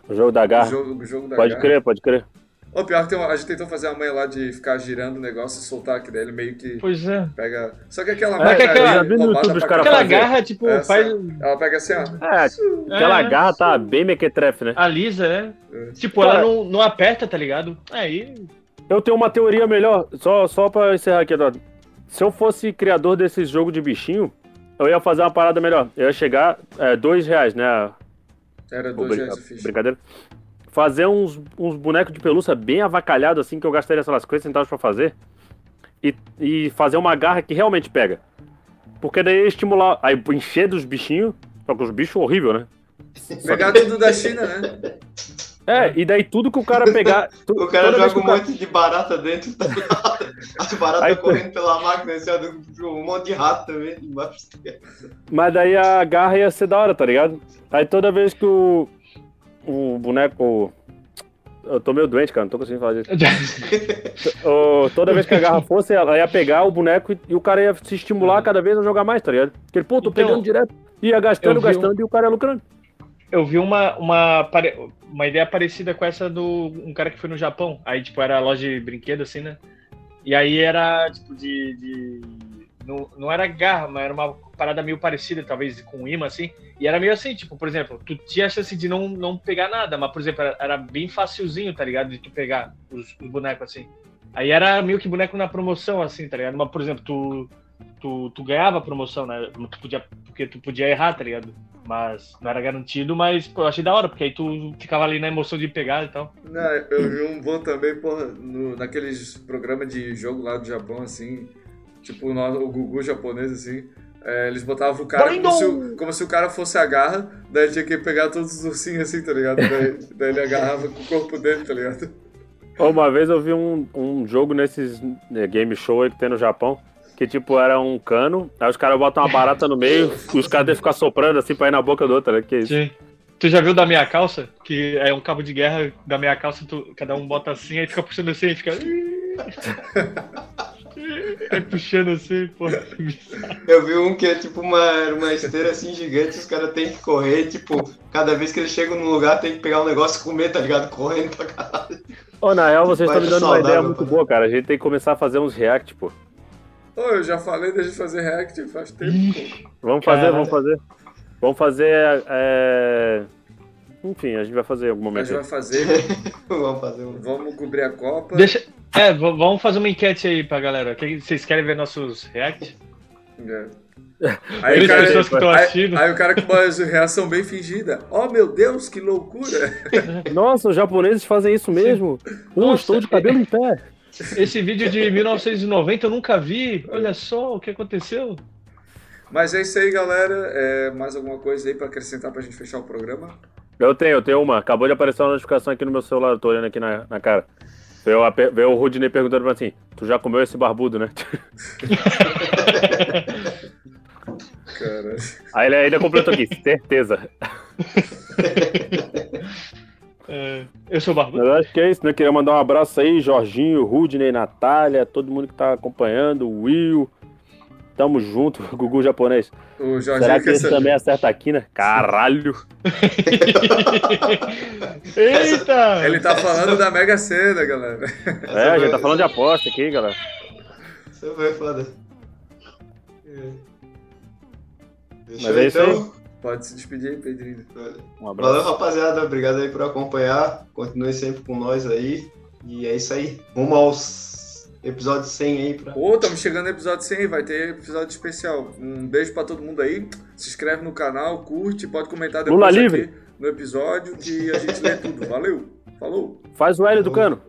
Speaker 1: O jogo da garra.
Speaker 2: jogo, jogo da
Speaker 1: Ah, Pode
Speaker 2: garra.
Speaker 1: crer, pode crer.
Speaker 2: Ô, pior que tem uma- a gente tentou fazer a mãe lá de ficar girando o negócio e soltar, que daí ele meio que
Speaker 3: Pois é.
Speaker 2: pega. Só que aquela
Speaker 1: É,
Speaker 2: máquina
Speaker 3: que aquela-
Speaker 2: ali,
Speaker 1: já vi no
Speaker 2: roubada
Speaker 1: YouTube os
Speaker 2: pra
Speaker 1: caras
Speaker 3: Aquela
Speaker 1: fazer.
Speaker 3: garra, tipo,
Speaker 2: Essa-
Speaker 3: faz.
Speaker 1: um-
Speaker 2: Ela pega assim, ó.
Speaker 1: É, aquela
Speaker 3: é,
Speaker 1: garra tá bem mequetrefe, né?
Speaker 3: Alisa, né?
Speaker 2: É.
Speaker 3: Tipo, ela
Speaker 1: Cara-
Speaker 3: não, não aperta, tá ligado? Aí.
Speaker 1: Eu tenho uma teoria melhor, só, só pra encerrar aqui, Eduardo. Se eu fosse criador desse jogo de bichinho, eu ia fazer uma parada melhor. Eu ia chegar, é, dois reais, né?
Speaker 2: Era
Speaker 1: Pô,
Speaker 2: dois
Speaker 1: brinca-
Speaker 2: reais é a ficha.
Speaker 1: brincadeira. Fazer uns, uns bonecos de pelúcia bem avacalhado, assim, que eu gastaria, sei lá, 50 centavos pra fazer. E, e fazer uma garra que realmente pega. Porque daí ia estimular. Aí encher dos bichinhos. Só que os bichos horrível, né?
Speaker 2: Pegar tudo da China, né?
Speaker 1: É, e daí tudo que o cara pegar. tu-
Speaker 4: O cara
Speaker 1: toda vez
Speaker 4: joga um
Speaker 1: que o cara-
Speaker 4: monte de barata dentro. Tá... As baratas
Speaker 1: Aí, pô.
Speaker 4: correndo pela máquina, assim, ó, um monte de rato também embaixo.
Speaker 1: Mas daí a garra ia ser da hora, tá ligado? Aí toda vez que o. O boneco. Eu tô meio doente, cara, não tô conseguindo falar disso. Ô, toda vez que a garra fosse, ela ia pegar o boneco e, e o cara ia se estimular cada vez a jogar mais, tá ligado? Porque, ele, pô, tô
Speaker 3: Então,
Speaker 1: pegando direto. Ia gastando,
Speaker 3: eu vi um-
Speaker 1: gastando e o cara ia lucrando.
Speaker 3: Eu vi uma, uma, pare- uma ideia parecida com essa do um cara que foi no Japão. Aí, tipo, era loja de brinquedo, assim, né? E aí era, tipo, de. de- Não, não era garra, mas era uma parada meio parecida, talvez, com imã, assim. E era meio assim, tipo, por exemplo, tu tinha a chance de não, não pegar nada, mas, por exemplo, era, era bem facilzinho, tá ligado? De tu pegar os, os bonecos, assim. Aí era meio que boneco na promoção, assim, tá ligado? Mas, por exemplo, tu, tu, tu ganhava a promoção, né? Tu podia, porque tu podia errar, tá ligado? Mas não era garantido, mas pô, eu achei da hora, porque aí tu ficava ali na emoção de pegar e tal.
Speaker 2: Não, eu vi um bom também, porra, no, naqueles programas de jogo lá do Japão, assim, tipo o, no- o Gugu japonês, assim, é, eles botavam o cara como
Speaker 3: Doido!
Speaker 2: se o, como se o cara fosse a garra, daí ele tinha que pegar todos os ursinhos assim, tá ligado? Daí, daí ele agarrava com o corpo dele, tá ligado?
Speaker 1: Ó, Uma vez eu vi um, um jogo nesses né, game show aí que tem no Japão, que tipo era um cano, aí os caras botam uma barata no meio, e os caras devem ficar soprando assim pra ir na boca do outro, né? Que isso?
Speaker 3: Sim. Tu já viu da meia calça? Que é um cabo de guerra da meia calça, tu, cada um bota assim, aí fica puxando assim, aí fica. Aí puxando assim, pô.
Speaker 4: Eu vi um que é tipo uma, uma esteira assim gigante, os caras têm que correr, tipo, cada vez que eles chegam num lugar tem que pegar um negócio e comer, tá ligado? Correndo pra caralho.
Speaker 1: Ô, na real, vocês
Speaker 4: Vai
Speaker 1: estão me dando uma
Speaker 4: saudável, né?
Speaker 1: ideia muito
Speaker 4: pô.
Speaker 1: boa, cara. A gente tem que começar a fazer uns react, pô.
Speaker 2: Ô, eu já falei desde fazer react faz tempo.
Speaker 1: Vamos fazer,
Speaker 3: Cara.
Speaker 1: vamos fazer. Vamos fazer. é, Enfim, a gente vai fazer em algum
Speaker 2: A
Speaker 1: momento.
Speaker 2: gente vai fazer,
Speaker 4: Vamos fazer um.
Speaker 2: vamos cobrir a Copa.
Speaker 3: Deixa. É, v- vamos fazer uma enquete aí pra galera. Quem- Vocês querem ver nossos react?
Speaker 2: É. Aí, o
Speaker 3: Três
Speaker 2: cara,
Speaker 3: pessoas que estão
Speaker 2: aí,
Speaker 3: assistindo.
Speaker 2: aí o cara com uma reação bem fingida. Oh meu Deus, que loucura!
Speaker 1: Nossa, os japoneses fazem isso mesmo. Um,
Speaker 3: Nossa,
Speaker 1: estou de cabelo em pé.
Speaker 3: Esse vídeo de 1990 eu nunca vi. Olha só o que aconteceu.
Speaker 2: Mas é isso aí, galera. É, mais alguma coisa aí pra acrescentar pra gente fechar o programa?
Speaker 1: Eu tenho, eu tenho uma. Acabou de aparecer uma notificação aqui no meu celular, eu tô olhando aqui na, na cara. Veio, a pe- veio o Rudinei perguntando pra mim assim: Tu já comeu esse barbudo, né?
Speaker 2: Cara,
Speaker 1: Aí ele ainda completou aqui, certeza.
Speaker 3: É, eu sou barbudo.
Speaker 1: Mas eu acho que é isso, né? Queria mandar um abraço aí, Jorginho, Rudinei, Natália, todo mundo que tá acompanhando, Will. Tamo junto, Gugu japonês.
Speaker 2: o
Speaker 1: Será
Speaker 2: Jorginho
Speaker 1: que esse
Speaker 2: quer saber.
Speaker 1: também acerta aqui, né? Caralho!
Speaker 3: Eita!
Speaker 2: Ele tá falando da Mega Sena, galera.
Speaker 4: Essa
Speaker 1: É, a
Speaker 4: foi-
Speaker 1: gente tá falando de aposta aqui, galera.
Speaker 4: Essa foi foda. É. Fechou, então?
Speaker 1: Mas é isso
Speaker 2: Pode se despedir aí, Pedrinho.
Speaker 1: Um abraço.
Speaker 4: Valeu, rapaziada. Obrigado aí por acompanhar. Continue sempre com nós aí. E é isso aí. Rumo aos episódios 100 aí pra.
Speaker 2: Ô, estamos chegando no episódio 100, vai ter episódio especial. Um beijo pra todo mundo aí. Se inscreve no canal, curte, pode comentar depois
Speaker 1: Lula
Speaker 2: aqui
Speaker 1: livre.
Speaker 2: no episódio que a gente lê tudo. Valeu, falou!
Speaker 1: Faz o L do cano.